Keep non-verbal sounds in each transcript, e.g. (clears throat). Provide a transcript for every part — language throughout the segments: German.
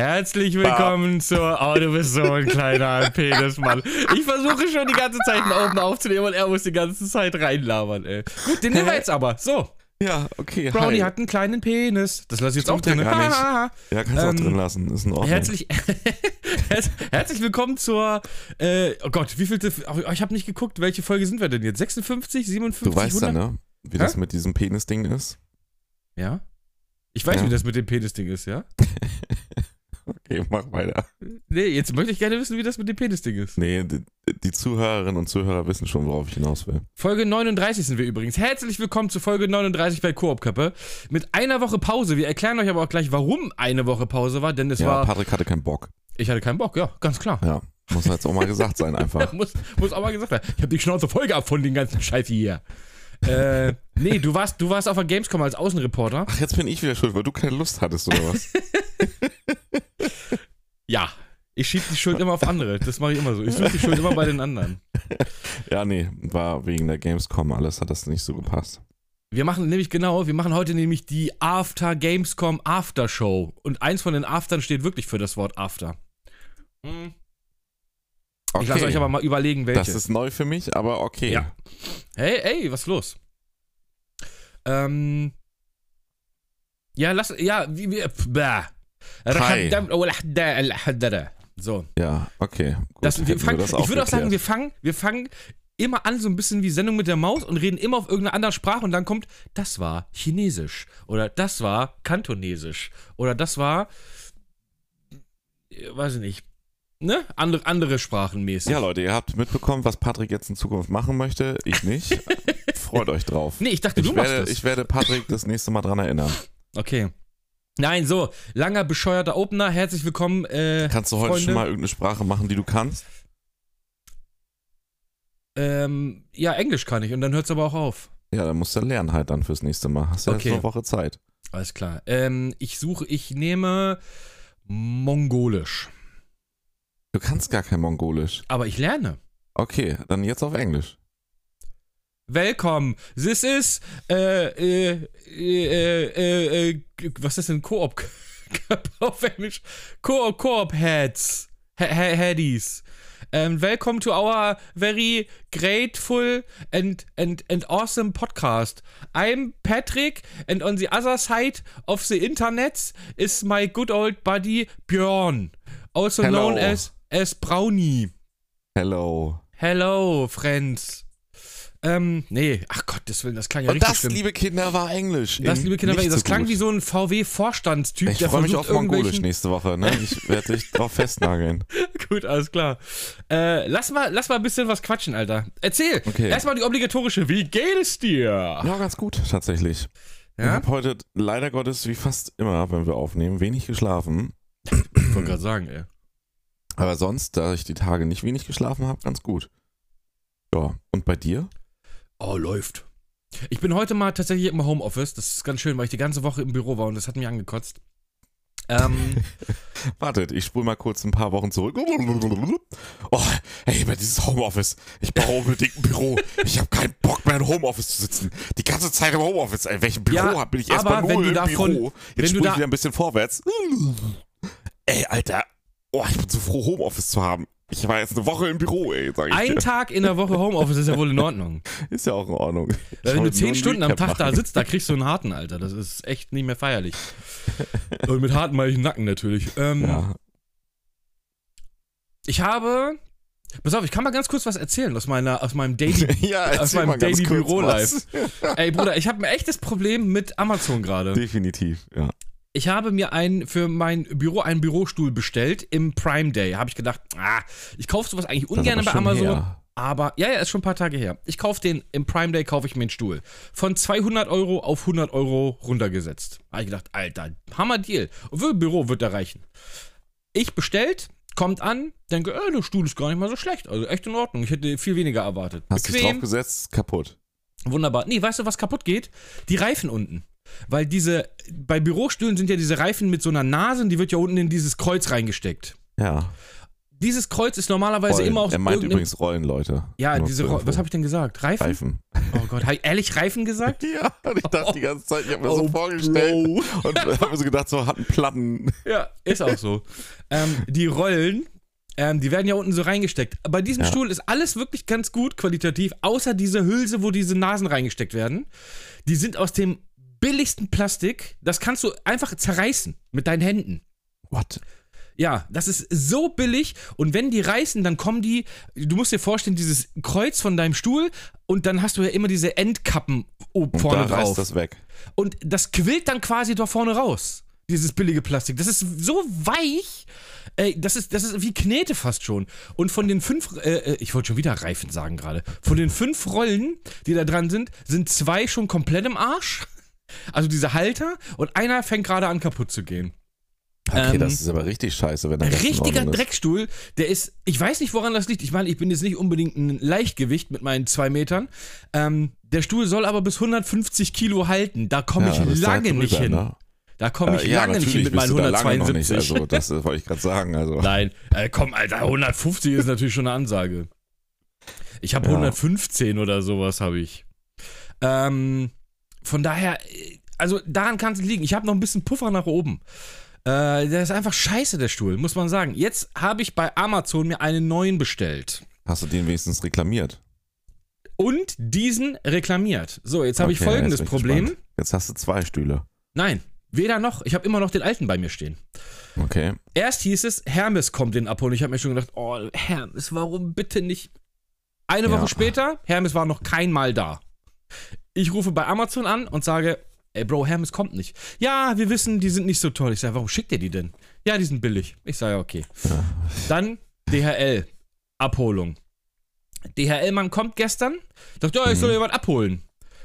Herzlich willkommen zur Oh, du bist so ein kleiner Penismann. Ich versuche schon die ganze Zeit einen Open aufzunehmen und er muss die ganze Zeit reinlabern, ey. Gut, den nehmen wir jetzt aber. So. Ja, okay. Brownie hi. hat einen kleinen Penis. Das lasse ich jetzt auch Stimmt drin. ne? ja gar nicht. Hahaha. Ja, kannst du Ähm, auch drin lassen. Ist in Ordnung. Herzlich, (laughs) Herz- herzlich willkommen zur. Äh, oh Gott, wie vielte. oh, Ich habe nicht geguckt, welche Folge sind wir denn jetzt? 56, 57? du weißt ja, 100? ne? Wie das mit diesem Penis-Ding ist. Ja. Ich weiß, ne? Ja. wie das mit dem Penis-Ding ist, ja? (laughs) Okay, mach weiter. Nee, jetzt möchte ich gerne wissen, wie das mit dem Penis-Ding ist. Nee, die, die Zuhörerinnen und Zuhörer wissen schon, worauf ich hinaus will. Folge 39 sind wir übrigens. Herzlich willkommen zu Folge 39 bei Koop-Köppe. Mit einer Woche Pause. Wir erklären euch aber auch gleich, warum eine Woche Pause war, denn es ja, war. Patrick hatte keinen Bock. Ich hatte keinen Bock, ja, ganz klar. Ja, muss jetzt auch mal gesagt sein (laughs) einfach. muss, muss auch mal gesagt werden. Ich habe die Schnauze voll gehabt von den ganzen Scheiß hier. äh, nee, du warst, du warst auf der Gamescom als Außenreporter. Ach, jetzt bin ich wieder schuld, weil du keine Lust hattest oder (laughs) was? Ja. Ich schieb die Schuld immer auf andere. Das mache ich immer so. Ich suche die Schuld immer bei den anderen. ja, nee, war wegen der Gamescom alles, hat das nicht so gepasst. Wir machen nämlich genau, wir machen heute nämlich die After Gamescom After Show. Und eins von den Aftern steht wirklich für das Wort After. Hm. Ich lasse euch aber mal überlegen, welche. Das ist neu für mich, aber okay. Ja. Hey, ey, was ist los? Ähm. Ja, lass. Ja, wie. wie pf, bäh. Äh, Hi. oh, So. Ja, okay. Gut, Das, wir hätten fangen, das ich würde auch sagen, wir aufgeklärt. fangen, wir fangen immer an so ein bisschen wie Sendung mit der Maus und reden immer auf irgendeine andere Sprache und dann kommt, das war Chinesisch oder das war Kantonesisch oder das war, äh, weiß ich nicht, ne? Andere, andere Sprachen mäßig. Ja, Leute, ihr habt mitbekommen, was Patrick jetzt in Zukunft machen möchte. (laughs) Ich nicht. Freut euch drauf. nee, ich dachte, du Ich machst werde, das. ich werde Patrick das nächste Mal dran erinnern. Okay. Nein, so, langer bescheuerter Opener, herzlich willkommen. Äh, Kannst du heute Freunde. schon mal irgendeine Sprache machen, die du kannst? ähm, ja, Englisch kann ich und dann hört's aber auch auf. Ja, dann musst du lernen halt dann fürs nächste Mal. Hast du Okay. jetzt eine Woche Zeit. Alles klar. Ähm, ich suche, ich nehme Mongolisch. Du kannst gar kein Mongolisch. Aber ich lerne. Okay, dann jetzt auf Englisch. Welcome. This is äh, äh, äh, äh, äh, was ist denn Koop (laughs) auf Englisch? Koop Koop Heads. He- he- Headies. Um, welcome to our very grateful and and and awesome podcast. I'm Patrick and on the other side of the internet is my good old buddy Björn, also Hello. known as as Brownie. Hello. Hello, Friends. Ähm, nee, ach Gottes Willen, das klang ja Und richtig das, schlimm. liebe Kinder, war Englisch. das, In liebe Kinder, nicht das so klang gut. wie so ein VW-Vorstandstyp, Ich freue mich auf Mongolisch irgendwelchen- nächste Woche. Ne? Ich werde dich drauf festnageln. (laughs) Gut, alles klar. Äh, lass mal, lass mal ein bisschen was quatschen, Alter. Erzähl. Okay. Erstmal die obligatorische. Wie geht es dir? Ja, ganz gut, tatsächlich. Ich Ja? habe heute leider Gottes, wie fast immer, wenn wir aufnehmen, wenig geschlafen. Ich wollte gerade sagen, ey. Aber sonst, da ich die Tage nicht wenig geschlafen habe, ganz gut. Ja, und bei dir? Oh, läuft. Ich bin heute mal tatsächlich im Homeoffice. Das ist ganz schön, weil ich die ganze Woche im Büro war und das hat mich angekotzt. Ähm, (laughs) Wartet, ich spule mal kurz ein paar Wochen zurück. Oh, hey, bei dieses Homeoffice. Ich brauche unbedingt ein Büro. Ich habe keinen Bock mehr im Homeoffice zu sitzen. Die ganze Zeit im Homeoffice. In welchem Büro Ja, hab- bin ich erst aber mal wenn null du im davon- Büro? wenn du Jetzt spule da- ich wieder ein bisschen vorwärts. Ey, Alter. Oh, ich bin so froh, Homeoffice zu haben. Ich war jetzt eine Woche im Büro, ey, sag ich ein dir. Tag in der Woche Homeoffice ist ja wohl in Ordnung. Ist ja auch in Ordnung. Ich Weil wenn du wollte nur zehn ein Stunden am Recap Tag da machen. sitzt, da kriegst du einen harten, Alter. Das ist echt nicht mehr (laughs) feierlich. Und mit harten meine ich Nacken natürlich. Ähm, Ja, (laughs) Ich habe. Pass auf, ich kann mal ganz kurz was erzählen aus, meiner, aus (laughs) meinem Daily. ja erzähl meinem mal ganz Daily kurz Büro was. (laughs) Ey Bruder, ich habe ein echtes Problem mit Amazon gerade. Definitiv, ja. Ich habe mir einen für mein Büro einen Bürostuhl bestellt im Prime Day. Habe ich gedacht, ah, ich kaufe sowas eigentlich Das ist ungern aber bei schon Amazon. her. Aber ja, ja, ist schon ein paar Tage her. Ich kaufe den, im Prime Day kaufe ich mir einen Stuhl. Von 200 Euro auf 100 Euro runtergesetzt. Habe ich gedacht, alter, Hammer-Deal. Und für ein Büro wird er reichen. Ich bestellt, kommt an, denke, äh, der Stuhl ist gar nicht mal so schlecht. Also echt in Ordnung. Ich hätte viel weniger erwartet. Hast du draufgesetzt? Kaputt. Wunderbar. Nee, weißt du, was kaputt geht? Die Reifen unten. Weil diese, bei Bürostühlen sind ja diese Reifen mit so einer Nase und die wird ja unten in dieses Kreuz reingesteckt. Ja. Dieses Kreuz ist normalerweise Rollen. Also immer auf er meint irgendeinem- übrigens Rollen, Leute. Ja, Nur diese zur Ro Info. Was habe ich denn gesagt? Reifen? Reifen. (laughs) Oh Gott, habe ich ehrlich Reifen gesagt? Ja, und ich dachte die ganze Zeit, ich habe mir Oh, so vorgestellt Bro. (laughs) und habe mir so gedacht, so hatten Platten. (laughs) Ja, ist auch so. ähm, die Rollen, ähm, die werden ja unten so reingesteckt. Bei diesem Ja. Stuhl ist alles wirklich ganz gut qualitativ, außer diese Hülse, wo diese Nasen reingesteckt werden. Die sind aus dem billigsten Plastik. Das kannst du einfach zerreißen mit deinen Händen. What? Ja, das ist so billig und wenn die reißen, dann kommen die, du musst dir vorstellen, dieses Kreuz von deinem Stuhl und dann hast du ja immer diese Endkappen oben Und vorne da reißt drauf. das weg. Und das quillt dann quasi da vorne raus. Dieses billige Plastik. Das ist so weich. Ey, das ist, das ist wie Knete fast schon. Und von den fünf, äh, äh, ich wollte schon wieder Reifen sagen gerade. Von den fünf Rollen, die da dran sind, sind zwei schon komplett im Arsch. Also diese Halter. Und einer fängt gerade an kaputt zu gehen. Okay, Ähm, das ist aber richtig scheiße, wenn der Rest in Richtiger Ordnung ist. Dreckstuhl, der ist, ich weiß nicht, woran das liegt. Ich meine, ich bin jetzt nicht unbedingt ein Leichtgewicht mit meinen zwei Metern. Ähm, der Stuhl soll aber bis 150 Kilo halten. Da komme Ja, das ich ist da lange drüber, nicht hin. ne? Da komme ich Äh, ja, lange nicht hin natürlich mit bist meinen du da lange noch 172. Nicht, also, das äh, wollte ich gerade sagen. (laughs) Also. Nein, äh, komm, Alter, 150 ist natürlich schon eine Ansage. Ich habe Ja. 115 oder sowas habe ich. Ähm, von daher, äh, also daran kann es liegen. Ich habe noch ein bisschen Puffer nach oben. Äh, der ist einfach scheiße, der Stuhl, muss man sagen. Jetzt habe ich bei Amazon mir einen neuen bestellt. Hast du den wenigstens reklamiert? Und diesen reklamiert. So, jetzt habe ich Okay, jetzt folgendes bin ich Problem. gespannt. Jetzt hast du zwei Stühle. Nein, weder noch. Ich habe immer noch den alten bei mir stehen. Okay. Erst hieß es, Hermes kommt den abholen. Ich habe mir schon gedacht, oh, Hermes, warum bitte nicht? Eine Ja. Woche später, Hermes war noch keinmal da. Ich rufe bei Amazon an und sage, ey Bro, Hermes kommt nicht. Ja, wir wissen, die sind nicht so toll. Ich sage, warum schickt ihr die denn? Ja, die sind billig. Ich sage, okay. Dann DHL, Abholung. DHL-Mann kommt gestern, sagt, ja, ich soll dir was abholen.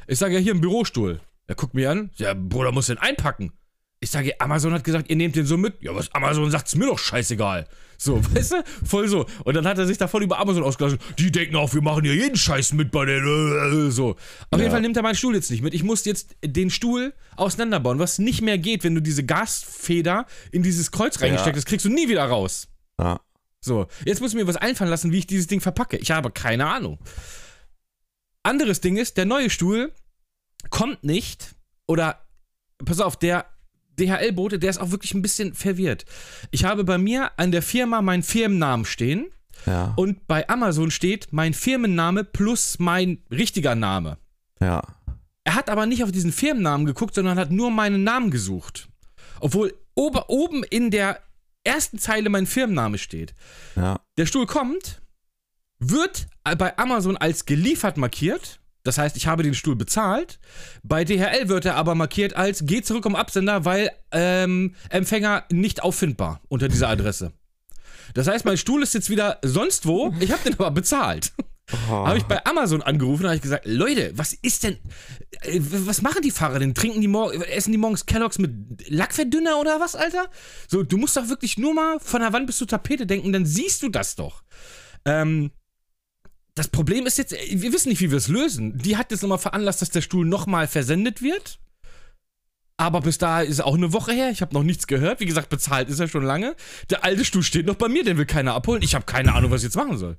Ich sage, ja, hier im Bürostuhl. Er guckt mich an, ja, Bruder, muss den einpacken. Ich sage, Amazon hat gesagt, ihr nehmt den so mit. Ja, was Amazon sagt, ist mir doch scheißegal. So, (laughs) weißt du? Voll so. Und dann hat er sich da voll über Amazon ausgelassen. Die denken auch, wir machen hier jeden Scheiß mit bei den. äh, So. Auf jeden Fall nimmt er meinen Stuhl jetzt nicht mit. Ich muss jetzt den Stuhl auseinanderbauen, was nicht mehr geht, wenn du diese Gasfeder in dieses Kreuz reingesteckt hast, kriegst du nie wieder raus. Ja. So, jetzt muss ich mir was einfallen lassen, wie ich dieses Ding verpacke. Ich habe keine Ahnung. Anderes Ding ist, der neue Stuhl kommt nicht oder pass auf, der DHL-Bote, der ist auch wirklich ein bisschen verwirrt. Ich habe bei mir an der Firma meinen Firmennamen stehen Ja. und bei Amazon steht mein Firmenname plus mein richtiger Name. ja. Er hat aber nicht auf diesen Firmennamen geguckt, sondern hat nur meinen Namen gesucht. Obwohl ober, oben in der ersten Zeile mein Firmenname steht. Ja. Der Stuhl kommt, wird bei Amazon als geliefert markiert. Das heißt, ich habe den Stuhl bezahlt. Bei DHL wird er aber markiert als geh zurück um Absender, weil ähm, Empfänger nicht auffindbar unter dieser Adresse. Das heißt, mein Stuhl ist jetzt wieder sonst wo. Ich habe den aber bezahlt. Oh. Habe ich bei Amazon angerufen und habe ich gesagt, Leute, was ist denn, äh, was machen die Fahrer denn? Trinken die morgen, essen die morgens Kelloggs mit Lackverdünner oder was, Alter? So, du musst doch wirklich nur mal von der Wand bis zur Tapete denken, dann siehst du das doch. Ähm, das Problem ist jetzt, äh, wir wissen nicht, wie wir es lösen. Die hat jetzt nochmal veranlasst, dass der Stuhl nochmal versendet wird. Aber bis da ist auch eine Woche her. Ich habe noch nichts gehört. Wie gesagt, bezahlt ist er schon lange. Der alte Stuhl steht noch bei mir, den will keiner abholen. Ich habe keine Ahnung, was ich jetzt machen soll.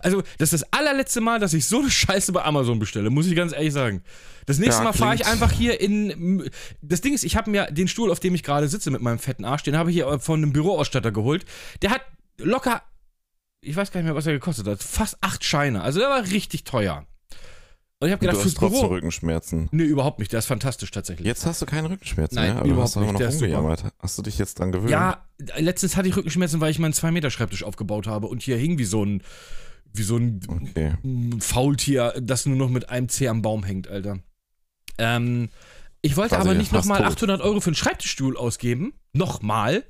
Also, das ist das allerletzte Mal, dass ich so eine Scheiße bei Amazon bestelle, muss ich ganz ehrlich sagen. Das nächste Ja, Mal fahre ich klingt- einfach hier in. Das Ding ist, ich habe mir den Stuhl, auf dem ich gerade sitze mit meinem fetten Arsch, den habe ich hier äh, von einem Büroausstatter geholt. Der hat locker, ich weiß gar nicht mehr, was er gekostet hat, fast acht Scheine. Also, der war richtig teuer. Und ich habe Du gedacht, fürs hast trotzdem Büro. Rückenschmerzen. Nee, überhaupt nicht. Der ist fantastisch tatsächlich. Jetzt hast du keine Rückenschmerzen Nein, mehr, aber überhaupt du hast aber nicht. noch Der ist super. rumgejammert. Hast du dich jetzt dran gewöhnt? Ja, letztens hatte ich Rückenschmerzen, weil ich meinen 2-Meter-Schreibtisch aufgebaut habe und hier hing wie so ein, wie so ein Okay. Faultier, das nur noch mit einem Zeh am Baum hängt, Alter. Ähm, ich wollte Quasi aber nicht fast nochmal tot. 800 Euro für einen Schreibtischstuhl ausgeben. Nochmal.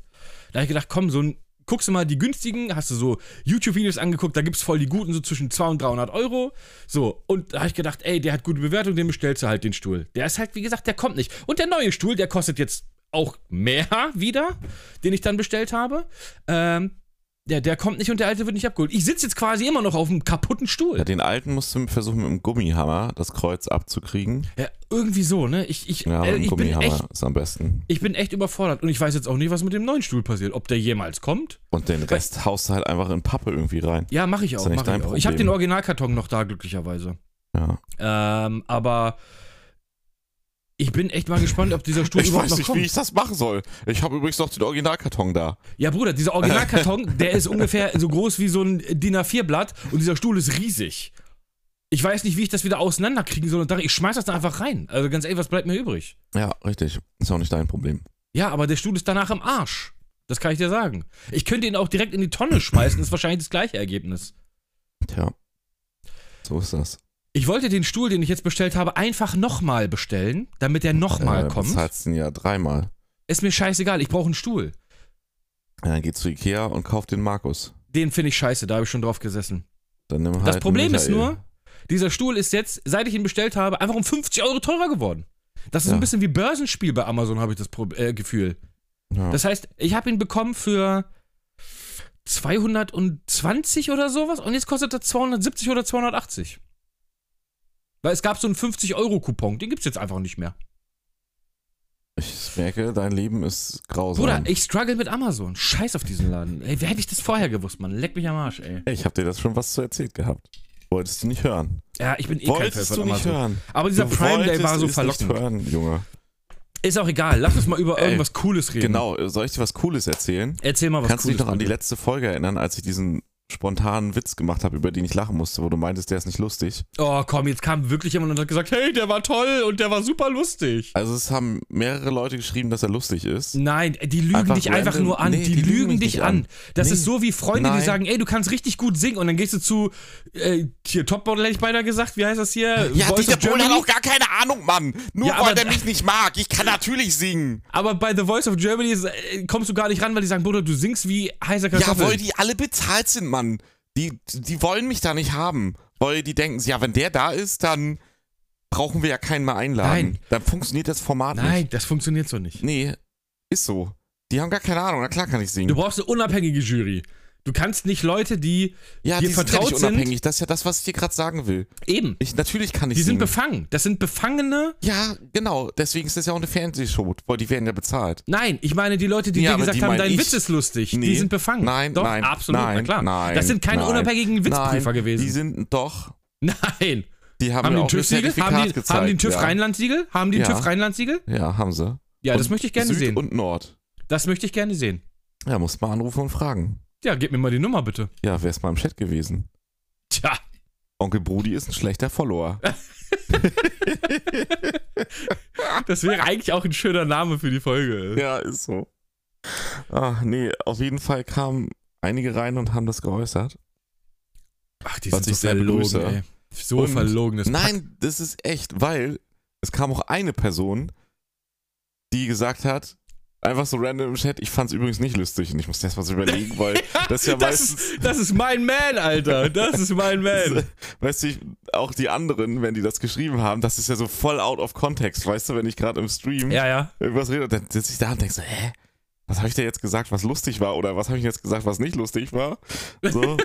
Da habe ich gedacht, komm, so ein. Guckst du mal die günstigen, hast du so YouTube-Videos angeguckt, da gibt's voll die guten, so zwischen 200 und 300 Euro. So, und da habe ich gedacht, ey, der hat gute Bewertung, den bestellst du halt den Stuhl. Der ist halt, wie gesagt, der kommt nicht. Und der neue Stuhl, der kostet jetzt auch mehr wieder, den ich dann bestellt habe. Ähm, Ja, der kommt nicht und der alte wird nicht abgeholt. Ich sitze jetzt quasi immer noch auf einem kaputten Ja, Stuhl. den alten musst du versuchen, mit dem Gummihammer das Kreuz abzukriegen. Ja, irgendwie so, ne? Ich, ich, Ja, äh, mit dem ich, bin Gummihammer echt, ist am besten. ich bin echt überfordert. Und ich weiß jetzt auch nicht, was mit dem neuen Stuhl passiert. Ob der jemals kommt? Und den Rest haust du halt einfach in Pappe irgendwie rein. Ja, mache ich Ist auch. ja nicht Mach dein ich auch. ich habe Problem. den Originalkarton noch da, glücklicherweise. Ja. Ähm, aber ich bin echt mal gespannt, ob dieser Stuhl (laughs) Ich überhaupt weiß noch nicht, kommt. wie ich das machen soll. Ich habe übrigens noch den Originalkarton da. Ja, Bruder, dieser Originalkarton, der ist ungefähr so groß wie so ein DIN A4-Blatt und dieser Stuhl ist riesig. Ich weiß nicht, wie ich das wieder auseinanderkriegen soll und dachte, ich schmeiß das da einfach rein. Also ganz ehrlich, was bleibt mir übrig? Ja, richtig. Ist auch nicht dein Problem. Ja, aber der Stuhl ist danach im Arsch. Das kann ich dir sagen. Ich könnte ihn auch direkt in die Tonne schmeißen, ist wahrscheinlich das gleiche Ergebnis. Tja. So ist das. Ich wollte den Stuhl, den ich jetzt bestellt habe, einfach nochmal bestellen, damit der Äh, nochmal kommt. Ähm, Zahlst den ja dreimal. Ist mir scheißegal, ich brauche einen Stuhl. Ja, Dann geh zu Ikea und kauf den Markus. Den finde ich scheiße, da habe ich schon drauf gesessen. Dann nimm halt Das einen Problem ist Michael. nur, dieser Stuhl ist jetzt, seit ich ihn bestellt habe, einfach um 50 Euro teurer geworden. Das ist Ja. ein bisschen wie Börsenspiel bei Amazon, habe ich das Pro äh, Gefühl. Ja. Das heißt, ich habe ihn bekommen für 220 oder sowas und jetzt kostet er 270 oder 280. Weil es gab so einen 50-Euro-Coupon, den gibt es jetzt einfach nicht mehr. Ich merke, dein Leben ist grausam. Bruder, ich struggle mit Amazon. Scheiß auf diesen Laden. Ey, wer hätte ich das vorher gewusst, Mann? Leck mich am Arsch, ey. ich hab dir das schon was zu erzählt gehabt. Wolltest du nicht hören. Ja, ich bin eh kein Wolltest Fan du von nicht Amazon. hören. Aber dieser Du Prime Day war wolltest so es verlockend. Nicht hören, Junge. Ist auch egal, lass uns mal über Ey, irgendwas Cooles reden. Genau, äh, soll ich dir was Cooles erzählen? Erzähl mal was Kannst du dich Cooles. noch an die Bruder. letzte Folge erinnern, als ich diesen spontanen Witz gemacht habe, über den ich lachen musste, wo du meintest, der ist nicht lustig? oh komm, jetzt kam wirklich jemand und hat gesagt, hey, der war toll und der war super lustig. Also es haben mehrere Leute geschrieben, dass er lustig ist. Nein, die lügen Einfach dich einfach random- nur an. Nee, die, lügen dich an. Das Nee. ist so wie Freunde, Nein. die sagen, ey, du kannst richtig gut singen und dann gehst du zu äh, hier Topmodel hätte ich beinater gesagt. Wie heißt das hier? Voice of Germany? gar keine Ahnung, Mann. Nur Ja, aber- mich nicht mag. Ich kann natürlich singen. Aber bei The Voice of Germany ist, äh, kommst du gar nicht ran, weil die sagen, Bruder, du singst wie heißer Kartoffel. die alle bezahlt sind, Mann. Die, die wollen mich da nicht haben. Weil die denken, ja, wenn der da ist, dann brauchen wir ja keinen mehr einladen. Nein. Dann funktioniert das Format Nein, das funktioniert so nicht. nicht. Nee, ist so. Die haben gar keine Ahnung. Na klar kann ich singen. Du brauchst eine unabhängige Jury. Du kannst nicht Leute, die Ja, dir die sind ja vertraut nicht sind. unabhängig. Das ist ja das, was ich dir gerade sagen will. eben Ich, natürlich kann ich Die sind singen. befangen. Das sind Befangene. ja, genau. Deswegen ist das ja auch eine Fernsehshow, weil die werden ja bezahlt. Nein, ich meine die Leute, die Ja, dir aber gesagt die haben, mein dein ich. Witz ist lustig. Nee. Die sind befangen. Nein, doch, nein, absolut, na nein, klar. nein, das sind keine nein. unabhängigen Witzprüfer Nein, gewesen. Die sind doch. (laughs) nein. Die haben, Haben ja die auch ein ein TÜV-Siegel? Zertifikat Haben die, gezeigt. haben die ein TÜV ja. Rheinland-Siegel? Haben die ein Ja. TÜV Rheinland-Siegel? Ja, haben sie. Ja, das Und möchte ich gerne Süd sehen. und Nord. das möchte ich gerne sehen. Ja, muss mal anrufen und fragen. Ja, gib mir mal die Nummer bitte. Ja, wär's mal im Chat gewesen. (laughs) Tja, Onkel Brudi ist ein schlechter Follower. das wäre eigentlich auch ein schöner Name für die Folge. (laughs) ja, ist so. Ach, Ah, nee, auf jeden Fall kamen einige rein und haben das geäußert. Ach, die sind Was so ich sehr verlogen, begrüße. ey. So Und- verlogenes Nein, das ist echt, weil es kam auch eine Person, die gesagt hat, einfach so random im Chat, ich fand's übrigens nicht lustig und ich musste erst mal so (laughs) überlegen, weil das ist ja (laughs) das, meistens, ist, das ist mein Man, Alter. Das ist mein Man. (laughs) weißt du, ich, auch die anderen, wenn die das geschrieben haben, das ist ja so voll out of context, weißt du, wenn ich gerade im Stream ja, ja. irgendwas rede, dann sitze ich da und denke so, hä? Was habe ich denn jetzt gesagt, was lustig war? Oder was habe ich jetzt gesagt, was nicht lustig war? (laughs) So.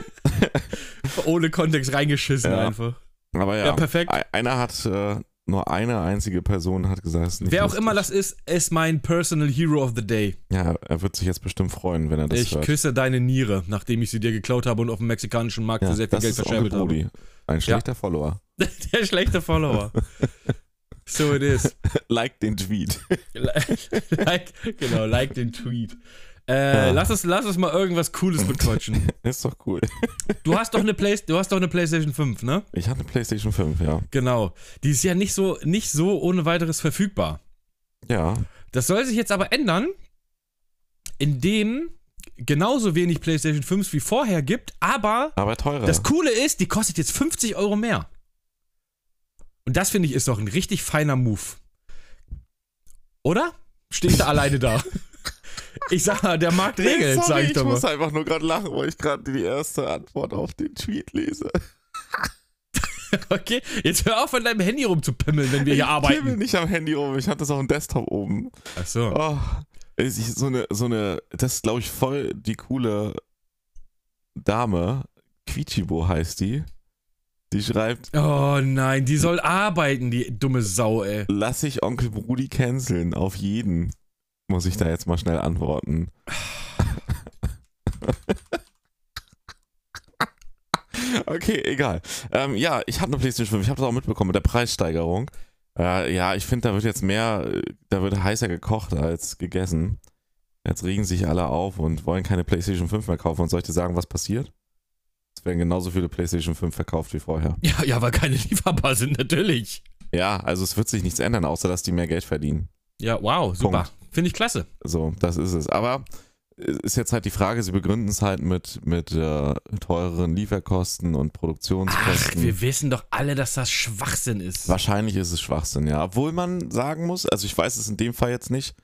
Ohne Kontext reingeschissen Ja. einfach. Aber ja, Ja, perfekt. e- einer hat, äh, nur eine einzige Person hat gesagt, es ist nicht Wer auch lustig. immer das ist, ist mein Personal Hero of the Day. Ja, er wird sich jetzt bestimmt freuen, wenn er das ich hört. küsse deine Niere, nachdem ich sie dir geklaut habe und auf dem mexikanischen Markt ja, für sehr viel das Geld ist Onkel verscherbelt habe. Brudi. Ein schlechter Follower. (laughs) Der schlechte Follower. so it is. like den Tweet. (laughs) (laughs) like, genau, like den Tweet. Äh, Ja. lass, uns, lass uns mal irgendwas Cooles bequatschen. ist doch cool. Du hast doch eine, Play du hast doch eine PlayStation 5, ne? Ich habe eine PlayStation 5, ja. Genau. Die ist ja nicht so, nicht so ohne weiteres verfügbar. Ja. Das soll sich jetzt aber ändern, indem genauso wenig PlayStation 5s wie vorher gibt, aber Aber teurer. das Coole ist, die kostet jetzt 50 Euro mehr. Und das finde ich ist doch ein richtig feiner Move. Oder? Stehe ich da alleine (laughs) da? Ich sag mal, der Markt Nee, regelt, sorry, sag ich doch mal. muss einfach nur gerade lachen, weil ich gerade die erste Antwort auf den Tweet lese. Okay, jetzt hör auf, an deinem Handy rumzupimmeln, wenn wir hier Ich will arbeiten. nicht am Handy rum, ich hatte das auf dem Desktop oben. Achso. Oh, es ist so eine, so eine, das ist glaube ich voll die coole Dame, Quichibo heißt die, die schreibt, Oh nein, die soll arbeiten, die dumme Sau, ey. lass ich Onkel Brudi canceln, auf jeden. Muss ich da jetzt mal schnell antworten. (laughs) okay, egal. Ähm, ja, ich habe eine Playstation 5, ich habe das auch mitbekommen mit der Preissteigerung. Äh, ja, ich finde, da wird jetzt mehr, äh, da wird heißer gekocht als gegessen. Jetzt regen sich alle auf und wollen keine Playstation 5 mehr kaufen. Und soll ich dir sagen, was passiert? Es werden genauso viele Playstation 5 verkauft wie vorher. Ja, ja, weil keine lieferbar sind, natürlich. Ja, also es wird sich nichts ändern, außer dass die mehr Geld verdienen. Ja, wow, super. Finde ich klasse. So, das ist es. Aber es ist jetzt halt die Frage, sie begründen es halt mit, mit äh, teureren Lieferkosten und Ach, Produktionskosten. wir wissen doch alle, dass das Schwachsinn ist. Wahrscheinlich ist es Schwachsinn, ja. Obwohl man sagen muss, also ich weiß es in dem Fall jetzt nicht,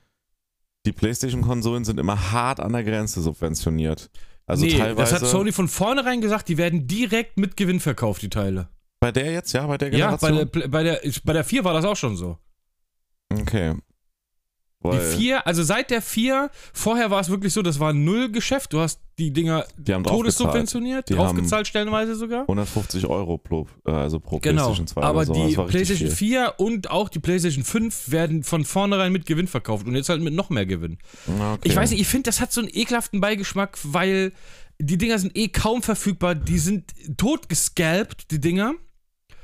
die PlayStation-Konsolen sind immer hart an der Grenze subventioniert. Also nee, teilweise. das hat Sony von vornherein gesagt, die werden direkt mit Gewinn verkauft, die Teile. bei der jetzt, ja, bei der Ja, bei Generation. der, bei, der, bei der 4 war das auch schon so. okay. äh, Die Weil 4, also seit der 4, vorher war es wirklich so, das war null Geschäft. Du hast die Dinger die haben draufgezahlt. todessubventioniert, Die haben- draufgezahlt stellenweise sogar. 150 Euro pro, äh, also pro Genau, PlayStation 2 aber oder so. die Das war richtig PlayStation viel. 4 und auch die PlayStation 5 werden von vornherein mit Gewinn verkauft und jetzt halt mit noch mehr Gewinn. Ja, Ah, Okay. Ich weiß nicht, ich finde, das hat so einen ekelhaften Beigeschmack, weil die Dinger sind eh kaum verfügbar. Die sind totgescalpt, die Dinger.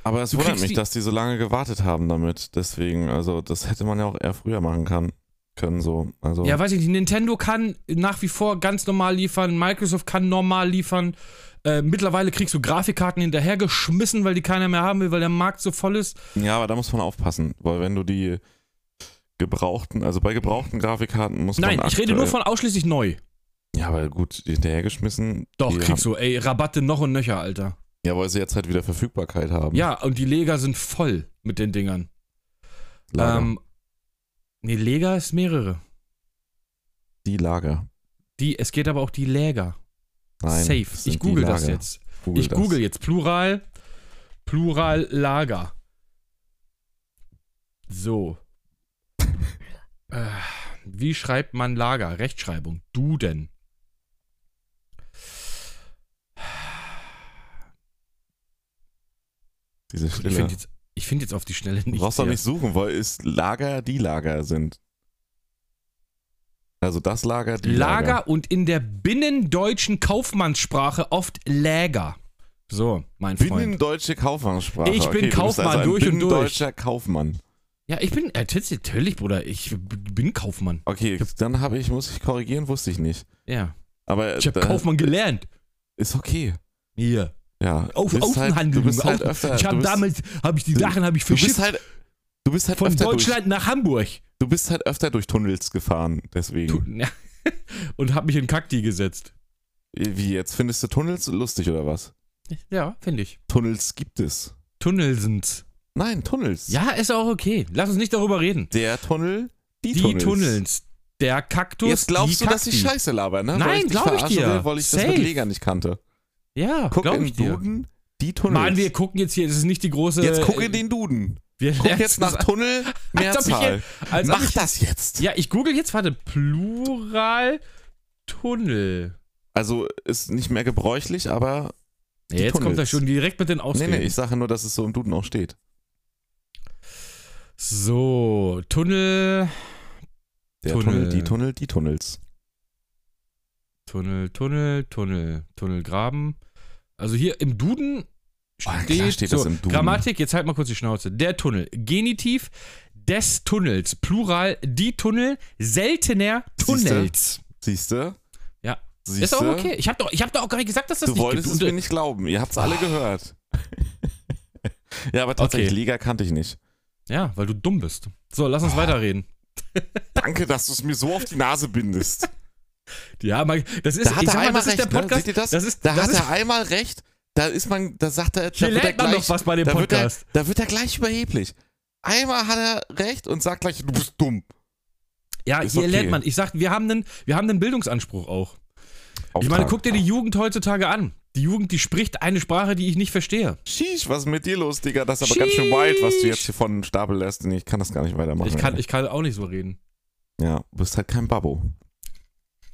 Aber es Du wundert kriegst mich, die- dass die so lange gewartet haben damit. Deswegen, also das hätte man ja auch eher früher machen kann, können so. Also Ja, weiß ich nicht. Nintendo kann nach wie vor ganz normal liefern. Microsoft kann normal liefern. Äh, mittlerweile kriegst du Grafikkarten hinterhergeschmissen, weil die keiner mehr haben will, weil der Markt so voll ist. Ja, aber da muss man aufpassen, weil wenn du die gebrauchten, also bei gebrauchten Grafikkarten muss man Nein, ich rede aktuell- nur von ausschließlich neu. Ja, aber gut, hinterhergeschmissen. Doch, die kriegst du, ey, Rabatte noch und nöcher, Alter. haben, Ja, weil sie jetzt halt wieder Verfügbarkeit haben. Ja, und die Lega sind voll mit den Dingern. Lager. Ähm, nee, Lega ist mehrere. die Lager. Die, es geht aber auch die Läger. Nein, Safe. es sind Ich die google das Lager. jetzt. Google ich das. google jetzt Plural, Plural Lager. So. äh, wie schreibt man Lager? Rechtschreibung. Du denn? diese Ich Stille. finde jetzt, ich find jetzt auf die Schnelle Du nicht. brauchst doch hier. nicht suchen, weil ist Lager die Lager sind. Also das Lager, die Lager. Lager und in der binnendeutschen Kaufmannssprache oft Läger. So, mein Freund. Binnendeutsche Kaufmannssprache. Ich bin okay, du bist Kaufmann also ein durch und durch. Binnendeutscher Kaufmann. Ja, ich bin, äh, tats- natürlich, Bruder, ich bin Kaufmann. Okay, dann habe ich, muss ich korrigieren, wusste ich nicht. Ja. Aber Ich habe äh, Kaufmann gelernt. ist okay. Hier. Ja. Auf bist Außenhandel. Halt, du bist Junge, halt Außen- öfter. ich du habe bist, damals, habe ich die du- Sachen habe ich du bist verschifft halt, du bist halt von öfter Deutschland nach Hamburg Durch, du bist halt öfter durch Tunnels gefahren, deswegen. Tu- (laughs) und habe mich in Kakti gesetzt. Wie jetzt findest du Tunnels lustig oder was? Ja, finde ich. Tunnels gibt es. Tunnelsens. Nein, Tunnels. Ja, ist auch okay. Lass uns nicht darüber reden. Der Tunnel, die, Die Tunnels. Tunnels, der Kaktus, Jetzt glaubst die du, dass ich Kakti. Scheiße laber, ne? Nein, Weil ich dich glaub ich verarschen dir. Will, weil ich das Safe. mit Lega nicht kannte. Ja, Guck glaube ich im dir. Duden, die Tunnels. Mann, wir gucken jetzt hier, das ist nicht die große Jetzt gucke äh, den Duden. Wir Guck lernen jetzt nach das- Tunnel, als ob ich Mehrzahl. hier- als ob Mach ich- das jetzt. Ja, ich google jetzt, warte, Plural Tunnel. Also ist nicht mehr gebräuchlich, aber. Ja, Die jetzt kommt er Tunnels. schon direkt mit den Nee, Ausreden. nee, ich sage nur, dass es so im Duden auch steht. So, Tunnel, Der Tunnel. Tunnel, die Tunnel, die Tunnels. Oh, Tunnel, Tunnel, Tunnel, Tunnelgraben. Also hier im Duden Oh, steht, klar steht so, das im Duden. Grammatik, jetzt halt mal kurz die Schnauze. Der Tunnel, Genitiv des Tunnels, Plural die Tunnel, seltener Siehste? Tunnels. Siehste? Ja. Siehste? Ist auch okay. Ich habe doch, ich hab doch auch gar nicht gesagt, dass das Du nicht wolltest es gibt. mir Und, nicht glauben. Ihr habt's alle gehört. ja, aber tatsächlich, Okay. Lega kannte ich nicht. Ah. äh, ja, weil du dumm bist. So, lass uns weiterreden. Danke, dass du es mir so auf die (laughs) Nase bindest. Ja, man, das ist, Da hat ich er sag mal, einmal das recht. ist der ne? Podcast. Seht ihr das? Das ist, da das hat ist, er einmal recht. Da ist man, da sagt er, hier da wird er lernt man gleich noch was bei dem da wird, er, Podcast. da wird er gleich überheblich. Einmal hat er recht und sagt gleich, du bist dumm. Ja, Ist hier okay. lernt man. Ich sag, wir haben einen, wir haben einen Bildungsanspruch auch. Ich meine, guck dir die Jugend heutzutage an. Die Jugend, die spricht eine Sprache, die ich nicht verstehe. Sheesh, was ist mit dir los, Digga? Das ist aber ganz schön wild, was du jetzt hier von dem Stapel lässt. Nee, ich kann das gar nicht weitermachen. Ich kann, Alter. ich kann auch nicht so reden. Ja, du bist halt kein Babbo.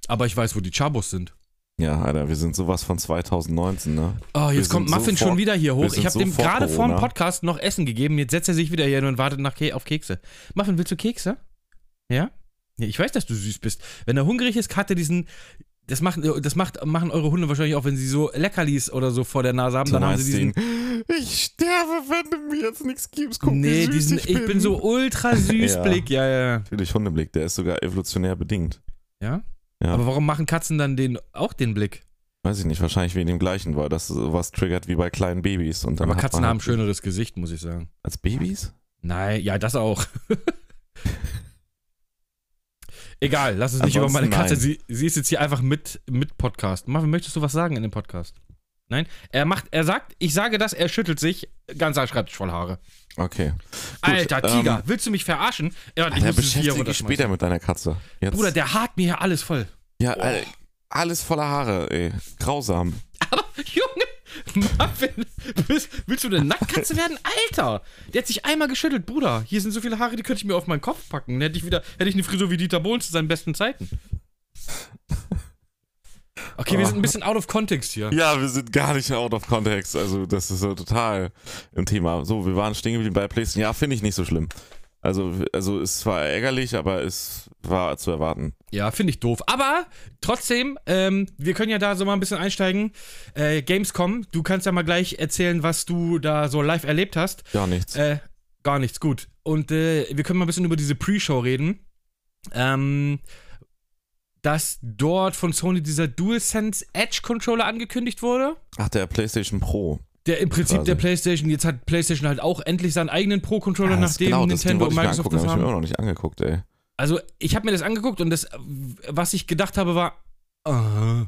Aber ich weiß, wo die Chabos sind. Ja, Alter, wir sind sowas von 2019, ne? Oh, Wir jetzt sind kommt Muffin so vor- schon wieder hier wir hoch. sind Ich habe so dem vor gerade vor dem Corona. Podcast noch Essen gegeben. Jetzt setzt er sich wieder hier hin und wartet nach Ke auf Kekse. Muffin, willst du Kekse? Ja? ja? Ich weiß, dass du süß bist. Wenn er hungrig ist, hat er diesen. Das, macht, das macht, machen eure Hunde wahrscheinlich auch, wenn sie so Leckerlis oder so vor der Nase haben. Du Dann haben meinst sie diesen. den, ich sterbe, wenn du mir jetzt nichts gibst. Guck, wie nee, süß diesen. Ich bin, so ultra süß Ja. Blick. (laughs) Ja, ja, ja. Natürlich Hundeblick, der ist sogar evolutionär bedingt. ja. Ja. Aber warum machen Katzen dann den, auch den Blick? Weiß ich nicht, wahrscheinlich wegen dem gleichen, weil das sowas triggert wie bei kleinen Babys. Und dann Aber hat Katzen man halt haben ein schöneres Gesicht, muss ich sagen. Als Babys? Nein, ja, das auch. (laughs) Egal, lass uns nicht über meine Ansonsten Katze. nein. Sie, sie ist jetzt hier einfach mit, mit Podcast. Marvin, möchtest du was sagen in dem Podcast? Nein? Er macht, er sagt, ich sage das, er schüttelt sich, ganzer Schreibtisch voll Haare. Okay. Alter, ähm, Tiger, willst du mich verarschen? Ja, ich Alter, muss das Bier beschäftige dich runterschmeißen. später mit deiner Katze. Jetzt, Bruder, der hart mir hier alles voll. ja, äh, alles voller Haare, ey. Grausam. (laughs) Junge, Marvin, willst, willst du eine Nacktkatze werden? Alter, der hat sich einmal geschüttelt, Bruder. Hier sind so viele Haare, die könnte ich mir auf meinen Kopf packen. Dann Hätte ich wieder, hätte ich eine Frisur wie Dieter Bohlen zu seinen besten Zeiten. Okay, wir sind ein bisschen out of context hier. Ja, wir sind gar nicht out of context. Also, das ist so total im Thema. So, wir waren stehen geblieben bei PlayStation. Ja, finde ich nicht so schlimm. Also, also, es war ärgerlich, aber es war zu erwarten. Ja, finde ich doof. Aber trotzdem, ähm, wir können ja da so mal ein bisschen einsteigen. Äh, Gamescom, du kannst ja mal gleich erzählen, was du da so live erlebt hast. Ja, nichts. Äh, gar nichts, gut. Und äh, wir können mal ein bisschen über diese Pre-Show reden. Ähm, dass dort von Sony dieser DualSense Edge Controller angekündigt wurde. Ach, der PlayStation Pro. Der im Prinzip Quasi. der PlayStation, jetzt hat PlayStation halt auch endlich seinen eigenen Pro-Controller, Ah, das- nachdem genau, das Ding Nintendo wollte und ich mir Microsoft angucken, das hab ich mir haben. immer noch nicht angeguckt, ey. Also, ich habe mir das angeguckt und das, äh, was ich gedacht habe, war. aha.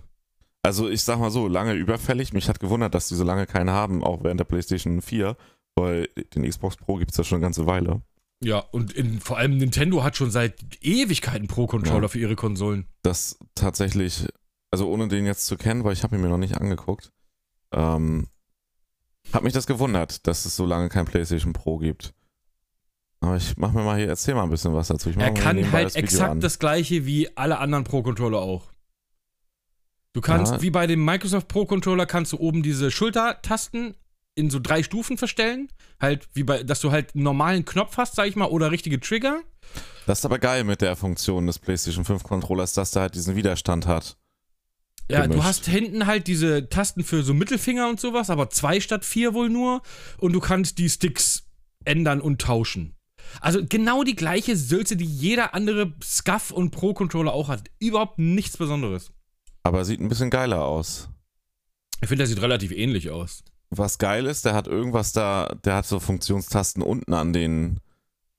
Also ich sag mal so, lange überfällig. Mich hat gewundert, dass die so lange keine haben, auch während der PlayStation 4, weil den Xbox Pro gibt's ja schon eine ganze Weile. ja, und in, vor allem Nintendo hat schon seit Ewigkeiten Pro-Controller Ja. für ihre Konsolen. Das tatsächlich, also ohne den jetzt zu kennen, weil ich habe ihn mir noch nicht angeguckt, ähm, hat mich das gewundert, dass es so lange kein PlayStation Pro gibt. Aber ich mach mir mal hier, erzähl mal ein bisschen was dazu. Ich mach Er mal kann nebenbei halt das Video exakt an. das gleiche wie alle anderen Pro-Controller auch. Du kannst, Ja. wie bei dem Microsoft Pro-Controller, kannst du oben diese Schultertasten in so drei Stufen verstellen. Halt, wie bei, dass du halt einen normalen Knopf hast, sag ich mal, oder richtige Trigger. Das ist aber geil mit der Funktion des PlayStation 5 Controllers, dass der halt diesen Widerstand hat. Ja, du Gemischt. hast hinten halt diese Tasten für so Mittelfinger und sowas, aber zwei statt vier wohl nur. Und du kannst die Sticks ändern und tauschen. Also genau die gleiche Sülze, die jeder andere Scuff und Pro-Controller auch hat. Überhaupt nichts Besonderes. Aber sieht ein bisschen geiler aus. Ich finde, der sieht relativ ähnlich aus. was geil ist, der hat irgendwas da, der hat so Funktionstasten unten an den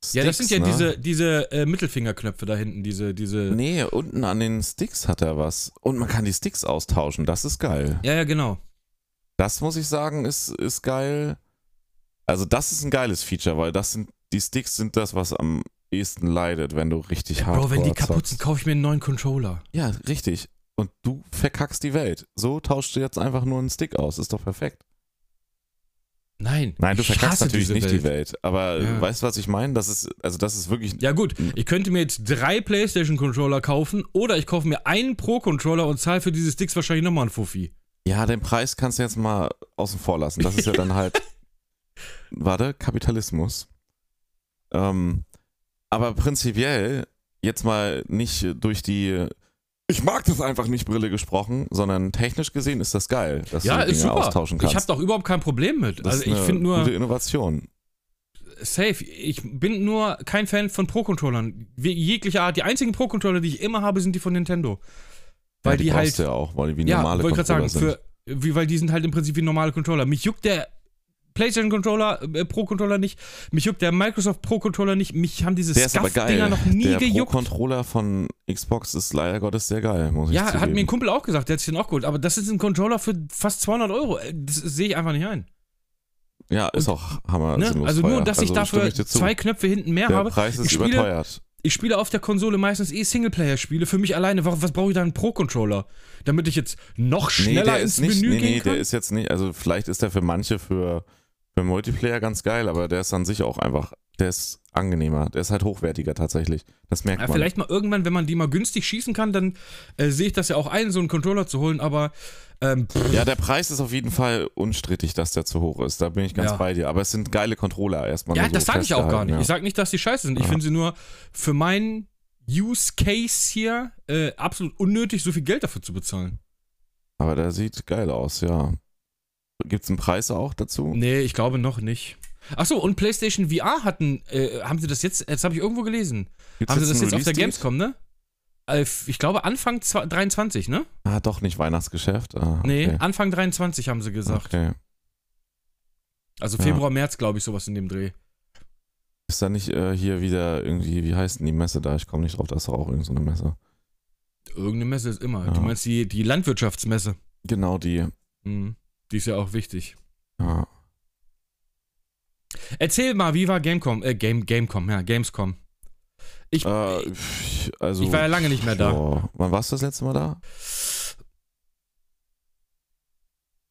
Sticks. ja, das sind ja ne? diese, diese äh, Mittelfingerknöpfe da hinten, diese, diese. Nee, unten an den Sticks hat er was. Und man kann die Sticks austauschen, das ist geil. Ja, ja, genau. Das muss ich sagen, ist, ist geil. Also, das ist ein geiles Feature, weil das sind, die Sticks sind das, was am ehesten leidet, wenn du richtig hart. Bro, wenn die kaputt sind, kaufe ich mir einen neuen Controller. Ja, richtig. Und du verkackst die Welt. So tauschst du jetzt einfach nur einen Stick aus. Ist doch perfekt. Nein. Nein, du ich verkackst hasse natürlich diese nicht die Welt. Aber Ja. weißt du, was ich meine? Das ist, also das ist wirklich Ja, gut. Hm. Ich könnte mir jetzt drei PlayStation-Controller kaufen oder ich kaufe mir einen Pro-Controller und zahle für diese Sticks wahrscheinlich nochmal einen Fuffi. Ja, den Preis kannst du jetzt mal außen vor lassen. Das ist ja (laughs) dann halt. warte, Kapitalismus. Ähm, aber prinzipiell, jetzt mal nicht durch die. Ich mag das einfach nicht Brille gesprochen, sondern technisch gesehen ist das geil, dass ja, du die ist Dinge super. austauschen ich habe kannst. da auch überhaupt kein Problem mit. das also, ist ich eine finde nur. gute Innovation. Safe. Ich bin nur kein Fan von Pro-Controllern. Wir- Jeglicher Art. Die einzigen Pro-Controller, die ich immer habe, sind die von Nintendo. Weil ja, die halt. brauchst du ja auch, weil die wie Ja, normale wollte ich gerade sagen, Controller sind. für, wie, weil die sind halt im Prinzip wie normale Controller. Mich juckt der PlayStation Controller, äh, Pro Controller nicht, mich juckt der Microsoft Pro Controller nicht, mich haben diese der ist aber Scuff-Dinger geil. noch nie der gejuckt. Pro-Controller von Xbox ist leider Gottes sehr geil, muss ich Ja, hat zugeben. mir ein Kumpel auch gesagt, der hat sich den auch geholt, aber das ist ein Controller für fast 200 Euro. Äh, Das sehe ich einfach nicht ein. Ja, ist auch hammer. Ne? sinnlos Also nur, teuer. dass ich Also stimme dafür dir zu. zwei Knöpfe hinten mehr Der habe. Preis ist ich, spiele, überteuert. ich spiele auf der Konsole meistens eh Singleplayer-Spiele für mich alleine. Wa- Was brauche ich da einen Pro-Controller? Damit ich jetzt noch schneller der ins ist nicht, Menü nee, gehen nee, kann? der ist jetzt nicht, also vielleicht ist der für manche für, für Beim Multiplayer ganz geil, aber der ist an sich auch einfach, der ist angenehmer. Der ist halt hochwertiger tatsächlich. Das merkt Ja, man. vielleicht mal irgendwann, wenn man die mal günstig schießen kann, dann äh, sehe ich das ja auch ein, so einen Controller zu holen, aber ähm, pff, Ja, der Preis ist auf jeden Fall unstrittig, dass der zu hoch ist. Da bin ich ganz Ja. bei dir. Aber es sind geile Controller erstmal. ja, nur so das sage ich auch gar festgehalten, nicht. Ich sage nicht, dass die scheiße sind. Ich finde sie nur für meinen Use Case hier äh, absolut unnötig, so viel Geld dafür zu bezahlen. Ja. Aber der sieht geil aus, ja. Gibt es einen Preis auch dazu? Nee, ich glaube noch nicht. Achso, und PlayStation VR hatten, äh, haben sie das jetzt, das habe ich irgendwo gelesen. Gibt's haben sie das einen jetzt auf der Release-Date? Gamescom, ne? Äh, Ich glaube Anfang 23, ne? Ah, doch nicht Weihnachtsgeschäft. Ah, Nee, okay. Anfang 23 haben sie gesagt. Okay. Also Ja. Februar, März, glaube ich, sowas in dem Dreh. Ist da nicht äh, hier wieder irgendwie, wie heißt denn die Messe da? Ich komme nicht drauf, da ist doch auch irgendeine so eine Messe. Irgendeine Messe ist immer. Ja. Du meinst die, die Landwirtschaftsmesse. Genau die. Mhm. Die ist ja auch wichtig. Ja. Erzähl mal, wie war Gamecom? Äh, Game, Gamecom, ja, Gamescom. Ich, Äh, pff, also, ich war ja lange nicht mehr da. boah. Wann warst du das letzte Mal da?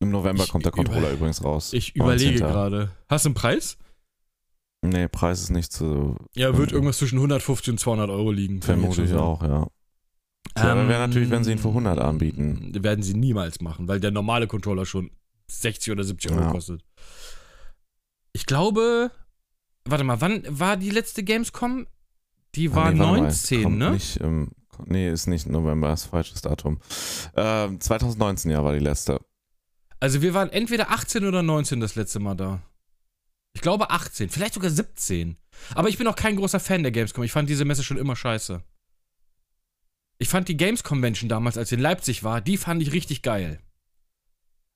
Im November Ich kommt der über- Controller übrigens raus. Ich überlege 19.. gerade. Hast du einen Preis? Nee, Preis ist nicht zu. Ja, wird Mhm. irgendwas zwischen 150 und 200 Euro liegen. kann ich jetzt schon Vermutlich sagen. auch, ja. Clever wäre natürlich, wenn sie ihn für 100 anbieten. Werden sie niemals machen, weil der normale Controller schon 60 oder 70 Euro Ja. kostet. Ich glaube, warte mal, wann war die letzte Gamescom? Die war Ah, nee, warte mal, 19, kommt ne? Nicht, im- nee, ist nicht November, ist falsches Datum. Ähm, 2019, ja, war die letzte. Also wir waren entweder 18 oder 19 das letzte Mal da. Ich glaube 18, vielleicht sogar 17. Aber ich bin auch kein großer Fan der Gamescom. Ich fand diese Messe schon immer scheiße. Ich fand die Games Convention damals, als sie in Leipzig war, die fand ich richtig geil.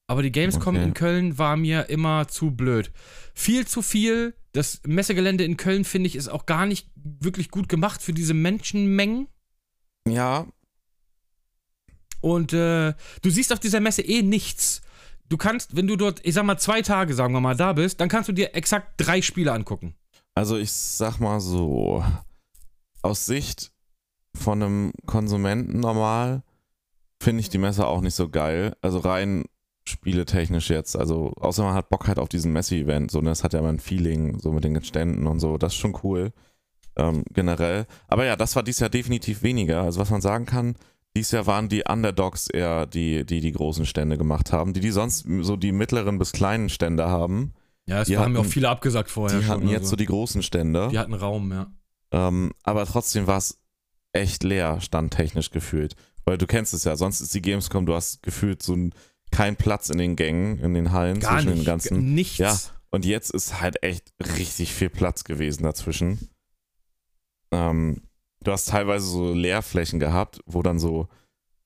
Aber die Gamescom Okay. in Köln war mir immer zu blöd. Viel zu viel. Das Messegelände in Köln, finde ich, ist auch gar nicht wirklich gut gemacht für diese Menschenmengen. Ja, Und äh, du siehst auf dieser Messe eh nichts. Du kannst, wenn du dort, ich sag mal, zwei Tage, sagen wir mal, da bist, dann kannst du dir exakt drei Spiele angucken. Also ich sag mal so, aus Sicht von einem Konsumenten normal finde ich die Messe auch nicht so geil. Also rein spieletechnisch jetzt. Also außer man hat Bock halt auf diesen Messi-Event. So, ne? das hat ja immer ein Feeling, so mit den Ständen und so. Das ist schon cool. Ähm, generell. Aber ja, das war dieses Jahr definitiv weniger. Also was man sagen kann, dieses Jahr waren die Underdogs eher die, die die großen Stände gemacht haben, die die sonst so die mittleren bis kleinen Stände haben. Ja, es Die haben ja auch hatten- viele abgesagt vorher. die schon, hatten jetzt so also. die großen Stände. die hatten Raum, ja. Ähm, aber trotzdem war es echt leer, standtechnisch gefühlt. Weil du kennst es ja, sonst ist die Gamescom, du hast gefühlt so ein, keinen Platz in den Gängen, in den Hallen, Gar zwischen nicht. den ganzen. Nichts. Ja. Und jetzt ist halt echt richtig viel Platz gewesen dazwischen. Ähm, du hast teilweise so Leerflächen gehabt, wo dann so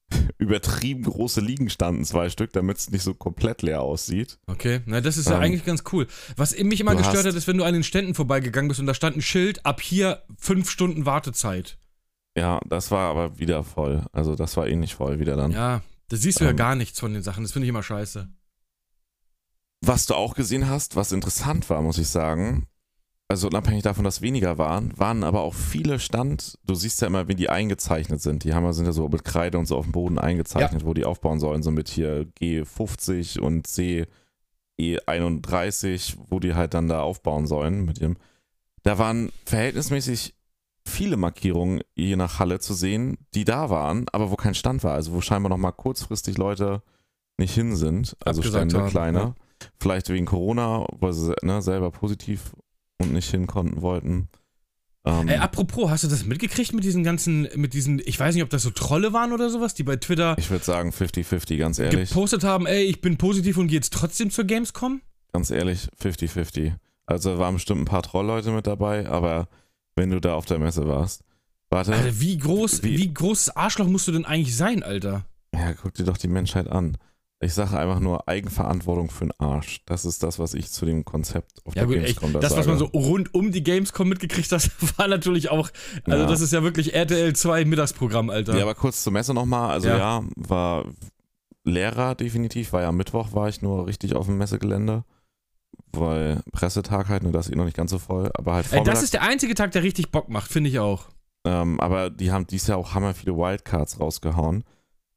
(laughs) übertrieben große Liegen standen, zwei Stück, damit es nicht so komplett leer aussieht. Okay, na, das ist ja Ähm, eigentlich ganz cool. Was mich immer du gestört hast- hat, ist, wenn du an den Ständen vorbeigegangen bist und da stand ein Schild, ab hier fünf Stunden Wartezeit. Ja, das war aber wieder voll. Also das war ähnlich voll wieder dann. Ja, da siehst du ja Hm. Ähm. gar nichts von den Sachen. Das finde ich immer scheiße. Was du auch gesehen hast, was interessant war, muss ich sagen, also unabhängig davon, dass weniger waren, waren aber auch viele Stand, du siehst ja immer, wie die eingezeichnet sind. Die Hammer sind ja so mit Kreide und so auf dem Boden eingezeichnet, wo die aufbauen sollen, so mit hier G50 und C E31, wo die halt dann da aufbauen sollen mit ihrem. Da waren verhältnismäßig viele Markierungen je nach Halle zu sehen, die da waren, aber wo kein Stand war, also wo scheinbar nochmal kurzfristig Leute nicht hin sind, also Abgesagt Stände haben, kleiner. ja. Vielleicht wegen Corona, weil sie ne, selber positiv und nicht hin konnten wollten. Ähm, Ey, apropos, hast du das mitgekriegt mit diesen ganzen, mit diesen, ich weiß nicht, ob das so Trolle waren oder sowas, die bei Twitter ich würde sagen 50-50, ganz ehrlich. gepostet haben, ey, ich bin positiv und gehe jetzt trotzdem zur Gamescom? Ganz ehrlich, 50-50. Also da waren bestimmt ein paar Trollleute mit dabei, aber wenn du da auf der Messe warst. Warte. Alter, wie groß, wie, Äh, Wie- großes Arschloch musst du denn eigentlich sein, Alter? Ja, guck dir doch die Menschheit an. Ich sage einfach nur Eigenverantwortung für den Arsch. Das ist das, was ich zu dem Konzept auf Ja der gut, echt, Gamescom da das, was sage. man so rund um die Gamescom mitgekriegt hat, (laughs) war natürlich auch, also Ja. das ist ja wirklich RTL 2 Mittagsprogramm, Alter. Ja, aber kurz zur Messe nochmal. Also Ja. ja. war Lehrer definitiv, war ja am Mittwoch, war ich nur richtig auf dem Messegelände. Weil Pressetag halt, nur das ist eh noch nicht ganz so voll, aber halt ey, das vormittags. ist der einzige Tag, der richtig Bock macht, finde ich auch. ähm, aber die haben dies Jahr auch hammer viele Wildcards rausgehauen.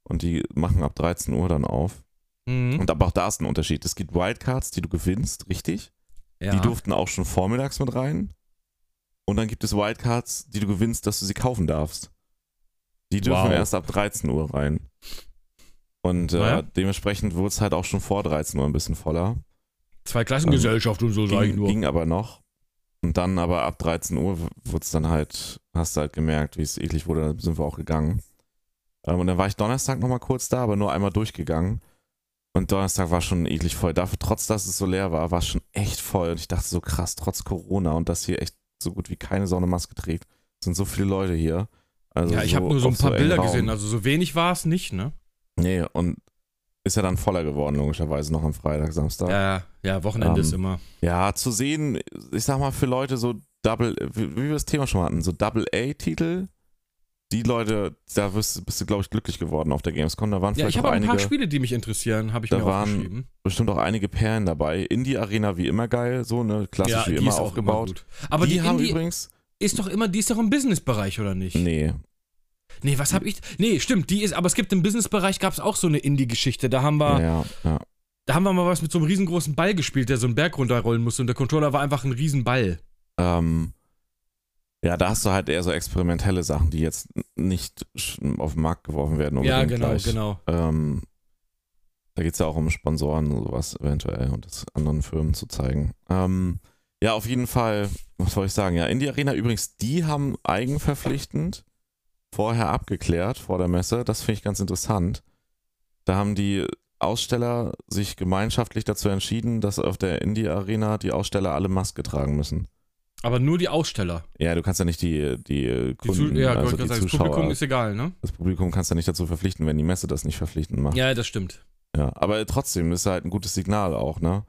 Und die machen ab 13 Uhr dann auf. Mhm. Und aber auch da ist ein Unterschied. Es gibt Wildcards, die du gewinnst, richtig? Ja. Die durften auch schon vormittags mit rein. Und dann gibt es Wildcards, die du gewinnst, dass du sie kaufen darfst. Die dürfen Wow. erst ab 13 Uhr rein. Und äh, Naja. dementsprechend wurde es halt auch schon vor 13 Uhr ein bisschen voller. Zweiklassengesellschaft und so, sag ich Ging, nur. ging aber noch. Und dann aber ab 13 Uhr wurde es dann halt, hast du halt gemerkt, wie es eklig wurde, dann sind wir auch gegangen. Ähm, und dann war ich Donnerstag nochmal kurz da, aber nur einmal durchgegangen. Und Donnerstag war schon eklig voll. Dafür, trotz dass es so leer war, war es schon echt voll. Und ich dachte so krass, trotz Corona und dass hier echt so gut wie keine Sau eine Maske trägt, sind so viele Leute hier. Also ja, ich habe nur so auf ein paar engen Bilder Raum. gesehen, also so wenig war es nicht, ne? Nee, und ist ja dann voller geworden, logischerweise, noch am Freitag, Samstag. Ja, ja, Wochenende Ähm, ist immer. Ja, zu sehen, ich sag mal, für Leute so Double, wie wie wir das Thema schon mal hatten, so Double-A-Titel, die Leute, da wirst, bist du, glaube ich, glücklich geworden auf der Gamescom. Da waren Ja, vielleicht ich habe auch auch ein einige, paar Spiele, die mich interessieren, habe ich Da mir waren aufgeschrieben. bestimmt auch einige Perlen dabei. Indie-Arena wie immer geil, so ne, klassisch wie immer aufgebaut. gut. Aber die, die, haben Indie übrigens, ist doch immer, die ist doch im Businessbereich, oder nicht? nee, Nee, was hab ich. Nee, stimmt, die ist, aber es gibt im Businessbereich gab es auch so eine Indie-Geschichte. Da haben wir, ja, ja. da haben wir mal was mit so einem riesengroßen Ball gespielt, der so einen Berg runterrollen musste und der Controller war einfach ein Riesenball. Ähm, ja, da hast du halt eher so experimentelle Sachen, die jetzt n- nicht sch- auf den Markt geworfen werden. Ja, unbedingt genau, gleich. genau. Ähm, da geht es ja auch um Sponsoren und sowas eventuell und das anderen Firmen zu zeigen. Ähm, ja, auf jeden Fall, was soll ich sagen? Ja, Indie Arena übrigens, die haben eigenverpflichtend vorher abgeklärt vor der Messe. Das finde ich ganz interessant. Da haben die Aussteller sich gemeinschaftlich dazu entschieden, dass auf der Indie Arena die Aussteller alle Maske tragen müssen. Aber nur die Aussteller. Ja, du kannst ja nicht die, Die die Kunden, ja, also wollte die gerade sagen, das Zuschauer, Publikum ist egal, ne? das Publikum kannst du ja nicht dazu verpflichten, wenn die Messe das nicht verpflichtend macht. Ja, das stimmt. Ja, aber trotzdem ist halt ein gutes Signal auch, ne?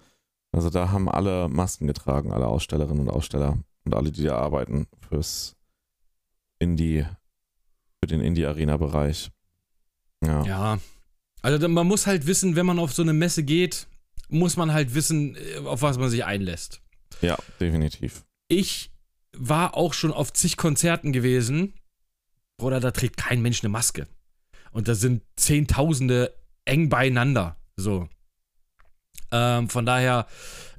Also da haben alle Masken getragen, alle Ausstellerinnen und Aussteller und alle, die da arbeiten fürs Indie, für den Indie-Arena-Bereich. Ja. Ja. Also da- man muss halt wissen, wenn man auf so eine Messe geht, muss man halt wissen, äh, auf was man sich einlässt. ja, definitiv. ich war auch schon auf zig Konzerten gewesen. Bruder, da trägt kein Mensch eine Maske. Und da sind Zehntausende eng beieinander. So. Ähm, von daher,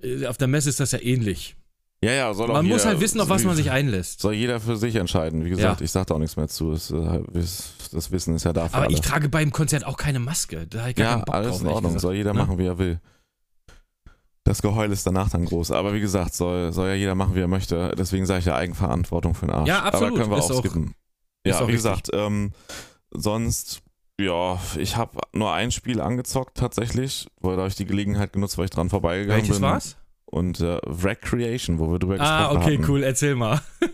äh, auf der Messe ist das ja ähnlich. Ja, ja, soll auch Man jeder, muss halt wissen, auf was man sich einlässt. Soll jeder für sich entscheiden. Wie gesagt, ich sag da auch nichts mehr zu. Es, äh, ist- das Wissen ist ja da für Aber alle. ich trage beim Konzert auch keine Maske. Da hab ich gar ja, keinen Bock alles drauf, in ehrlich Ordnung. gesagt. Soll jeder ne? machen, wie er will. Das Geheul ist danach dann groß. Aber wie gesagt, soll, soll ja jeder machen, wie er möchte. Deswegen sage ich ja Eigenverantwortung für den Arsch. Ja, absolut. Aber können wir Ist auch auch- skippen. ist Ja, auch wie richtig. gesagt, ähm, sonst, ja, ich habe nur ein Spiel angezockt tatsächlich, weil da hab ich die Gelegenheit genutzt, weil ich dran vorbeigegangen Welches bin. war's? Und äh, Recreation, wo wir drüber Ah, gesprochen okay, hatten. cool. Erzähl mal. Oh,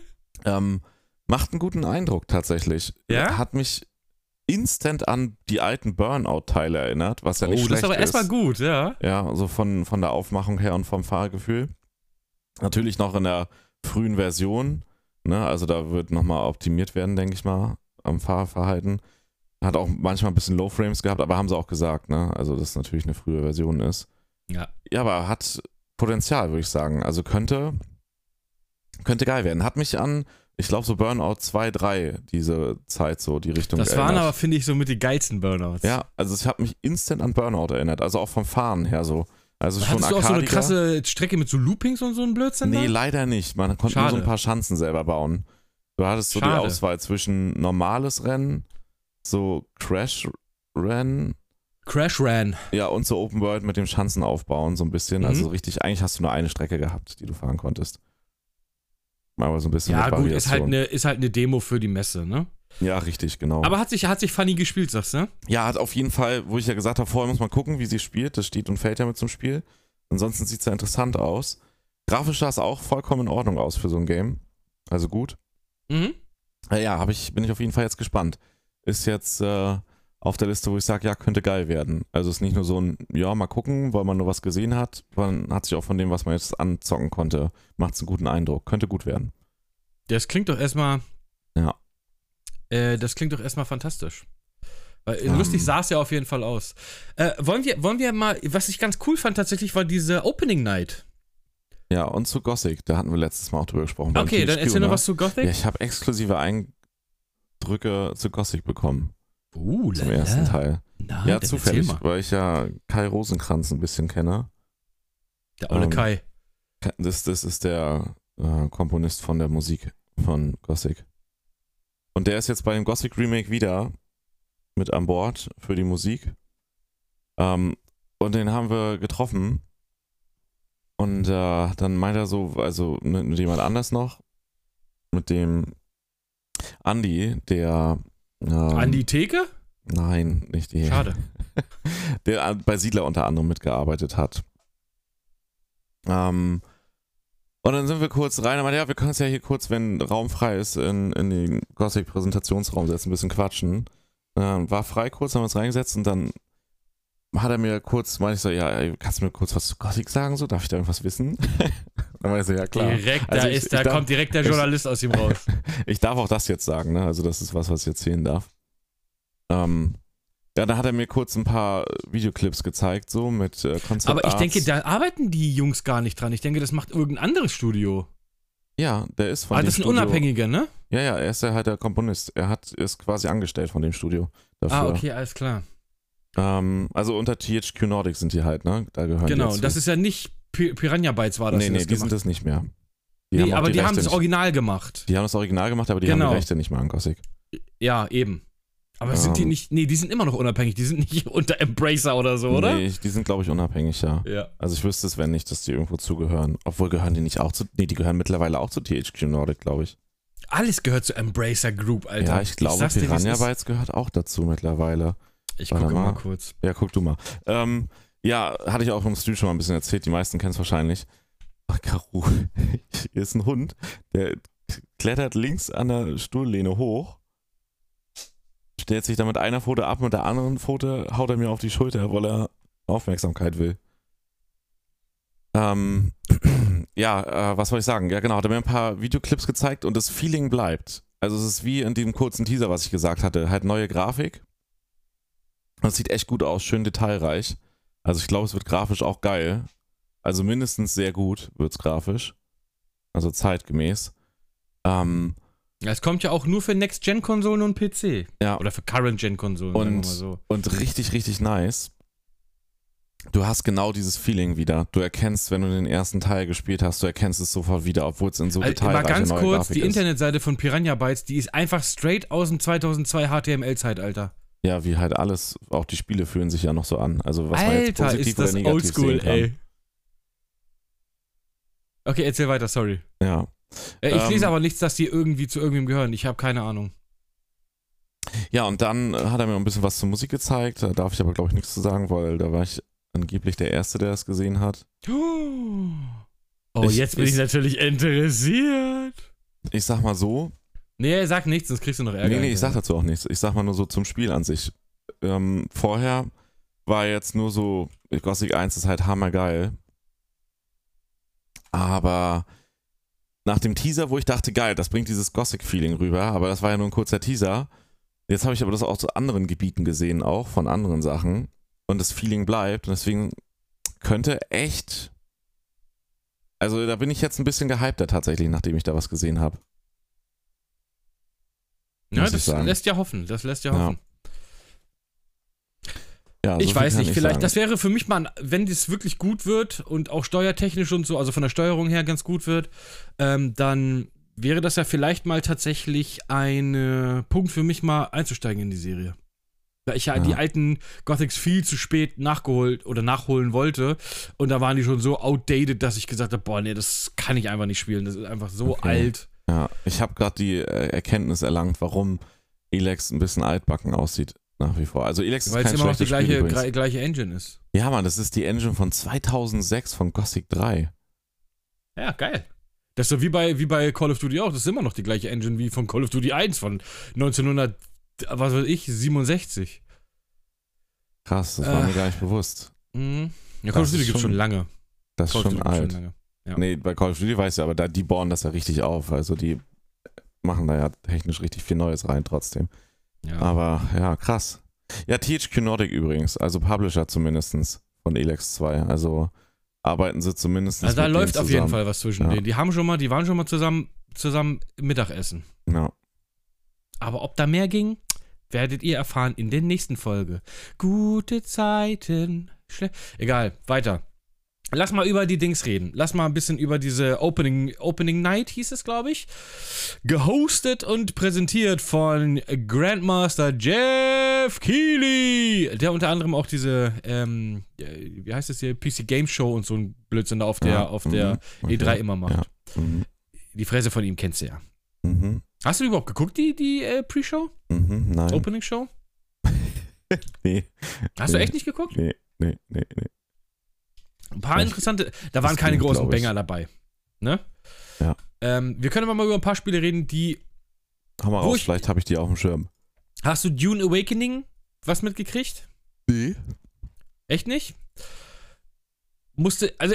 Ähm, macht einen guten Eindruck tatsächlich. Ja? Hat mich instant an die alten Burnout-Teile erinnert, was ja nicht oh, schlecht das ist aber erstmal gut, ja. ja, so von, von der Aufmachung her und vom Fahrgefühl. Natürlich noch in der frühen Version. Ne? Also da wird nochmal optimiert werden, denke ich mal, am Fahrverhalten. Hat auch manchmal ein bisschen Low Frames gehabt, aber haben sie auch gesagt, ne? Also, dass es natürlich eine frühe Version ist. Ja. Ja, aber hat Potenzial, würde ich sagen. Also könnte, könnte geil werden. Hat mich an, ich glaube, so Burnout 2, 3, diese Zeit so, die Richtung Das waren erinnert. aber, finde ich, so mit die geilsten Burnouts. Ja, also ich habe mich instant an Burnout erinnert, also auch vom Fahren her so. Also schon Hattest du auch so eine arkadiger. krasse Strecke mit so Loopings und so ein Blödsinn? Nee, da? leider nicht. Man konnte nur so Schade. ein paar Schanzen selber bauen. Du hattest so die Schade. Auswahl zwischen normales Rennen, so Crash Rennen, Crash Ran. ja und so Open World mit dem Schanzen aufbauen so ein bisschen. Mhm. Also so richtig, eigentlich hast du nur eine Strecke gehabt, die du fahren konntest. Aber so ein bisschen Ja, mit gut, ist halt, Variation. eine, ist halt eine Demo für die Messe, ne? Ja, richtig, genau. Aber hat sich, hat sich funny gespielt, sagst du? ne? Ja, hat auf jeden Fall, wo ich ja gesagt habe, vorher muss man gucken, wie sie spielt. Das steht und fällt ja mit zum Spiel. Ansonsten sieht es ja interessant aus. Grafisch sah es auch vollkommen in Ordnung aus für so ein Game. Also gut. Mhm. Äh, Ja, hab ich, bin ich auf jeden Fall jetzt gespannt. Ist jetzt äh, auf der Liste, wo ich sage, ja, könnte geil werden. Also ist nicht nur so ein, ja, mal gucken, weil man nur was gesehen hat. Man hat sich auch von dem, was man jetzt anzocken konnte, macht es einen guten Eindruck. Könnte gut werden. Das klingt doch erstmal. Ja. Äh, das klingt doch erstmal fantastisch. Weil, äh, Ähm. Lustig sah es ja auf jeden Fall aus. Äh, wollen, wir, wollen wir mal, was ich ganz cool fand tatsächlich, war diese Opening Night. Ja, und zu Gothic, da hatten wir letztes Mal auch drüber gesprochen. beim Okay, dann THQ, erzähl noch ne? was zu Gothic. Ja, ich habe exklusive Eindrücke zu Gothic bekommen. Uh, zum la, la. ersten Teil. Nein, ja, Ah, dann zufällig, erzähl mal. weil ich ja Kai Rosenkranz ein bisschen kenne. Der olle Ähm, Kai. Das, das ist der äh, Komponist von der Musik von Gothic. Und der ist jetzt bei dem Gothic Remake wieder mit an Bord für die Musik. Ähm, und den haben wir getroffen. Und äh, dann meint er so, also mit, mit jemand anders noch, mit dem Andy, der. Ähm, An die Theke? Nein, nicht die. Schade. der an- bei Siedler unter anderem mitgearbeitet hat. Ähm, und dann sind wir kurz rein, aber ja, wir können es ja hier kurz, wenn Raum frei ist, in, in den Gothic-Präsentationsraum setzen, ein bisschen quatschen. Ähm, war frei kurz, haben wir uns reingesetzt und dann hat er mir kurz, meinte ich so, ja, ey, kannst du mir kurz was zu Gothic sagen? So, darf ich da irgendwas wissen? (laughs) dann meinte ich so, ja klar. Direkt, Also da, ich- ist, ich da darf- kommt direkt der ich- Journalist aus ihm raus. Ich darf auch das jetzt sagen, ne? Also das ist was, was ich erzählen darf. Ähm, ja, da hat er mir kurz ein paar Videoclips gezeigt, so mit äh, Concept Aber ich Arts. denke, da arbeiten die Jungs gar nicht dran. Ich denke, das macht irgendein anderes Studio. Ja, der ist von ah, dem das sind Studio. Unabhängige, ne? Ja, ja, er ist ja halt der Komponist. Er hat, ist quasi angestellt von dem Studio dafür. Ah, okay, alles klar. ähm, also unter THQ Nordic sind die halt, ne? Da gehören Genau, die das ist ja nicht Pi- Piranha Bytes war das. Nee, die nee, das die sind gemacht das nicht mehr. nee, auch aber die haben Rechte das nicht. Original gemacht. Die haben das Original gemacht, aber die haben Genau. die Rechte nicht mehr an Gothic. Ja, eben. Aber sind die Ähm. nicht, nee, die sind immer noch unabhängig. Die sind nicht (laughs) unter Embracer oder so, oder? Nee, ich- die sind, glaube ich, unabhängig, ja. Ja. Also ich wüsste es, wenn nicht, dass die irgendwo zugehören. Obwohl gehören die nicht auch zu. Nee, die gehören mittlerweile auch zu THQ Nordic, glaube ich. Alles gehört zur Embracer Group, Alter. ja, ich glaube, sag's dir, wie es Piranha ist. Bytes gehört auch dazu mittlerweile. Ich Warte gucke mal mal. kurz. Ja, guck du mal. Ähm, ja, hatte ich auch im Stream schon mal ein bisschen erzählt. Die meisten kennen es wahrscheinlich. Ach, Karu. (laughs) Hier ist ein Hund, der klettert links an der Stuhllehne hoch, stellt sich dann mit einer Pfote ab, mit der anderen Pfote haut er mir auf die Schulter, weil er Aufmerksamkeit will. Ähm, (clears throat) ja, äh, was soll ich sagen? Ja, genau, hat er mir ein paar Videoclips gezeigt und das Feeling bleibt. Also es ist wie in dem kurzen Teaser, was ich gesagt hatte. Halt neue Grafik. Das sieht echt gut aus, schön detailreich. Also ich glaube, es wird grafisch auch geil. Also mindestens sehr gut wird es grafisch. Also zeitgemäß. Ähm, Ja, Es kommt ja auch nur für Next-Gen-Konsolen und PC. ja, Oder für Current-Gen-Konsolen, sagen wir mal Und- so. und richtig, richtig nice. Du hast genau dieses Feeling wieder. Du erkennst, wenn du den ersten Teil gespielt hast, du erkennst es sofort wieder, obwohl es in so Also, detailreiche mal ganz neue kurz, Grafik die ist. Internetseite von Piranha Bytes, die ist einfach straight aus dem 2002 HTML-Zeitalter. Ja, wie halt alles, auch die Spiele fühlen sich ja noch so an. Also was man jetzt Alter, positiv ist das oder negativ sehen oldschool, kann. ey. Okay, erzähl weiter, sorry. Ja. Äh, ich Ähm, lese aber nichts, dass die irgendwie zu irgendwem gehören. Ich habe keine Ahnung. Ja, und dann äh, hat er mir ein bisschen was zur Musik gezeigt. Da darf ich aber, glaube ich, nichts zu sagen, weil da war ich angeblich der Erste, der es gesehen hat. Oh, Ich- jetzt bin ich, ich- natürlich interessiert. Ich sag mal so. Nee, sag nichts, sonst kriegst du noch Ärger. nee, nee, ich sag hinterher. dazu auch nichts. Ich sag mal nur so zum Spiel an sich. Ähm, vorher war jetzt nur so, Gothic 1 ist halt hammergeil. Aber nach dem Teaser, wo ich dachte, geil, das bringt dieses Gothic-Feeling rüber, aber das war ja nur ein kurzer Teaser. Jetzt habe ich aber das auch zu anderen Gebieten gesehen, auch von anderen Sachen. Und das Feeling bleibt. Und deswegen könnte echt. Also da bin ich jetzt ein bisschen gehypter tatsächlich, nachdem ich da was gesehen habe. Ja, muss ich das sagen. lässt ja hoffen. Das lässt ja Ja, hoffen. Ja, so ich viel weiß kann nicht, vielleicht, sagen. das wäre für mich mal, ein- wenn das wirklich gut wird und auch steuertechnisch und so, also von der Steuerung her ganz gut wird, ähm, dann wäre das ja vielleicht mal tatsächlich ein äh, Punkt für mich mal einzusteigen in die Serie. Da ich ja, Ja. die alten Gothics viel zu spät nachgeholt oder nachholen wollte und da waren die schon so outdated, dass ich gesagt habe, boah, nee, das kann ich einfach nicht spielen, das ist einfach so Okay. alt. Ja, ich habe gerade die äh, Erkenntnis erlangt, warum Elex ein bisschen altbacken aussieht nach wie vor. Also Elex ist Weil es kein immer noch die schlechtes Spiel gleiche, übrigens. gre- gleiche Engine ist. Ja, Mann, das ist die Engine von 2006 von Gothic 3. Ja, geil. Das ist so wie bei, wie bei Call of Duty auch. Das ist immer noch die gleiche Engine wie von Call of Duty 1 von 1900, was weiß ich, 67. Krass, das war Äh. mir gar nicht bewusst. Mhm. Ja, Das Call of Duty ist gibt es schon- schon lange. Das ist Call of schon Duty gibt's alt. lange. ja. Nee, bei Call of Duty weiß ich, aber da, die bohren das ja richtig auf. Also die machen da ja technisch richtig viel Neues rein trotzdem. Ja. Aber ja, krass. Ja, THQ Nordic übrigens, also Publisher zumindestens von Elex 2. Also arbeiten sie zumindest also da mit denen läuft auf jeden zusammen. Fall was zwischen Ja. denen. Die haben schon mal, die waren schon mal zusammen, zusammen Mittagessen. Ja. Aber ob da mehr ging, werdet ihr erfahren in der nächsten Folge. Gute Zeiten. Schle Egal, weiter. Lass mal über die Dings reden. Lass mal ein bisschen über diese Opening, Opening Night, hieß es, glaube ich. Gehostet und präsentiert von Grandmaster Jeff Keighley, der unter anderem auch diese, ähm, äh, wie heißt es hier, PC Game Show und so ein Blödsinn da auf der, Ja, auf der E mhm, E3 okay, immer macht. ja. Mhm. Die Fresse von ihm kennst du ja. Mhm. Hast du die überhaupt geguckt, die, die äh, Pre-Show? Mhm. Nein. Opening Show? Nee, Hast du Nee. echt nicht geguckt? nee, nee, nee, nee. Ein paar Ich- interessante, da waren das keine ging, großen glaub ich. Banger dabei. Ne? Ja. Ähm, wir können aber mal über ein paar Spiele reden, die. Hau mal Wo raus, ich- vielleicht habe ich die auf dem Schirm. Hast du Dune Awakening was mitgekriegt? Nee. Echt nicht? Musste, also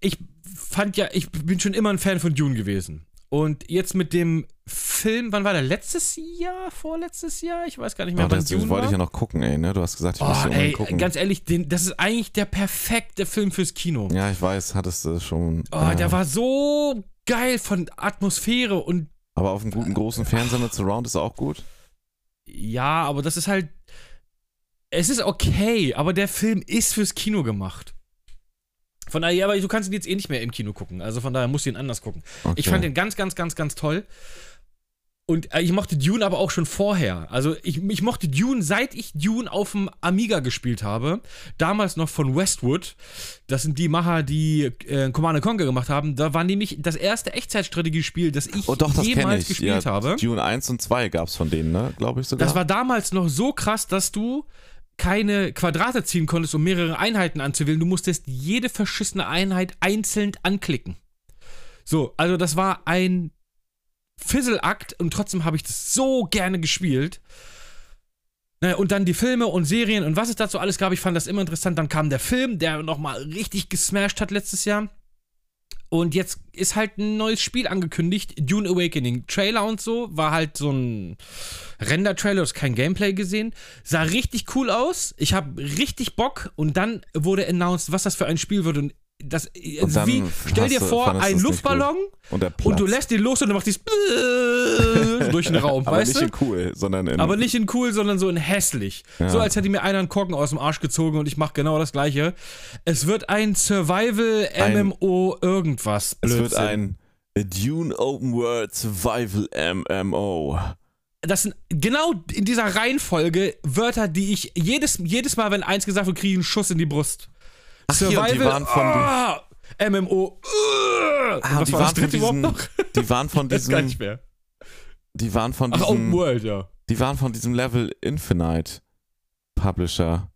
ich fand ja, ich bin schon immer ein Fan von Dune gewesen. Und jetzt mit dem Film, wann war der? Letztes Jahr? Vorletztes Jahr? Ich weiß gar nicht mehr, Ach, wann das, das wollte ich ja noch gucken, ey, ne? Du hast gesagt, ich muss Oh, ey, die unbedingt gucken. ganz ehrlich, den, das ist eigentlich der perfekte Film fürs Kino. ja, ich weiß, hattest du schon. Oh, ja. der war so geil von Atmosphäre und Aber auf einem guten großen Fernseher mit Surround ist auch gut. ja, aber das ist halt. Es ist okay, aber der Film ist fürs Kino gemacht. Von daher, ja, aber du kannst ihn jetzt eh nicht mehr im Kino gucken. Also von daher musst du ihn anders gucken. Okay. Ich fand den ganz, ganz, ganz, ganz toll. Und äh, ich mochte Dune aber auch schon vorher. Also ich, ich mochte Dune, seit ich Dune auf dem Amiga gespielt habe. Damals noch von Westwood. Das sind die Macher, die äh, Command Conquer gemacht haben. Da war nämlich das erste Echtzeitstrategiespiel, das ich Oh doch, das kenne jemals ich. gespielt ja, habe. Dune 1 und 2 gab es von denen, ne? Glaube ich sogar. Das war damals noch so krass, dass du keine Quadrate ziehen konntest, um mehrere Einheiten anzuwählen. Du musstest jede verschissene Einheit einzeln anklicken. So, also das war ein Fizzleakt und trotzdem habe ich das so gerne gespielt. Naja, Ne, und dann die Filme und Serien und was es dazu alles gab. Ich fand das immer interessant. Dann kam der Film, der nochmal richtig gesmashed hat letztes Jahr. Und jetzt ist halt ein neues Spiel angekündigt, Dune Awakening. Trailer und so, war halt so ein Render-Trailer, du hast kein Gameplay gesehen. Sah richtig cool aus, ich habe richtig Bock und dann wurde announced, was das für ein Spiel wird. Und das, also dann wie, stell hast dir du- vor, fandest du ein es nicht Luftballon und der Platz. und du lässt den los und dann macht dieses (laughs) durch den Raum, Aber weißt nicht du? in cool, sondern in. Aber nicht in cool, sondern so in hässlich. Mhm. Ja. So als hätte mir einer einen Korken aus dem Arsch gezogen und ich mache genau das gleiche. Es wird ein Survival Ein- MMO irgendwas. es wird Blödsinn. ein Dune Open World Survival MMO. Ah, das sind genau in dieser Reihenfolge Wörter, die ich jedes, jedes Mal, wenn eins gesagt wird, kriege ich einen Schuss in die Brust. Ach, hier, und die waren von- ah, MMO. Ah, was Ah, die war das waren von dritte überhaupt diesen, noch? die waren (laughs) von Das kann ich diesem, mehr. die waren von Ach, Open diesem, World, ja. die waren von diesem Level Infinite Publisher.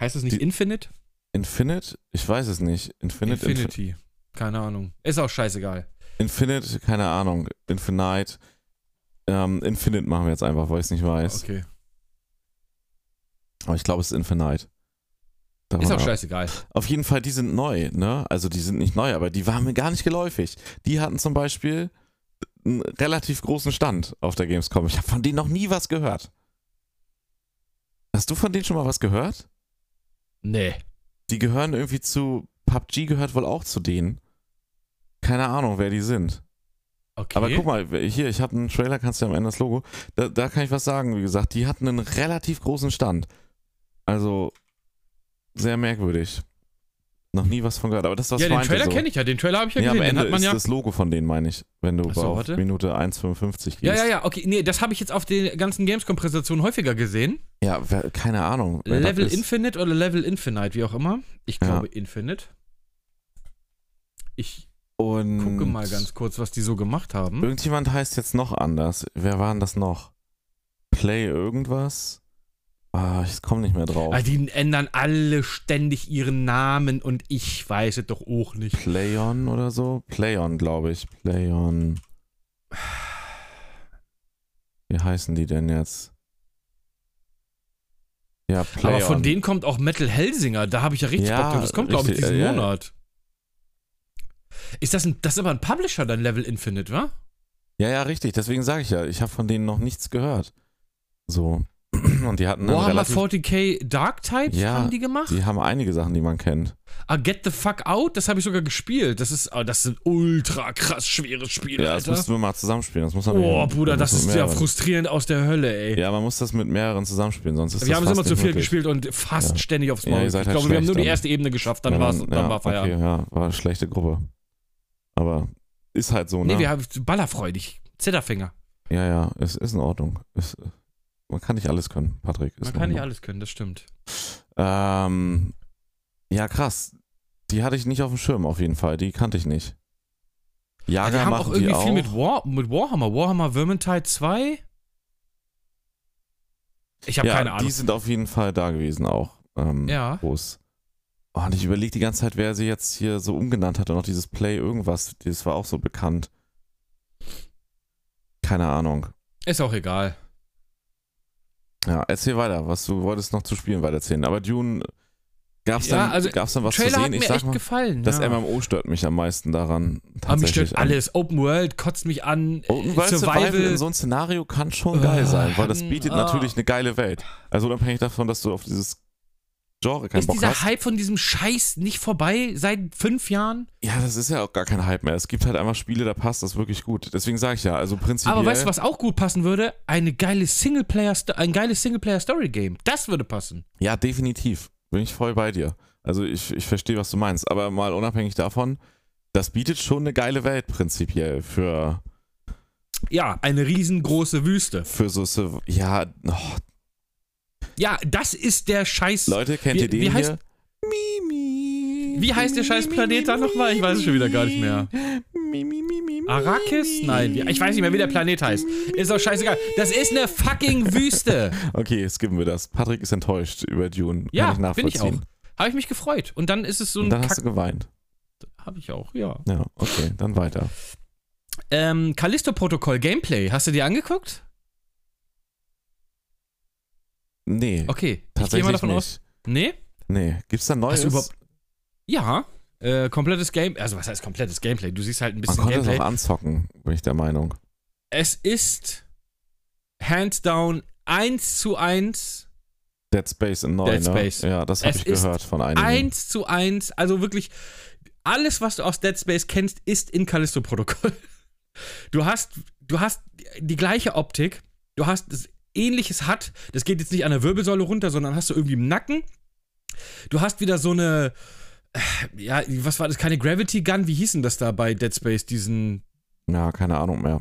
Heißt das nicht Die- Infinite? Infinite? Ich weiß es nicht. Infinite, Infinite. Infinity. Keine Ahnung. Ist auch scheißegal. Infinite, keine Ahnung. Infinite. Ähm, Infinite machen wir jetzt einfach, weil ich es nicht weiß. Okay. Aber ich glaube, es ist Infinite. Davon Ist auch ab. scheißegal. Auf jeden Fall, die sind neu, ne? Also die sind nicht neu, aber die waren mir gar nicht geläufig. Die hatten zum Beispiel einen relativ großen Stand auf der Gamescom. Ich habe von denen noch nie was gehört. Hast du von denen schon mal was gehört? Nee. Die gehören irgendwie zu. PUBG gehört wohl auch zu denen. Keine Ahnung, wer die sind. Okay. Aber guck mal, hier, ich habe einen Trailer, kannst du ja am Ende das Logo. Da, da kann ich was sagen, wie gesagt. Die hatten einen relativ großen Stand. Also, sehr merkwürdig. Noch nie was von gehört, aber das, was ja, den meinte Trailer so. kenne ich ja. Den Trailer habe ich ja Ja, am gesehen. den Ende hat man ist ja. das Logo von denen, meine ich, wenn du Ach so, auf warte. Minute 1,55 gehst. Ja, ja, ja. Okay, nee, das habe ich jetzt auf den ganzen Gamescom-Präsentationen häufiger gesehen. Ja, wer, keine Ahnung. wer das Level ist. Infinite oder Level Infinite, wie auch immer. Ich Ja. glaube Infinite. Ich Und gucke mal ganz kurz, was die so gemacht haben. Irgendjemand heißt jetzt noch anders. Wer war denn das noch? Play irgendwas? Ah, ich komme nicht mehr drauf. Ah, die ändern alle ständig ihren Namen und ich weiß es doch auch nicht. Playon oder so? Playon, glaube ich. Playon. Wie heißen die denn jetzt? Ja, Playon. Aber von denen kommt auch Metal Hellsinger. Da habe ich ja richtig Ja, Bock drauf. Das kommt, glaube ich, richtig, diesen äh, ja. Monat. Ist das, ein, das ist aber ein Publisher, dann Level Infinite, wa? Ja, ja, richtig. Deswegen sage ich ja, ich habe von denen noch nichts gehört. So. (clears throat) Und die hatten einen Warhammer relativ... 40k Dark Types Ja, haben die gemacht? Die haben einige Sachen, die man kennt. Ah, Get the Fuck Out, das habe ich sogar gespielt. Das ist, ah, das ist ein ultra krass schweres Spiel, Ja, das Alter. müssen wir mal zusammenspielen. Das muss man Boah, Bruder, muss das mit ist ja mehreren. frustrierend aus der Hölle, ey. Ja, man muss das mit mehreren zusammenspielen, sonst ist wir das haben es fast immer zu nicht viel möglich. gespielt und fast ständig aufs Ja, Maul. ihr ich seid glaube, halt wir haben nur die schlecht, erste Ebene geschafft, dann Ja, war's, man- dann ja, war Feierabend. Okay, ja, war eine schlechte Gruppe. Aber ist halt so, ne? Nee, wir haben ballerfreudig. Zitterfinger. ja, ja, es ist in Ordnung. Es, man kann nicht alles können, Patrick. Ist Man in kann nicht Ordnung. alles können, das stimmt. Ähm, ja, krass. Die hatte ich nicht auf dem Schirm, auf jeden Fall. Die kannte ich nicht. Ja, Jager die haben machen auch irgendwie die auch. viel mit, War, mit Warhammer. Warhammer Vermintide 2? Ich habe ja, keine Ahnung. Die sind auf jeden Fall da gewesen auch. Ähm, Ja. Groß. Oh, und ich überlege die ganze Zeit, wer sie jetzt hier so umgenannt hat und auch dieses Play irgendwas, das war auch so bekannt. Keine Ahnung. Ist auch egal. Ja, erzähl weiter, was du wolltest noch zu spielen weitererzählen. Aber Dune, gab's Ja, dann, also, gab's dann was Trailer zu hat sehen? mir Ich echt sag mal, gefallen. das ja. MMO stört mich am meisten daran. Aber mich tatsächlich. stört Äh, alles. Open World kotzt mich an. Oh, weil Survival, in so einem Szenario kann schon geil Ah, sein, weil das bietet ah. natürlich eine geile Welt. Also unabhängig davon, dass du auf dieses Genre keinen ist Bock dieser hast. Hype von diesem Scheiß nicht vorbei seit fünf Jahren? Ja, das ist ja auch gar kein Hype mehr. Es gibt halt einfach Spiele, da passt das wirklich gut. Deswegen sage ich ja, also prinzipiell. Aber weißt du, was auch gut passen würde? Eine geile Singleplayer, ein geiles Singleplayer-Story-Game. Das würde passen. Ja, definitiv. Bin ich voll bei dir. Also ich, ich verstehe, was du meinst. Aber mal unabhängig davon, das bietet schon eine geile Welt prinzipiell für, Ja, eine riesengroße Wüste. für so. Surv- Ja, oh, Ja, das ist der Scheiß. Leute, kennt Wie- ihr den wie heißt- hier? Mimi. Wie heißt der scheiß Planet da nochmal? Ich weiß es schon wieder gar nicht mehr. Arrakis? Nein, wie- ich weiß nicht mehr, wie der Planet heißt. Ist doch scheißegal. Das ist eine fucking Wüste. (laughs) Okay, skippen wir das. Patrick ist enttäuscht über Dune. Ja, Kann ich bin ich nachvollziehen. auch. Habe ich mich gefreut. Und dann ist es so Und ein dann hast du Kack. geweint. Habe ich auch, ja. Ja, okay, dann weiter. Ähm, Callisto-Protokoll Gameplay. Hast du dir angeguckt? Nee, Okay. Ich gehe tatsächlich mal davon nicht. aus. Nee? Nee, gibt's da Hast Neues? du überhaupt- Ja. Äh, komplettes Game. Also, was heißt komplettes Gameplay? Du siehst halt ein Man bisschen konnte es Gameplay. auch anzocken, bin ich der Meinung. Es ist hands down 1 zu 1 Dead Space in neu, Dead ne? Space. Ja, das habe Es ich ist gehört von einigen. eins zu eins, also wirklich alles, was du aus Dead Space kennst, ist in Callisto Protokoll. (laughs) Du hast, du hast die gleiche Optik, du hast das ähnliches hat, das geht jetzt nicht an der Wirbelsäule runter, sondern hast du irgendwie im Nacken. Du hast wieder so eine, äh, ja, was war das, keine Gravity Gun, wie hießen das da bei Dead Space, diesen, Ja, keine Ahnung mehr.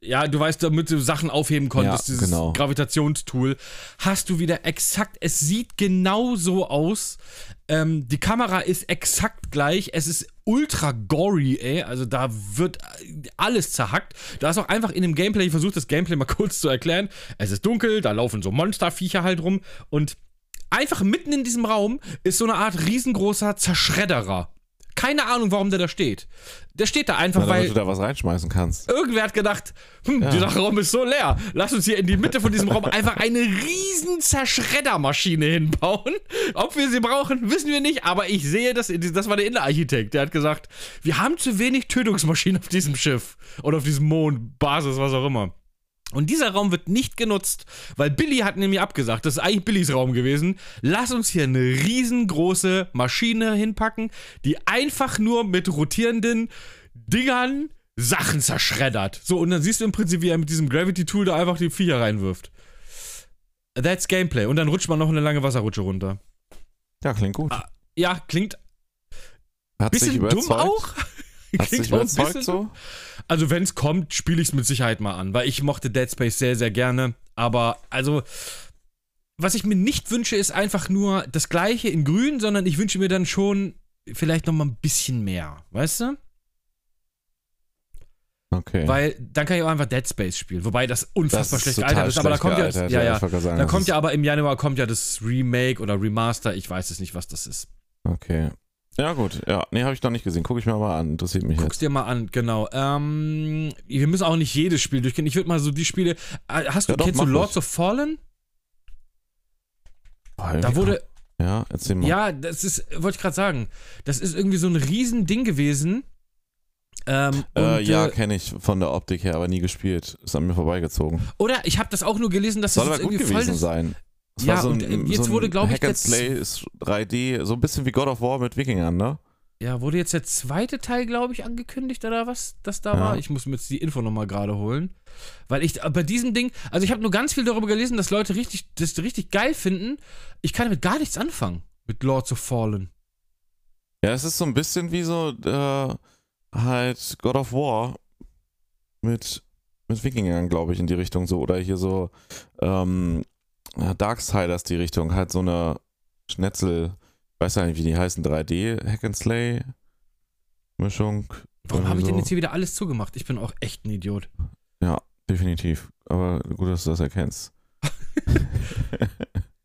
ja, du weißt, damit du Sachen aufheben konntest, Ja, dieses genau. Gravitationstool, hast du wieder exakt, es sieht genau so aus. Ähm, die Kamera ist exakt gleich, es ist ultra gory, ey, also da wird äh, alles zerhackt. Da ist auch einfach in dem Gameplay, ich versuche das Gameplay mal (laughs) kurz zu erklären, es ist dunkel, da laufen so Monsterviecher halt rum und einfach mitten in diesem Raum ist so eine Art riesengroßer Zerschredderer. Keine Ahnung, warum der da steht. Der steht da einfach, Na, weil damit du da was reinschmeißen kannst. Irgendwer hat gedacht, hm, dieser Raum ist so leer. Lass uns hier in die Mitte von diesem Raum einfach eine riesen Zerschreddermaschine hinbauen. Ob wir sie brauchen, wissen wir nicht, aber ich sehe, das, das war der Innenarchitekt. Der hat gesagt, wir haben zu wenig Tötungsmaschinen auf diesem Schiff oder auf diesem Mond, Basis, was auch immer. Und dieser Raum wird nicht genutzt, weil Billy hat nämlich abgesagt, das ist eigentlich Billys Raum gewesen. Lass uns hier eine riesengroße Maschine hinpacken, die einfach nur mit rotierenden Dingern Sachen zerschreddert. So, und dann siehst du im Prinzip, wie er mit diesem Gravity-Tool da einfach die Viecher reinwirft. That's Gameplay. Und dann rutscht man noch eine lange Wasserrutsche runter. Ja, klingt gut. Ah, Ja, klingt Hat bisschen dumm auch. (laughs) Hat sich auch ein überzeugt bisschen so? Also wenn es kommt, spiele ich es mit Sicherheit mal an, weil ich mochte Dead Space sehr, sehr gerne. Aber also, was ich mir nicht wünsche, ist einfach nur das gleiche in grün, sondern ich wünsche mir dann schon vielleicht noch mal ein bisschen mehr, weißt du? Okay. Weil dann kann ich auch einfach Dead Space spielen, wobei das unfassbar schlecht total gealtert ist. Aber da schlecht kommt ja, gealtert, ja, ja, ich wollte gerade sagen, da das kommt ist- ja aber im Januar kommt ja das Remake oder Remaster. Ich weiß es nicht, was das ist. Okay. Ja, gut. Ja, nee, habe ich noch nicht gesehen. Guck ich mir mal an. Interessiert mich Guck's dir mal an, genau. Ähm, wir müssen auch nicht jedes Spiel durchgehen. Ich würde mal so die Spiele. Äh, Hast du Ja, doch, kennst du mach Lords ruhig. of Fallen? jetzt. Boah, irgendwie- Da wurde Ja, erzähl mal. Ja, das ist, wollte ich gerade sagen. Das ist irgendwie so ein Riesending gewesen. Ähm, und, Äh, ja, äh, kenne ich von der Optik her, aber nie gespielt. Ist an mir vorbeigezogen. oder ich habe das auch nur gelesen, dass Soll das aber jetzt gut irgendwie voll gewesen ist. sein. Es Ja, und, äh, jetzt wurde, glaub ich, Hack and jetzt- Slay ist 3D, so ein bisschen wie God of War mit Wikingern, ne? Ja, wurde jetzt der zweite Teil, glaube ich, angekündigt oder was das da Ja. war? Ich muss mir jetzt die Info nochmal gerade holen. Weil ich äh, bei diesem Ding, also ich habe nur ganz viel darüber gelesen, dass Leute richtig, das richtig geil finden. Ich kann damit gar nichts anfangen. Mit Lords of Fallen. Ja, es ist so ein bisschen wie so äh, halt God of War mit, mit Wikingern, glaube ich, in die Richtung so. Oder hier so ähm, ja, Darksiders die Richtung. Halt so eine Schnetzel, ich weiß ja nicht, wie die heißen, 3D Hack and Slay Mischung. Warum Irgendwie habe ich denn so. jetzt hier wieder alles zugemacht? Ich bin auch echt ein Idiot. Definitiv. Aber gut, dass du das erkennst.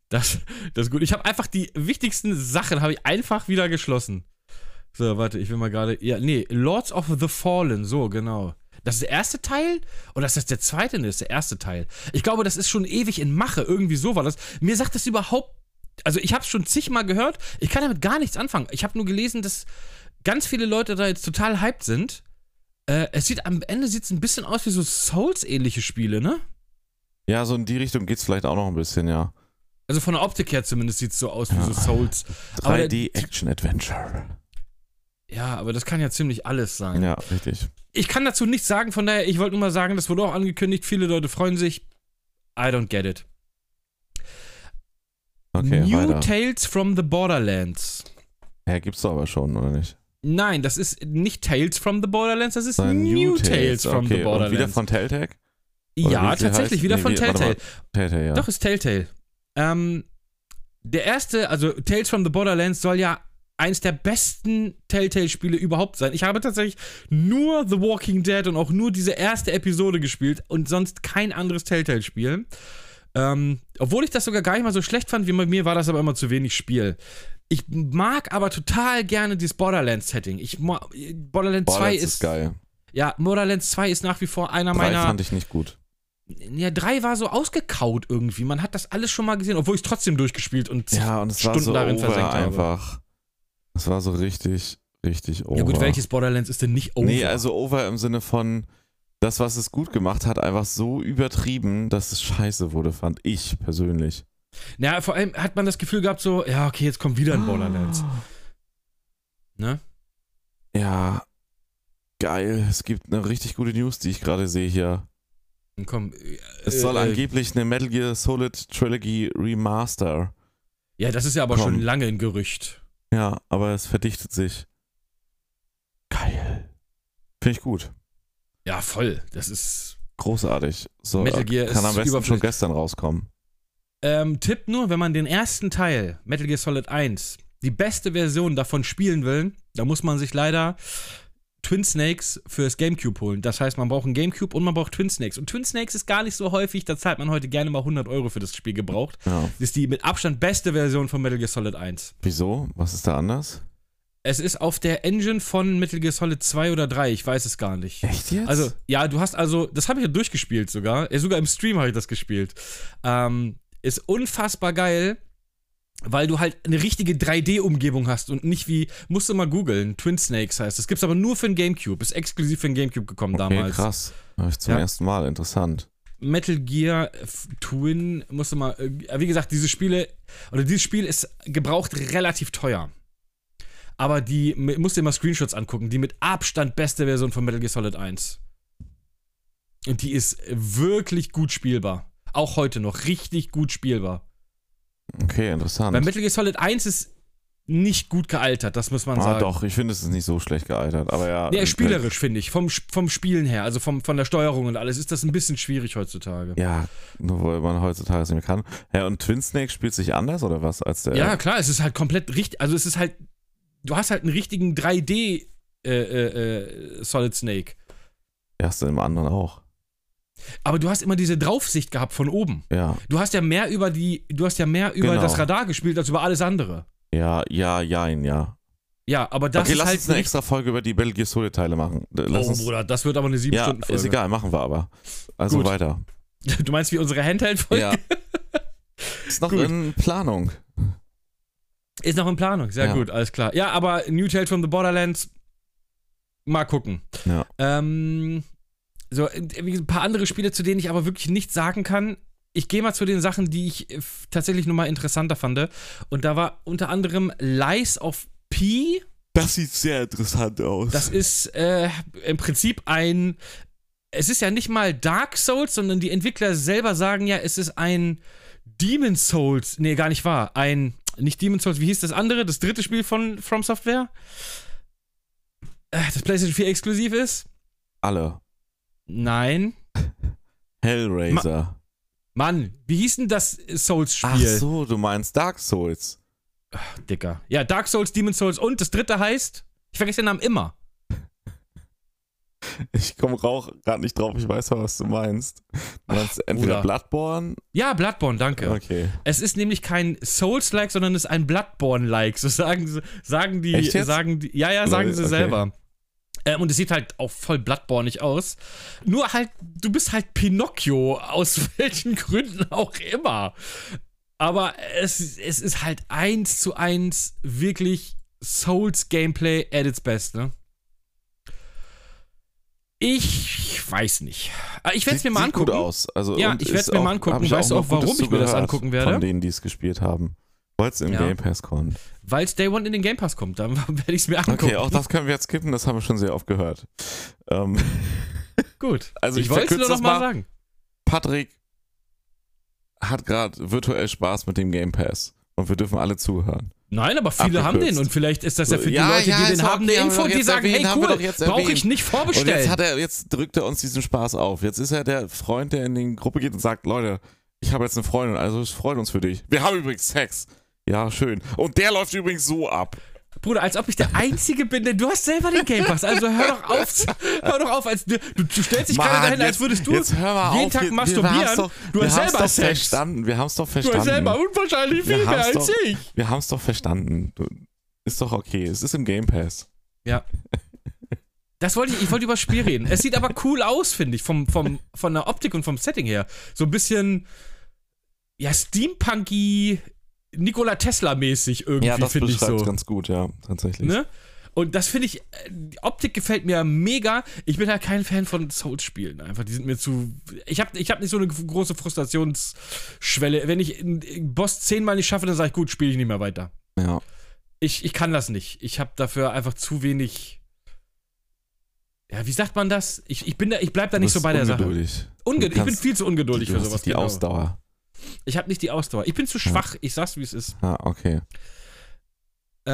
Das, das ist gut. Ich habe einfach die wichtigsten Sachen habe ich einfach wieder geschlossen. So, warte, ich will mal gerade. Ja, nee, Lords of the Fallen, so, genau. Das ist der erste Teil? Oder ist das der zweite? Nee, das ist der erste Teil. Ich glaube, das ist schon ewig in Mache. Irgendwie so war das. Mir sagt das überhaupt. Also, ich habe es schon zigmal gehört. Ich kann damit gar nichts anfangen. Ich habe nur gelesen, dass ganz viele Leute da jetzt total hyped sind. Äh, es sieht am Ende sieht's ein bisschen aus wie so Souls-ähnliche Spiele, ne? Ja, so in die Richtung geht's vielleicht auch noch ein bisschen, ja. Also von der Optik her zumindest sieht es so aus wie so Ja. Souls. Aber der- 3D Action Adventure. Ja, aber das kann ja ziemlich alles sein. Ja, richtig. Ich kann dazu nichts sagen, von daher, ich wollte nur mal sagen, das wurde auch angekündigt, viele Leute freuen sich. I don't get it. Okay, New weiter. Tales from the Borderlands. Ja, gibt's doch aber schon, oder nicht? Nein, das ist nicht Tales from the Borderlands, das ist Sondern New, Tales, from okay. the Und wieder Borderlands. von Telltale? oder ja, wie sie tatsächlich, heißt? wieder Nee, von wie- warte Telltale. Telltale, ja. Doch, ist Telltale. Ähm, der erste, also Tales from the Borderlands soll ja eins der besten Telltale-Spiele überhaupt sein. Ich habe tatsächlich nur The Walking Dead und auch nur diese erste Episode gespielt und sonst kein anderes Telltale-Spiel. Ähm, obwohl ich das sogar gar nicht mal so schlecht fand, wie bei mir war das aber immer zu wenig Spiel. Ich mag aber total gerne dieses Borderlands-Setting. Ich mo- Borderlands, Borderlands 2 ist, ist geil. ja Borderlands 2 ist nach wie vor einer Drei meiner fand ich nicht gut. ja, drei war so ausgekaut irgendwie. Man hat das alles schon mal gesehen, obwohl ich es trotzdem durchgespielt und zig- Ja, und es war Stunden so darin over versenkt habe. einfach. Es war so richtig, richtig over. ja gut, welches Borderlands ist denn nicht over? Oh, Nee, also over im Sinne von das, was es gut gemacht hat, einfach so übertrieben, dass es scheiße wurde, fand ich persönlich. Na, vor allem hat man das Gefühl gehabt, so, ja, okay, jetzt kommt wieder ein Borderlands. Ne? Ja, geil. Es gibt eine richtig gute News, die ich gerade sehe hier. Und komm, äh, Ah. Es soll äh, angeblich eine Metal Gear Solid Trilogy Remaster. Ja, das ist ja aber Komm. schon lange ein Gerücht. Ja, aber es verdichtet sich. Geil. Finde ich gut. Ja, voll. Das ist. Großartig. So, Metal äh, Gear ist kann am besten schon überflüssig. gestern rauskommen. Ähm, Tipp nur, wenn man den ersten Teil, Metal Gear Solid 1, die beste Version davon spielen will, da muss man sich leider Twin Snakes fürs Gamecube holen. Das heißt, man braucht einen Gamecube und man braucht Twin Snakes. Und Twin Snakes ist gar nicht so häufig, da zahlt man heute gerne mal 100 Euro für das Spiel gebraucht. Ja. Das ist die mit Abstand beste Version von Metal Gear Solid 1. Wieso? Was ist da anders? Es ist auf der Engine von Metal Gear Solid 2 oder 3, ich weiß es gar nicht. Echt jetzt? Also, ja, du hast also, das habe ich ja durchgespielt sogar. Ja, sogar im Stream habe ich das gespielt. Ähm, ist unfassbar geil, weil du halt eine richtige 3D-Umgebung hast und nicht wie, musst du mal googeln, Twin Snakes heißt. Das gibt's aber nur für den GameCube. Ist exklusiv für den GameCube gekommen okay, damals. krass. Hör ich zum Ja. ersten Mal. Interessant. Metal Gear F- Twin, musst du mal, äh, wie gesagt, diese Spiele, oder dieses Spiel ist gebraucht relativ teuer. Aber die, m- musst dir mal Screenshots angucken, die mit Abstand beste Version von Metal Gear Solid 1. Und die ist wirklich gut spielbar. Auch heute noch richtig gut spielbar. Okay, interessant. Weil Metal Gear Solid 1 ist nicht gut gealtert, das muss man ah, sagen. doch, Äh, ich finde, es ist nicht so schlecht gealtert. Aber ja. Ja, spielerisch finde ich, vom, vom Spielen her, also vom, von der Steuerung und alles, ist das ein bisschen schwierig heutzutage. Ja, nur weil man heutzutage es nicht mehr kann. Ja, und Twin Snake spielt sich anders oder was als der. Ja, klar, es ist halt komplett richtig. Also, es ist halt. Du hast halt einen richtigen 3D äh, äh, äh, Solid Snake. erste im anderen auch. Aber du hast immer diese Draufsicht gehabt von oben. Ja, Du hast ja mehr über die. Du hast ja mehr über Genau. das Radar gespielt als über alles andere. ja, ja, jein, ja. Ja, aber das okay, ist lass halt. uns eine nicht- extra Folge über die Metal Gear Solid Teile machen. D- Lass oh, uns, Bruder, das wird aber eine 7 ja, stunden ist folge egal, machen wir aber. Also Gut. weiter. (laughs) Du meinst wie unsere Handheld-Folge? (laughs) Ja. ist noch Gut. in Planung. Ist noch in Planung, sehr Ja. gut, alles klar. Ja, aber New Tales from the Borderlands Mal gucken. Ja. Ähm, so, äh, wie gesagt, ein paar andere Spiele, zu denen ich aber wirklich nichts sagen kann. Ich gehe mal zu den Sachen, die ich äh, f- tatsächlich nochmal interessanter fand. Und da war unter anderem Lies of P. Das sieht sehr interessant aus. Das ist äh, im Prinzip ein. Es ist ja nicht mal Dark Souls, sondern die Entwickler selber sagen ja, es ist ein Demon Souls. Nee, gar nicht wahr. Ein. Nicht Demon Souls, wie hieß das andere? Das dritte Spiel von From Software? Äh, Das PlayStation 4 exklusiv ist? alle. Nein. Hellraiser. Mann, wie hieß denn das Ach Souls-Spiel? so, du meinst Dark Souls. Dicker. Ja, Dark Souls, Demon Souls und das dritte heißt. Ich vergesse den Namen immer. Ich komme auch gerade nicht drauf, ich weiß aber, was du meinst. Du meinst entweder Bruder. Bloodborne. Ja, Bloodborne, danke. Okay. Es ist nämlich kein Souls-like, sondern es ist ein Bloodborne-like. So sagen, sie- sagen die, Echt jetzt? sagen die, ja, ja, sagen Lol, sie okay. selber. Ähm, und es sieht halt auch voll bloodbornig aus. Nur halt, du bist halt Pinocchio, aus (laughs) welchen Gründen auch immer. Aber es, es ist halt eins zu eins wirklich Souls-Gameplay at its best, ne? Ich weiß nicht. Äh, Ich werde es mir mal sieht angucken. Gut aus. Also, Ja, und ich werd's ist mir mal auch- angucken. hab ich Weißt du nur auch, warum Gutes ich mir das zugehört angucken werde? Von denen, die es gespielt haben. Weil es im Ja. Game Pass kommt. Weil es Day One in den Game Pass kommt, dann (laughs) werde ich es mir angucken. Okay, auch das können wir jetzt kippen, das haben wir schon sehr oft gehört. Ähm, Gut. Also ich wollte es verkürze nur das nochmal mal. sagen. Patrick hat gerade virtuell Spaß mit dem Game Pass. Und wir dürfen alle zuhören. Nein, aber viele Abgekürzt. haben den und vielleicht ist das ja So, für die ja, Leute, ja, die ist den okay, haben, eine haben wir Info, doch die jetzt sagen, erwähnt, haben hey wir cool, doch jetzt brauche ich erwähnt. nicht Und jetzt, vorbestellen. hat er, jetzt drückt er uns diesen Spaß auf. Jetzt ist er der Freund, der in die Gruppe geht und sagt, Leute, ich habe jetzt eine Freundin, also es freut uns für dich. Wir haben übrigens Sex. Ja, schön. Und der läuft übrigens so ab. Bruder, als ob ich der Einzige bin, denn du hast selber den Game Pass, also hör doch auf, hör doch auf, als du, du du stellst dich gerade Mann, dahin, als würdest du jetzt hör mal jeden auf, Tag wir- wir masturbieren. haben's Doch, du wir hast haben's selber doch Sex. Verstanden. Wir haben es doch Du verstanden. hast selber unwahrscheinlich viel Wir mehr haben's als doch- ich. Wir haben es doch verstanden. Du- Ist doch okay. Es ist im Game Pass. Das wollte ich, ich wollte über das Spiel reden. Es sieht aber cool aus, finde ich, vom, vom, von der Optik und vom Setting her. So ein bisschen, ja, steampunky, Nikola Tesla-mäßig irgendwie, finde ich so. ganz gut, ja, tatsächlich. Ne? Und das finde ich, äh, die Optik gefällt mir mega. Ich bin halt kein Fan von Souls-Spielen einfach. Die sind mir zu. Ich habe ich hab nicht so eine große Frustrationsschwelle. Wenn ich einen Boss zehnmal nicht schaffe, dann sage ich, gut, spiele ich nicht mehr weiter. Ja. Ich, ich kann das nicht. Ich habe dafür einfach zu wenig. Ja, wie sagt man das? Ich, ich, bin da, ich bleib da nicht so bei der Sache. Sache. Unge Du ich bin kannst- viel zu ungeduldig du für hast sowas. Die genau. Ausdauer. Ich habe nicht die Ausdauer. Ich bin zu schwach. Ich sag's, wie es ist. Ah, okay. Äh,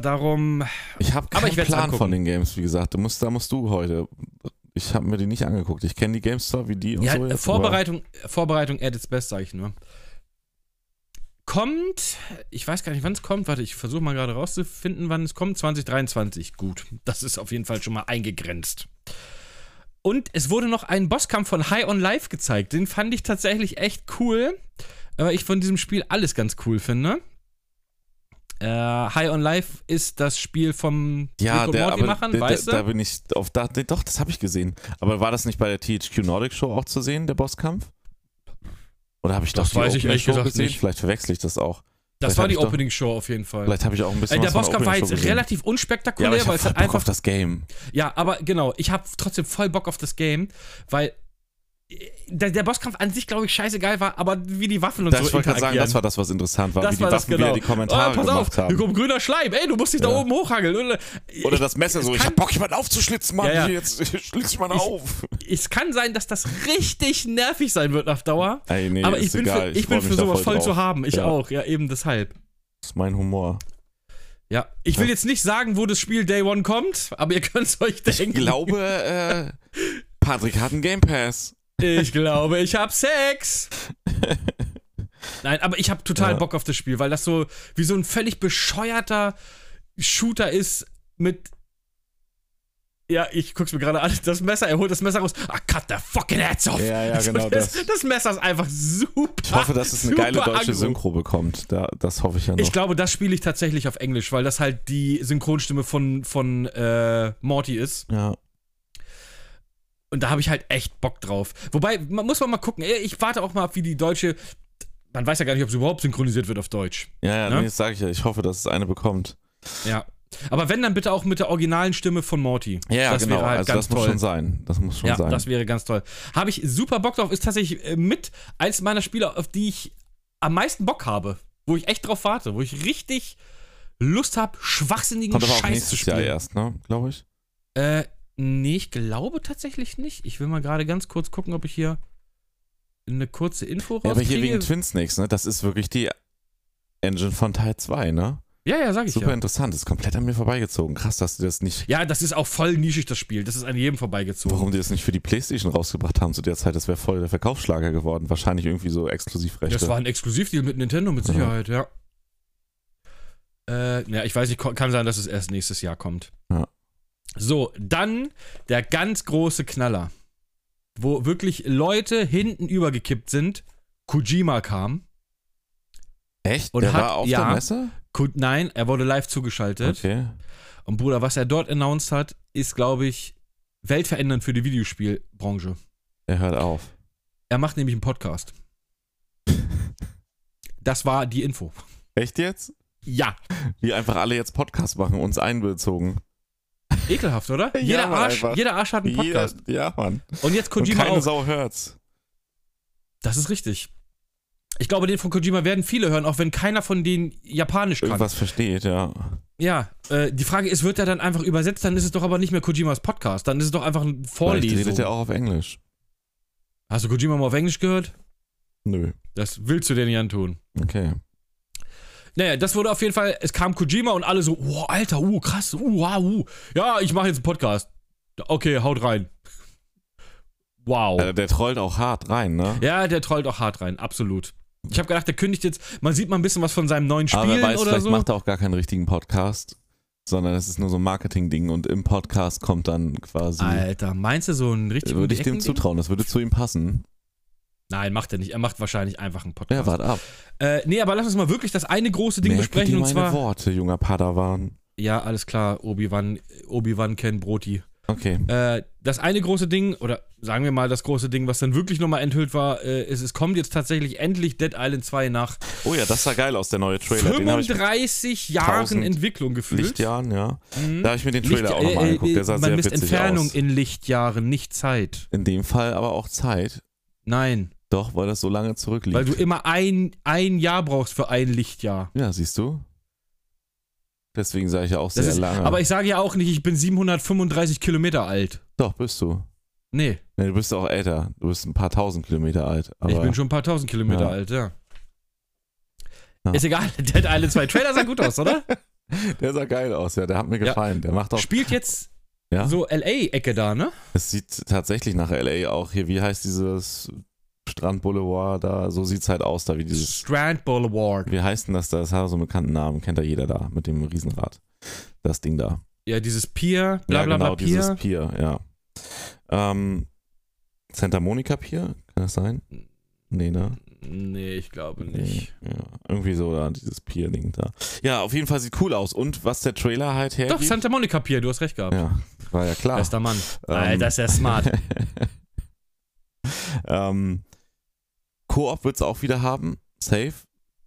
darum. Ich habe Aber keinen ich werd's Plan angucken. von den Games, wie gesagt. Du musst, da musst du heute. Ich habe mir die nicht angeguckt. Ich kenne die Games zwar wie die und Ja, äh, so. jetzt, Vorbereitung, Vorbereitung at its best, sag ich nur. Kommt, ich weiß gar nicht, wann es kommt. Warte, ich versuche mal gerade rauszufinden, wann es kommt. 2023, gut. Das ist auf jeden Fall schon mal eingegrenzt. Und es wurde noch ein Bosskampf von High on Life gezeigt. Den fand ich tatsächlich echt cool, weil ich von diesem Spiel alles ganz cool finde. Äh, High on Life ist das Spiel vom Aber, ja, Rick und der, aber, Morty-Machern, der, weißt da, du? da bin ich auf da, nee, doch, das habe ich gesehen. Aber war das nicht bei der THQ Nordic Show auch zu sehen, der Bosskampf? Oder habe ich Das doch die weiß ich Open Air ehrlich Show gesagt gesehen? nicht. Vielleicht verwechsel ich das auch. Das vielleicht war hab die ich doch- Opening-Show auf jeden Fall. Vielleicht habe ich auch ein bisschen Äh, der was von Bosskampf Open war Air Show jetzt gesehen. relativ Ja, unspektakulär, aber ich weil habe es hat voll einfach. Bock auf das Game. Ja, aber genau, ich habe trotzdem voll Bock auf das Game, weil äh, der, der Bosskampf an sich, glaube ich, scheißegal war, aber wie die Waffen und Das, so ich wollte gerade sagen, das war das, was interessant war, wie die Waffen wieder die Kommentare oh, pass gemacht auf, hier haben. kommt grüner Schleim, ey, du musst dich da Ja. oben hochhangeln. Und, äh, Oder das Messer so, ich kann- hab Bock, jemanden aufzuschlitzen, Mann. Ja, ja. Hier, jetzt (laughs) schlitz ich mal Ich- auf. es kann sein, dass das richtig nervig sein wird auf Dauer. Ey, nee, aber ist ich bin, egal. für, ich bin freu für mich da sowas voll, drauf. zu haben. Ich Ja. auch, ja, eben deshalb. Das ist mein Humor. Ja. Ich will Ja. jetzt nicht sagen, wo das Spiel Day One kommt, aber ihr könnt es euch Ich denken. glaube, äh, Patrick hat einen Game Pass. Ich glaube, ich hab (laughs) Sex. Nein, aber ich hab total Ja. Bock auf das Spiel, weil das so wie so ein völlig bescheuerter Shooter ist mit. Ja, ich guck's mir gerade an. Das Messer, er holt das Messer raus. Ah, cut the fucking heads off. Ja, ja, Also genau das, das. das Messer ist einfach super. Ich hoffe, dass es eine super geile deutsche aggro. Synchro bekommt. Da, das hoffe ich ja noch. Ich glaube, das spiele ich tatsächlich auf Englisch, weil das halt die Synchronstimme von, von äh, Morty ist. ja. Und da habe ich halt echt Bock drauf. Wobei, man muss man mal gucken. Ich warte auch mal ab, wie die deutsche. Man weiß ja gar nicht, ob es überhaupt synchronisiert wird auf Deutsch. ja, ja, Ne? nee, das sage ich ja. Ich hoffe, dass es eine bekommt. Ja. Aber wenn, dann bitte auch mit der originalen Stimme von Morty. Ja, ja das genau. wäre halt also ganz das muss toll. schon sein. Das muss schon ja, sein. das wäre ganz toll. Habe ich super Bock drauf. Ist tatsächlich äh, mit eins meiner Spiele, auf die ich am meisten Bock habe. Wo ich echt drauf warte. Wo ich richtig Lust habe, schwachsinnigen Kommt aber auch Scheiß zu nächstes Jahr spielen. erst, ne? Glaube ich. Äh, nee, ich glaube tatsächlich nicht. Ich will mal gerade ganz kurz gucken, ob ich hier eine kurze Info Ja, aber hier rauskriege. wegen Twin Snakes, ne? Das ist wirklich die Engine von Teil 2, ne? ja, ja, sag ich Super ja. interessant. Ist komplett an mir vorbeigezogen. Krass, dass die das nicht. Ja, das ist auch voll nischig, das Spiel. Das ist an jedem vorbeigezogen. Warum die das nicht für die PlayStation rausgebracht haben zu der Zeit, das wäre voll der Verkaufsschlager geworden. Wahrscheinlich irgendwie so Exklusivrechte. Das war ein Exklusivdeal mit Nintendo, mit Mhm. Sicherheit, ja. Äh, ja, ich weiß nicht, ko- kann sein, dass es erst nächstes Jahr kommt. Ja. So, dann der ganz große Knaller, wo wirklich Leute hinten übergekippt sind. Kojima kam. Echt? Und der hat- war auf ja. der Messe? Ko Nein, er wurde live zugeschaltet. Okay. Und Bruder, was er dort announced hat, ist, glaube ich, weltverändernd für die Videospielbranche. Er hört auf. Er macht nämlich einen (laughs) Podcast. Das war die Info. Echt jetzt? Ja. Wie einfach alle jetzt Podcast machen, uns einbezogen. Ekelhaft, oder? (laughs) Ja, jeder, Mann, Arsch, einfach. jeder Arsch hat einen Podcast. Jeder- ja, Mann. Und jetzt Und Kojima keine auch. Sau hört's. Das ist richtig. Ich glaube, den von Kojima werden viele hören, auch wenn keiner von denen Japanisch kann. Irgendwas versteht, ja. Ja, äh, die Frage ist, wird er dann einfach übersetzt? Dann ist es doch aber nicht mehr Kojimas Podcast. Dann ist es doch einfach ein Vielleicht redet er Vorlesung. auch auf Englisch. Hast du Kojima mal auf Englisch gehört? Nö. Das willst du dir nicht antun. Okay. Naja, das wurde auf jeden Fall, es kam Kojima und alle so, oh, Alter, uh, krass, uh, wow, uh. Ja, ich mache jetzt einen Podcast. Okay, haut rein. Wow. Äh, der trollt auch hart rein, ne? ja, der trollt auch hart rein, absolut. Ich habe gedacht, der kündigt jetzt, man sieht mal ein bisschen was von seinem neuen Spiel Aber wer weiß, oder vielleicht so. macht er auch gar keinen richtigen Podcast, sondern es ist nur so ein Marketing-Ding und im Podcast kommt dann quasi. Alter, meinst du so einen richtigen würde ich dem Eckending? zutrauen, das würde zu ihm passen. Nein, macht er nicht. Er macht wahrscheinlich einfach einen Ja, Podcast. wart ab. äh, nee, aber lass uns mal wirklich das eine große Ding Merke besprechen dir und meine zwar Worte, junger Padawan. Ja, alles klar, Obi-Wan, Obi-Wan Ken Broti. Okay. Äh, das eine große Ding, oder sagen wir mal das große Ding, was dann wirklich nochmal enthüllt war, äh, ist, es kommt jetzt tatsächlich endlich Dead Island 2 nach Oh ja, das sah geil aus, der neue Trailer. Den habe ich 35 Jahren 1000 Entwicklung gefühlt. Lichtjahren, ja. Mhm. Da habe ich mir den Trailer auch Licht- nochmal äh, angeguckt. Der sah man sehr misst witzig Entfernung aus. in Lichtjahren, nicht Zeit. In dem Fall aber auch Zeit. Nein, Doch, weil das so lange zurückliegt. weil du immer ein, ein Jahr brauchst für ein Lichtjahr. ja, siehst du? Deswegen sage ich ja auch Das sehr ist, lange. Aber ich sage ja auch nicht, ich bin 735 Kilometer alt. Doch, bist du. Nee, Nee, du bist auch älter. Du bist ein paar tausend Kilometer alt. Aber ich bin schon ein paar tausend Kilometer Ja. alt, ja. Ja. Ist egal, (laughs) Dead Island 2 Trailer sah gut aus, oder? (laughs) der sah geil aus, ja. Der hat mir Ja. gefallen. Der macht auch. Spielt jetzt Ja. so LA-Ecke da, ne? Es sieht tatsächlich nach LA auch hier. Wie heißt dieses Strandboulevard da? So sieht's halt aus, da wie dieses. Strand Boulevard. Wie heißt denn das da? Das hat so einen bekannten Namen. Kennt ja jeder da mit dem Riesenrad. Das Ding da. Ja, dieses Pier, bla bla bla ja, genau, dieses Pier. Pier, ja. Ähm, Santa Monica Pier, kann das sein? Nee, ne? Nee, ich glaube nicht. Nee, ja. Irgendwie so da, dieses Pier-Ding da. Ja, auf jeden Fall sieht cool aus. Und was der Trailer halt hergibt. Doch, Santa Monica Pier, du hast recht gehabt. Ja, war ja klar. Bester Mann. Ähm, Alter, ist er (laughs) smart. ähm, Koop wird es auch wieder haben. Safe.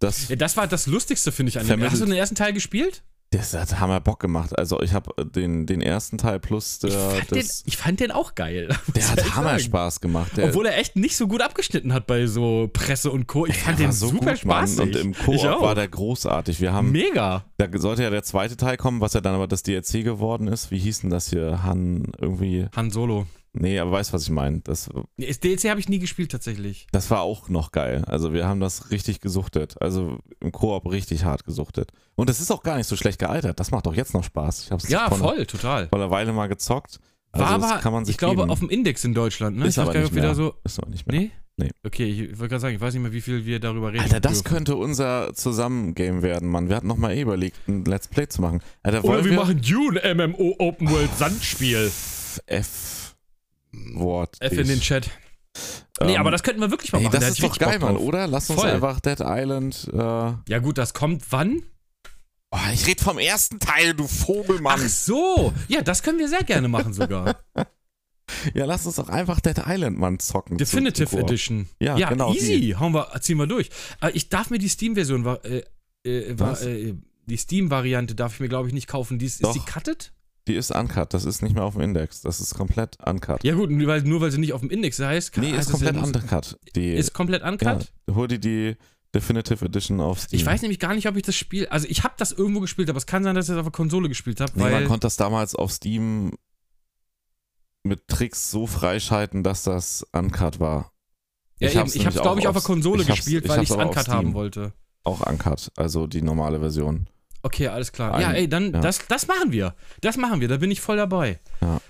Das, Ja, Das war das Lustigste, finde ich, an dem. Vermittelt. Hast du den ersten Teil gespielt? das hat Hammer Bock gemacht. Also ich habe den, den ersten Teil plus ich, der, fand den, das, ich fand den auch geil. der muss ich hat Hammer sagen. Spaß gemacht. Der, (laughs) Obwohl er echt nicht so gut abgeschnitten hat bei so Presse und Co. Ich der fand den war so super gut, Mann. spaßig. Und im Ich Koop auch. war der großartig. Wir haben, Mega. da sollte ja der zweite Teil kommen, was ja dann aber das DLC geworden ist. Wie hieß denn das hier? Han irgendwie. Han Solo. Nee, aber weißt was ich meine. Das, Nee, das DLC habe ich nie gespielt, tatsächlich. das war auch noch geil. Also wir haben das richtig gesuchtet. Also im Koop richtig hart gesuchtet. Und das ist auch gar nicht so schlecht gealtert. Das macht doch jetzt noch Spaß. Ich hab's Ja, vor einer- voll, total. vor einer Weile mal gezockt. Also War das aber, kann man sich ich glaube, geben. auf dem Index in Deutschland, ne? Ist ich aber gar nicht wieder mehr. so. ist noch nicht mehr. Nee? Nee. Okay, ich wollte gerade sagen, ich weiß nicht mehr, wie viel wir darüber reden. Alter, das dürfen. könnte unser Zusammen-Game werden, Mann. Wir hatten noch mal eh überlegt, ein Let's Play zu machen. Alter, wollen Oder wir machen Dune MMO Open World (laughs) Sandspiel. F-Wort. F in den Chat. Nee, aber das könnten wir wirklich mal Ähm, Ey, machen. das da hätte ist ich doch richtig geil, Bock Mann, drauf. oder? Lass uns Voll. einfach Dead Island. Äh oh, Ja, gut, das kommt wann? ich rede vom ersten Teil, du Vogelmann. Ach so. Ja, das können wir sehr gerne machen (laughs) sogar. Ja, lass uns doch einfach Dead Island, Mann, zocken. zu- Definitive zu Koop. Edition. Ja, genau, easy. Hauen wir, ziehen wir durch. Aber ich darf mir die Steam-Version war, äh, äh, war, Was? äh, Die Steam-Variante darf ich mir, glaube ich, nicht kaufen. Die ist, ist Doch. die cutted? Die ist uncut, das ist nicht mehr auf dem Index. Das ist komplett uncut. Ja, gut, nur weil, nur weil sie nicht auf dem Index heißt. nee, ist heißt es komplett ja, uncut. Die, Also, Ist komplett uncut? Ja, hol dir die Definitive Edition auf Steam. Ich weiß nämlich gar nicht, ob ich das Spiel. Also, ich habe das irgendwo gespielt, aber es kann sein, dass ich das auf der Konsole gespielt habe. Nee, man weil konnte das damals auf Steam mit Tricks so freischalten, dass das uncut war. ja, ich eben, hab's ich habe nämlich es, glaube ich, auch auf der auf- Konsole ich hab's- gespielt, ich weil ich hab's es aber auf uncut haben Steam. wollte. Auch uncut, also die normale Version. Okay, alles klar. Ein- ja, ey, dann, ja. Das, das machen wir. Das machen wir, da bin ich voll dabei. Ja.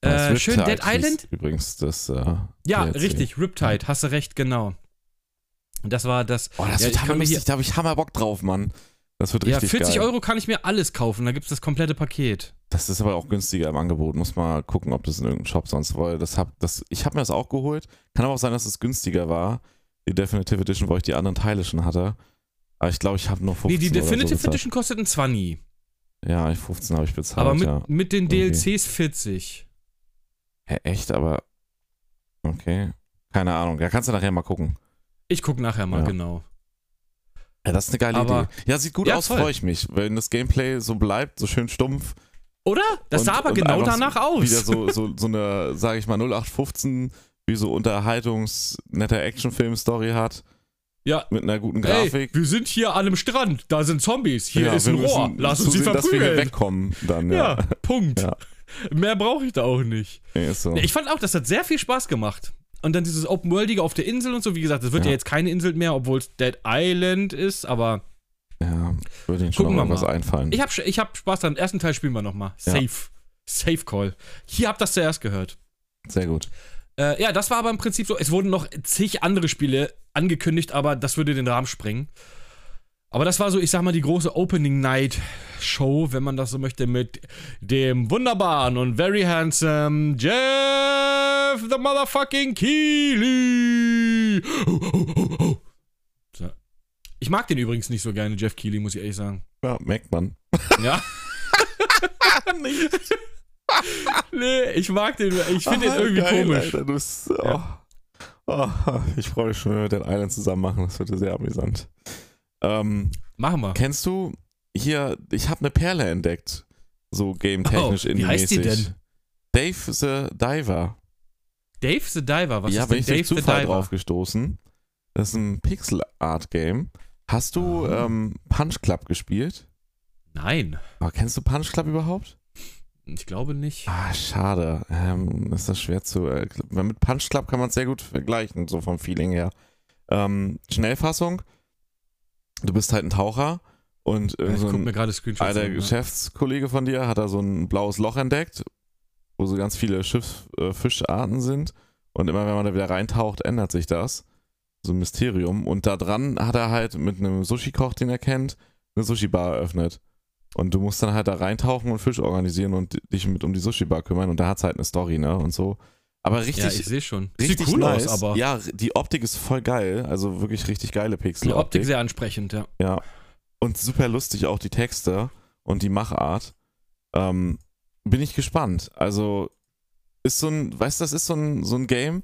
Das Äh, Riptide schön Dead hieß Island. Übrigens, das. Äh, Ja, DLC. richtig, Riptide, hast du recht, genau. Und das war das. Oh, das Ja, ich wird kann mir hammerlustig, da habe ich hammer Bock drauf, Mann. Das wird Ja, richtig 40 geil. Euro kann ich mir alles kaufen, da gibt's das komplette Paket. Das ist aber auch günstiger im Angebot. Muss mal gucken, ob das in irgendeinem Shop sonst war. Das hab, das, ich habe mir das auch geholt. Kann aber auch sein, dass es günstiger war. Die Definitive Edition, weil ich die anderen Teile schon hatte. Aber ich glaube, ich habe nur 15 Nee, die oder so Definitive bezahlt. Edition kostet ein 20. Ja, ich 15 habe ich bezahlt. Aber mit, ja. mit den Irgendwie. DLCs 40. Hä, echt, aber. Okay. Keine Ahnung. Ja, kannst du nachher mal gucken. Ich guck nachher mal, Ja. genau. Ja, das ist eine geile Aber- Idee. Ja, sieht gut Ja, aus, voll. freue ich mich. Wenn das Gameplay so bleibt, so schön stumpf, Oder? Das Und- sah aber und genau einfach so danach aus. wieder so, so, so eine, sage ich mal, 0815, wie so Unterhaltungs-, netter Actionfilm-Story hat. Ja. Mit einer (laughs) guten Ey, Grafik. wir sind hier an einem Strand, da sind Zombies, hier Ja, ist wir ein müssen Rohr, lass uns sie zusehen, dass wir hier verprügeln. wegkommen dann, Ja, ja. Punkt. Ja. Mehr brauche ich da auch nicht. Nee, ist so. Ja, Ich fand auch, das hat sehr viel Spaß gemacht. Und dann dieses Open Worldige auf der Insel und so, wie gesagt, das wird ja, Ja. jetzt keine Insel mehr, obwohl es Dead Island ist, aber ja, würde Ihnen schon Gucken noch wir irgendwas mal. einfallen. ich hab, ich hab Spaß dran. Den ersten Teil spielen wir nochmal. Safe. Safe Call. Hier habt ihr das zuerst gehört. Sehr gut. Äh, ja, das war aber im Prinzip so. Es wurden noch zig andere Spiele angekündigt, aber das würde den Rahmen sprengen. Aber das war so, ich sag mal, die große Opening Night Show, wenn man das so möchte, mit dem wunderbaren und very handsome Jeff the Motherfucking Keely. So. Ich mag den übrigens nicht so gerne, Jeff Keely, muss ich ehrlich sagen. Ja, merkt man. Ja. (laughs) nee, ich mag den, ich finde den Ah, irgendwie geil, komisch. Alter, du bist, oh. Oh, ich freue mich schon, wenn wir den Island zusammen machen. Das wird sehr amüsant. Ähm, Machen wir. Kennst du hier, ich habe eine Perle entdeckt. So game-technisch Oh, wie indie heißt die denn? Dave the Diver. Dave the Diver, was ja, ist bin denn ich Dave durch the Zufall Diver? drauf gestoßen. Das ist ein Pixel-Art-Game. Hast du Ah. ähm, Punch Club gespielt? Nein, Aber kennst du Punch Club überhaupt? ich glaube nicht. Ah, schade. Ähm, ist das schwer zu. Äh, weil mit Punch Club kann man es sehr gut vergleichen, so vom Feeling her. Ähm, Schnellfassung: Du bist halt ein Taucher und irgend ich so Äh, guck ein mir gerade Screenshots Alter an. ne? Geschäftskollege von dir hat da so ein blaues Loch entdeckt, wo so ganz viele Schiff, äh, Fischarten sind. Und immer wenn man da wieder reintaucht, ändert sich das. So ein Mysterium. Und da dran hat er halt mit einem Sushi-Koch, den er kennt, eine Sushi-Bar eröffnet. Und du musst dann halt da reintauchen und Fisch organisieren und dich mit um die Sushi-Bar kümmern. Und da hat es halt eine Story, ne? Und so. Aber richtig, ja, ich sehe schon. richtig Sieht cool nice. aus, aber Ja, die Optik ist voll geil. Also wirklich richtig geile die Optik Pixel-Optik. sehr ansprechend, ja. Ja. Und super lustig auch die Texte und die Machart. Ähm, bin ich gespannt. Also, ist so ein, weißt du, das ist so ein, so ein Game,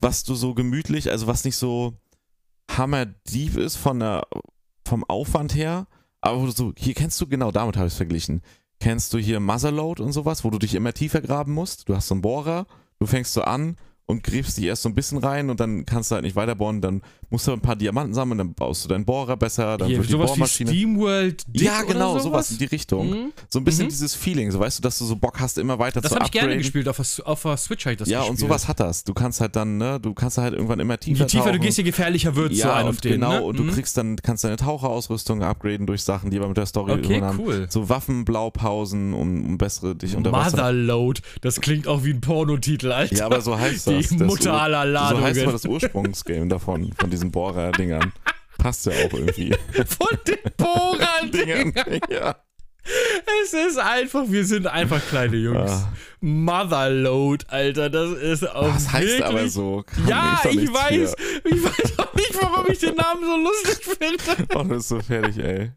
was du so gemütlich, also was nicht so hammerdieb ist von der, vom Aufwand her, aber wo du so, hier kennst du, genau damit habe ich es verglichen. Kennst du hier Muzzleload und sowas, wo du dich immer tiefer graben musst? Du hast so einen Bohrer, du fängst so an und gräbst dich erst so ein bisschen rein und dann kannst du halt nicht weiterbohren, dann musst du ein paar Diamanten sammeln, dann baust du deinen Bohrer besser, dann Hier, wird die sowas wie Bohrmaschine. SteamWorld Dick ja, genau, oder sowas in die Richtung. Mhm. So ein bisschen Mhm. dieses Feeling, so weißt du, dass du so Bock hast, immer weiter Das zu habe ich gerne upgraden. gespielt, auf der, auf der Switch habe ich das Ja, gespielt. und sowas hat das. Du kannst halt dann, ne, du kannst halt irgendwann immer tiefer Je tiefer du tauchen. gehst, je gefährlicher wird so ja, ein und auf den. genau, ne? und du Mhm. kriegst dann, kannst deine Taucherausrüstung upgraden durch Sachen, die aber mit der Story zu tun Okay, haben. cool. So Waffen, Blaupausen, um, um bessere dich unter Wasser. Motherload, das klingt auch wie ein Pornotitel, Alter. (laughs) Ja, aber so heißt Die das. das Mutter Ur- aller So Ladungen. heißt aber das Ursprungsgame davon, von diesen Bohrer-Dingern. Passt ja (laughs) auch irgendwie. Von den Bohrern, Dingern, Digga. (laughs) ja. Es ist einfach, wir sind einfach kleine Jungs. Ah. Motherload, Alter, das ist auch Das heißt wirklich... aber so. Kann Ja, doch ich nichts weiß. Ich weiß auch nicht, warum ich den Namen so lustig (laughs) finde. Für. Oh, das ist so fertig, ey.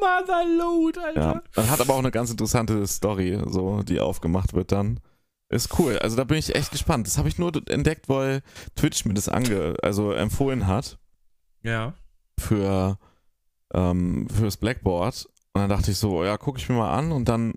Motherload, Ja. Alter. Man hat aber auch eine ganz interessante Story, so, die aufgemacht wird dann. Ist cool. Also da bin ich echt gespannt. Das habe ich nur d- entdeckt, weil Twitch mir das ange also empfohlen hat Ja. für ähm, fürs Blackboard Und dann dachte ich so, ja, gucke ich mir mal an und dann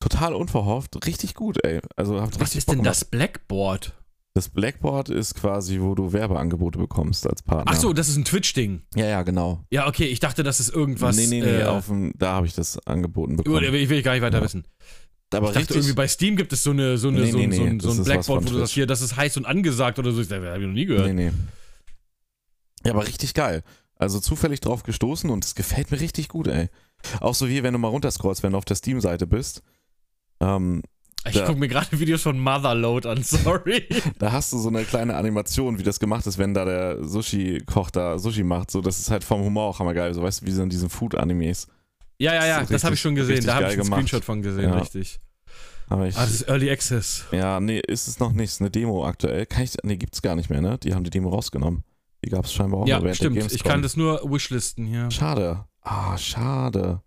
total unverhofft, richtig gut, ey. Also habt Was richtig ist Bock denn gemacht. das Blackboard? Das Blackboard ist quasi, wo du Werbeangebote bekommst als Partner. Ach so, das ist ein Twitch-Ding. Ja, ja, genau. Ja, okay, ich dachte, das ist irgendwas. nee, nee, nee, äh, auf dem, da habe ich das angeboten über, bekommen. ich will gar nicht weiter Ja. wissen. Aber Ich dachte, irgendwie bei Steam gibt es so, eine, so, eine, Nee, so, nee, ein- so, nee, ein- so das ein ist was Blackboard, von wo du sagst, Twitch. hier, das ist heiß und angesagt oder so. Ich dachte, das habe ich noch nie gehört. Nee, nee. Ja, aber richtig geil. Also zufällig drauf gestoßen und es gefällt mir richtig gut, ey. Auch so wie wenn du mal runterscrollst, wenn du auf der Steam-Seite bist. Ähm, Ich Ja. gucke mir gerade (laughs) Videos von Motherload an, (laughs) sorry. da hast du so eine kleine Animation, wie das gemacht ist, wenn da der Sushi-Koch da Sushi macht. So, das ist halt vom Humor auch hammergeil. So, weißt du, wie so in diesen Food-Animes. ja, ja, ja, Das ist das habe ich richtig- schon gesehen. richtig Da habe ich geil einen gemacht. Screenshot von gesehen, Ja. richtig. Aber ich, Ah, das ist Early Access. ja, nee, ist es noch nicht. Ist eine Demo aktuell. Kann ich, nee, gibt's gar nicht mehr, ne? Die haben die Demo rausgenommen. Die gab's scheinbar auch mal ja, während der stimmt. Ich Gamescom. kann das nur wishlisten hier. Schade. Ah, schade.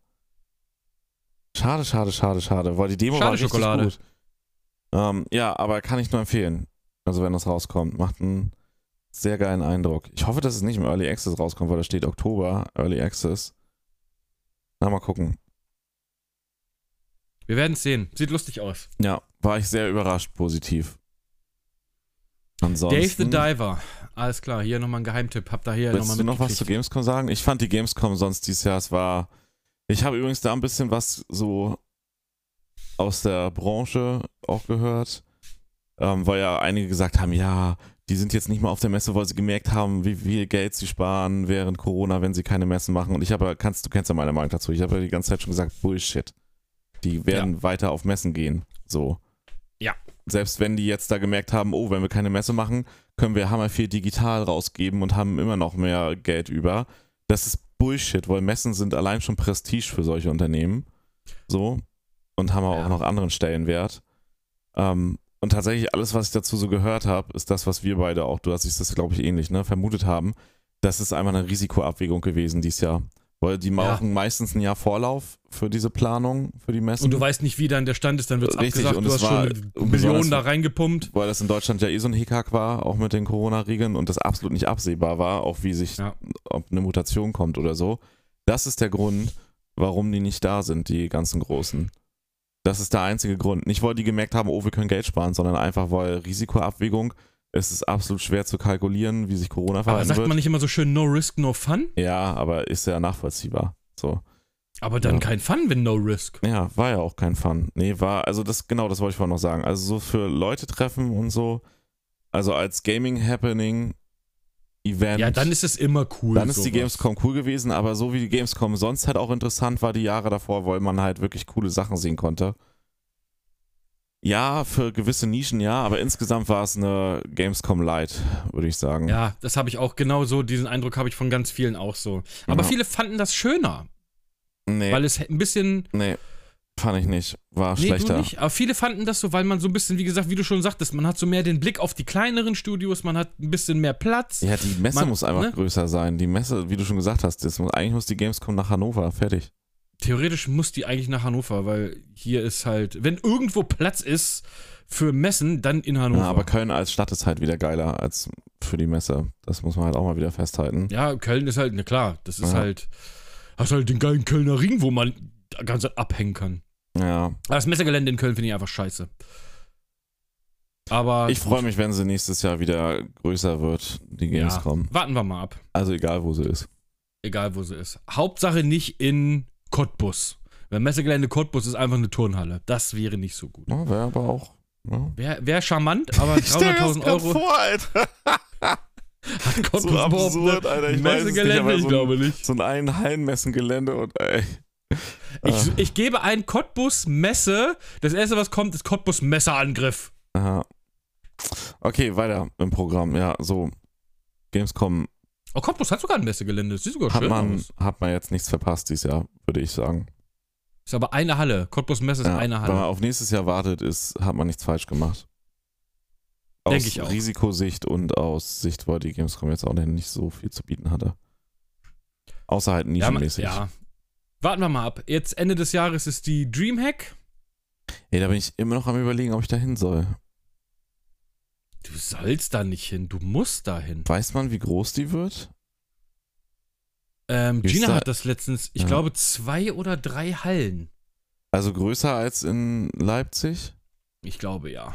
Schade, schade, schade, schade. Weil die Demo Schade, war richtig Schokolade. gut. Ähm, ja, aber kann ich nur empfehlen. Also wenn das rauskommt, macht einen sehr geilen Eindruck. Ich hoffe, dass es nicht im Early Access rauskommt, weil da steht Oktober, Early Access. Na, mal gucken. Wir werden es sehen. Sieht lustig aus. Ja, war ich sehr überrascht, positiv. Ansonsten, Dave the Diver. Alles klar, hier nochmal ein Geheimtipp. Hab da hier nochmal willst du noch was zu mitgekriegt. ne? Gamescom sagen? Ich fand die Gamescom sonst dieses Jahr, es war... Ich habe übrigens da ein bisschen was so aus der Branche auch gehört, ähm, weil ja einige gesagt haben, ja, die sind jetzt nicht mal auf der Messe, weil sie gemerkt haben, wie viel Geld sie sparen während Corona, wenn sie keine Messen machen. Und ich habe, ja- kannst, du kennst ja meine Meinung dazu, ich habe ja die ganze Zeit schon gesagt, Bullshit. Die werden weiter auf Messen gehen. So. Ja. Selbst wenn die jetzt da gemerkt haben, oh, wenn wir keine Messe machen, können wir hammer viel digital rausgeben und haben immer noch mehr Geld über. Das ist Bullshit, weil Messen sind allein schon Prestige für solche Unternehmen. So. Und haben auch Ja. noch anderen Stellenwert. Ähm, und tatsächlich alles, was ich dazu so gehört habe, ist das, was wir beide auch, du hast dich das, glaube ich, ähnlich, ne, vermutet haben. Das ist einfach eine Risikoabwägung gewesen dieses Jahr. Weil die machen meistens ein Jahr Vorlauf für diese Planung, für die Messen. Und du weißt nicht, wie dann der Stand ist, dann wird es Richtig, abgesagt. und Du es hast war- schon und besonders- Millionen da reingepumpt. weil das in Deutschland ja eh so ein Hickhack war, auch mit den Corona-Regeln und das absolut nicht absehbar war, auch wie sich, Ja. ob eine Mutation kommt oder so. Das ist der Grund, warum die nicht da sind, die ganzen Großen. Das ist der einzige Grund. Nicht, weil die gemerkt haben, oh, wir können Geld sparen, sondern einfach, weil Risikoabwägung, es ist absolut schwer zu kalkulieren, wie sich Corona Aber verhalten sagt wird. man nicht immer so schön No Risk, No Fun? ja, aber ist ja nachvollziehbar. So. Aber dann Ja. kein Fun, wenn No Risk. Ja, war ja auch kein Fun. Nee, war, also das, genau, das wollte ich vorhin noch sagen. Also so für Leute treffen und so, also als Gaming-Happening-Event. Ja, dann ist es immer cool. dann ist die sowas. Gamescom cool gewesen, aber so wie die Gamescom sonst halt auch interessant war die Jahre davor, weil man halt wirklich coole Sachen sehen konnte. Ja, für gewisse Nischen ja, aber insgesamt war es eine Gamescom Light, würde ich sagen. Ja, das habe ich auch genau so. Diesen Eindruck habe ich von ganz vielen auch so. Aber Ja. viele fanden das schöner, nee, weil es ein bisschen. nee, fand ich nicht. War Nee, schlechter. du nicht. Aber viele fanden das so, weil man so ein bisschen, wie gesagt, wie du schon sagtest, man hat so mehr den Blick auf die kleineren Studios, man hat ein bisschen mehr Platz. Ja, die Messe Man- muss einfach ne? größer sein. Die Messe, wie du schon gesagt hast, das muss, eigentlich muss die Gamescom nach Hannover, fertig. Theoretisch muss die eigentlich nach Hannover, weil hier ist halt, wenn irgendwo Platz ist für Messen, dann in Hannover. Ja, aber Köln als Stadt ist halt wieder geiler als für die Messe. Das muss man halt auch mal wieder festhalten. Ja, Köln ist halt, na klar, das ist Ja. halt, hast halt den geilen Kölner Ring, wo man da ganz abhängen kann. Ja. Aber das Messegelände in Köln finde ich einfach scheiße. Aber Ich freue mich, wenn sie nächstes Jahr wieder größer wird, die ja, Gamescom. warten wir mal ab, Also egal, wo sie ist. egal wo sie ist. Hauptsache nicht in Cottbus. Weil Messegelände Cottbus ist einfach eine Turnhalle. Das wäre nicht so gut. Ja, Wäre aber auch. Ja. Wäre wär charmant, aber 300.000 Euro vor, Alter. hat So Cottbus überhaupt absurd, eine Alter. Ich weiß es nicht, Messegelände, aber ich so ein, glaube nicht. so ein einen Hallenmessengelände und ey. Ah. Ich, ich gebe ein Cottbus-Messe. Das erste, was kommt, ist Cottbus-Messerangriff. Aha. Okay, weiter im Programm. Ja, so. Gamescom Oh, Cottbus hat sogar ein Messegelände. Das sieht sogar hat schön man, aus. hat man jetzt nichts verpasst dieses Jahr, würde ich sagen. Ist aber eine Halle. Cottbus Messe ist Ja, eine Wenn man Halle. auf nächstes Jahr wartet, ist, hat man nichts falsch gemacht. Aus Denk ich auch. Risikosicht und aus Sicht, weil die Gamescom jetzt auch nicht so viel zu bieten hatte. Außer halt Ja, man, nischenmäßig. ja. Warten wir mal ab. Jetzt Ende des Jahres ist die Dreamhack. Ey, da bin ich immer noch am überlegen, ob ich da hin soll. Du sollst da nicht hin. Du musst da hin. Weiß man, wie groß die wird? Ähm, Gibt's Gina da- hat das letztens, ich Ja. glaube, zwei oder drei Hallen. Also größer als in Leipzig? Ich glaube ja.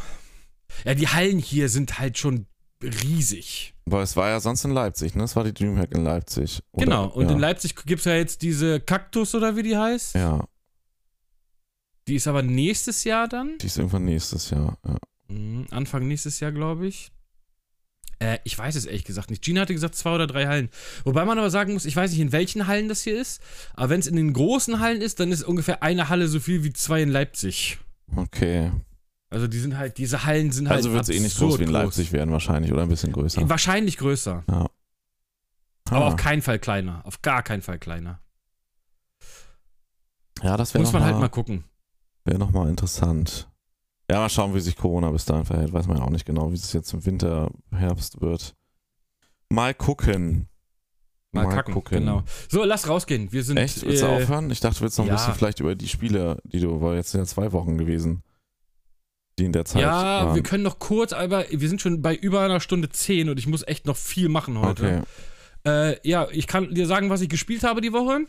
Ja, die Hallen hier sind halt schon riesig. Weil es war ja sonst in Leipzig, ne? Es war die Dreamhack in Leipzig. Oder- genau. Und ja. in Leipzig gibt es ja jetzt diese Kaktus oder wie die heißt. Ja, Die ist aber nächstes Jahr dann. die ist irgendwann nächstes Jahr. Ja. Mhm, Anfang nächstes Jahr, glaube ich. Äh, ich weiß es ehrlich gesagt nicht. Gina hatte gesagt, zwei oder drei Hallen. Wobei man aber sagen muss, ich weiß nicht, in welchen Hallen das hier ist. Aber wenn es in den großen Hallen ist, dann ist ungefähr eine Halle so viel wie zwei in Leipzig. Okay. Also die sind halt, diese Hallen sind halt. Also wird es eh nicht groß absurd wie in Leipzig werden wahrscheinlich oder ein bisschen größer. Wahrscheinlich größer. Ja. Aber Ah. auf keinen Fall kleiner. Auf gar keinen Fall kleiner. ja, das wäre Muss man nochmal halt mal gucken. wär noch mal interessant. Ja, mal schauen, wie sich Corona bis dahin verhält. Weiß man ja auch nicht genau, wie es jetzt im Winter, Herbst wird. Mal gucken. Mal, kacken. Genau. So, lass rausgehen. Wir sind. Echt? Willst du äh, aufhören? Ich dachte, du willst noch ein ja. bisschen vielleicht über die Spiele, die du, weil jetzt sind ja zwei Wochen gewesen, die in der Zeit ja, waren. wir können noch kurz, aber wir sind schon bei über einer Stunde zehn und ich muss echt noch viel machen heute. Okay. Äh, ja, ich kann dir sagen, was ich gespielt habe die Woche.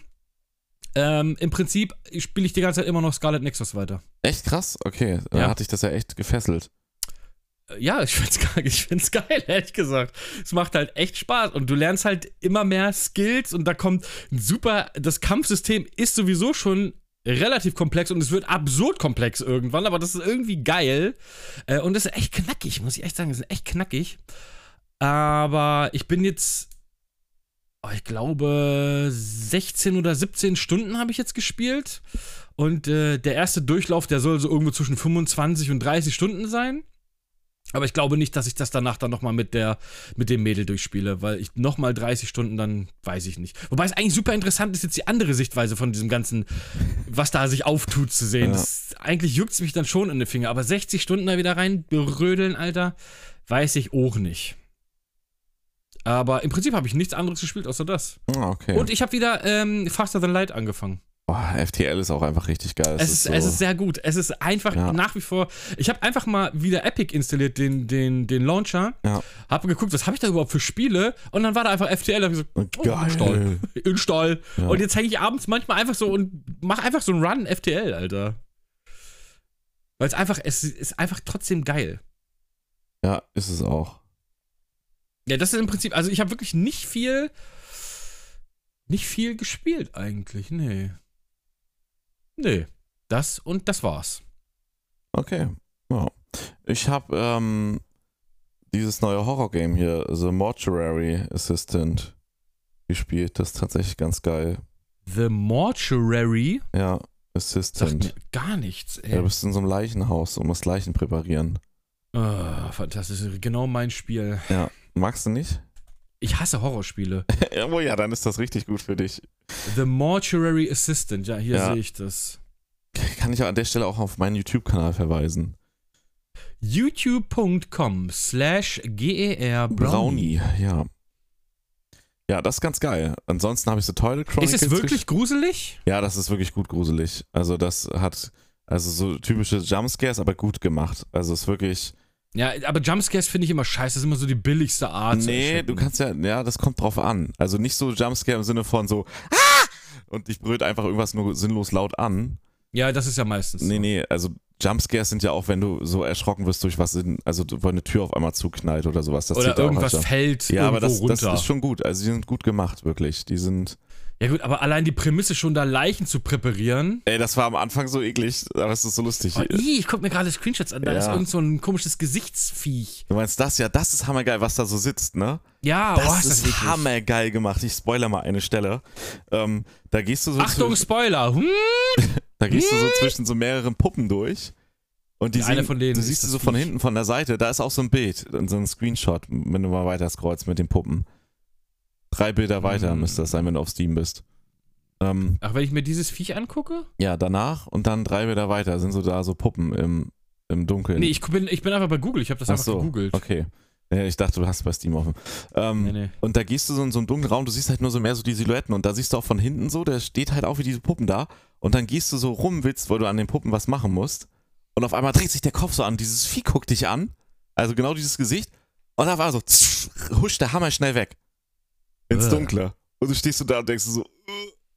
Ähm, Im Prinzip spiele ich die ganze Zeit immer noch Scarlet Nexus weiter. Echt krass? Okay. Da Ja. hatte ich das ja echt gefesselt. Äh, Ja, ich find's (laughs) geil, ich find's geil, ehrlich gesagt. Es macht halt echt Spaß und du lernst halt immer mehr Skills und da kommt ein super, das Kampfsystem ist sowieso schon relativ komplex und es wird absurd komplex irgendwann, aber das ist irgendwie geil äh, und das ist echt knackig, muss ich echt sagen, das ist echt knackig. Aber ich bin jetzt, oh, ich glaube, 16 oder 17 Stunden habe ich jetzt gespielt und äh, der erste Durchlauf, der soll so irgendwo zwischen 25 und 30 Stunden sein. Aber ich glaube nicht, dass ich das danach dann nochmal mit der, mit dem Mädel durchspiele, weil ich nochmal 30 Stunden dann weiß ich nicht. Wobei es eigentlich super interessant ist, jetzt die andere Sichtweise von diesem ganzen, was da sich auftut, zu sehen. Ja. Das, eigentlich juckt es mich dann schon in den Finger, aber 60 Stunden da wieder rein berödeln, Alter, weiß ich auch nicht. Aber im Prinzip habe ich nichts anderes gespielt außer das. Ah, okay. Und ich habe wieder ähm, Faster Than Light angefangen. Boah, FTL ist auch einfach richtig geil. Es ist, so- es ist sehr gut. Es ist einfach Ja. nach wie vor. Ich habe einfach mal wieder Epic installiert, den, den, den Launcher. Ja. Habe geguckt, was habe ich da überhaupt für Spiele? Und dann war da einfach FTL. Hab ich gesagt, oh, Install. Geil. Install. Ja. Und jetzt hänge ich abends manchmal einfach so und mache einfach so einen Run FTL, Alter. Weil es einfach, es ist einfach trotzdem geil. Ja, ist es auch. Ja, das ist im Prinzip, also ich habe wirklich nicht viel, nicht viel gespielt eigentlich, nee. Nee, das und das war's. Okay. Ja. Ich habe ähm, dieses neue Horror-Game hier, The Mortuary Assistant, gespielt. Das ist tatsächlich ganz geil. The Mortuary Ja, sagt mir Assistant. gar nichts, ey. Ja, du bist in so einem Leichenhaus und musst Leichen präparieren. Ah, fantastisch, genau mein Spiel. Magst du nicht? Ich hasse Horrorspiele. (laughs) ja, oh ja, dann ist das richtig gut für dich. The Mortuary Assistant, ja, hier Ja. sehe ich das. Kann ich ja an der Stelle auch auf meinen YouTube-Kanal verweisen. youtube.com slash ger Brownie. ja. Ja, das ist ganz geil. Ansonsten habe ich so Toilet Ist Chronicles. es wirklich gruselig? Ja, das ist wirklich gut gruselig. Also das hat, also so typische Jumpscares, aber gut gemacht. Also es ist wirklich, Ja, aber Jumpscares finde ich immer scheiße. Das ist immer so die billigste Art. zu nee, erschrecken. du kannst ja, ja, das kommt drauf an. Also nicht so Jumpscare im Sinne von so, ah! Und ich brüllt einfach irgendwas nur sinnlos laut an. Ja, das ist ja meistens. Nee, so. nee, also Jumpscares sind ja auch, wenn du so erschrocken wirst durch was, in, also weil eine Tür auf einmal zuknallt oder sowas. Das Oder zählt ja auch als irgendwas Jump- fällt halt Ja, irgendwo aber das, das runter. ist schon gut. Also die sind gut gemacht, wirklich. Die sind, ja gut, aber allein die Prämisse schon da Leichen zu präparieren. ey, das war am Anfang so eklig, aber es ist so lustig. Oh, ih, ich guck mir gerade Screenshots an, da Ja. ist irgend so ein komisches Gesichtsviech. Du meinst das? Ja, das ist hammergeil, was da so sitzt, ne? Ja, Das, oh, ist das ist eklig. hammergeil gemacht. Ich spoiler mal eine Stelle. Ähm, da gehst du so, Achtung, zwischen, Spoiler. Hm? da gehst du so zwischen so mehreren Puppen durch. Und die Ja, eine sehen- von denen du ist siehst sie das so von Viech. hinten, von der Seite. Da ist auch so ein Bild, so ein Screenshot, wenn du mal weiter scrollst mit den Puppen. Drei Bilder weiter Hm. müsste das sein, wenn du auf Steam bist. Ähm, Ach, wenn ich mir dieses Viech angucke? ja, danach und dann drei Bilder weiter sind so da so Puppen im, im Dunkeln. Nee, ich bin, ich bin einfach bei Google. Ich habe das Ach einfach so, gegoogelt. Hm. Okay. Ja, Ich dachte, du hast bei Steam offen. Ähm, Nee, nee. Und da gehst du so in so einen dunklen Raum, du siehst halt nur so mehr so die Silhouetten und da siehst du auch von hinten so, der steht halt auch wie diese Puppen da und dann gehst du so rum, willst, weil du an den Puppen was machen musst und auf einmal dreht sich der Kopf so an, dieses Vieh guckt dich an, also (laughs) genau dieses Gesicht und auf einmal so, zsch, huscht der Hammer schnell weg. Ins Äh. Dunkle. Und du stehst du da und denkst so, (laughs)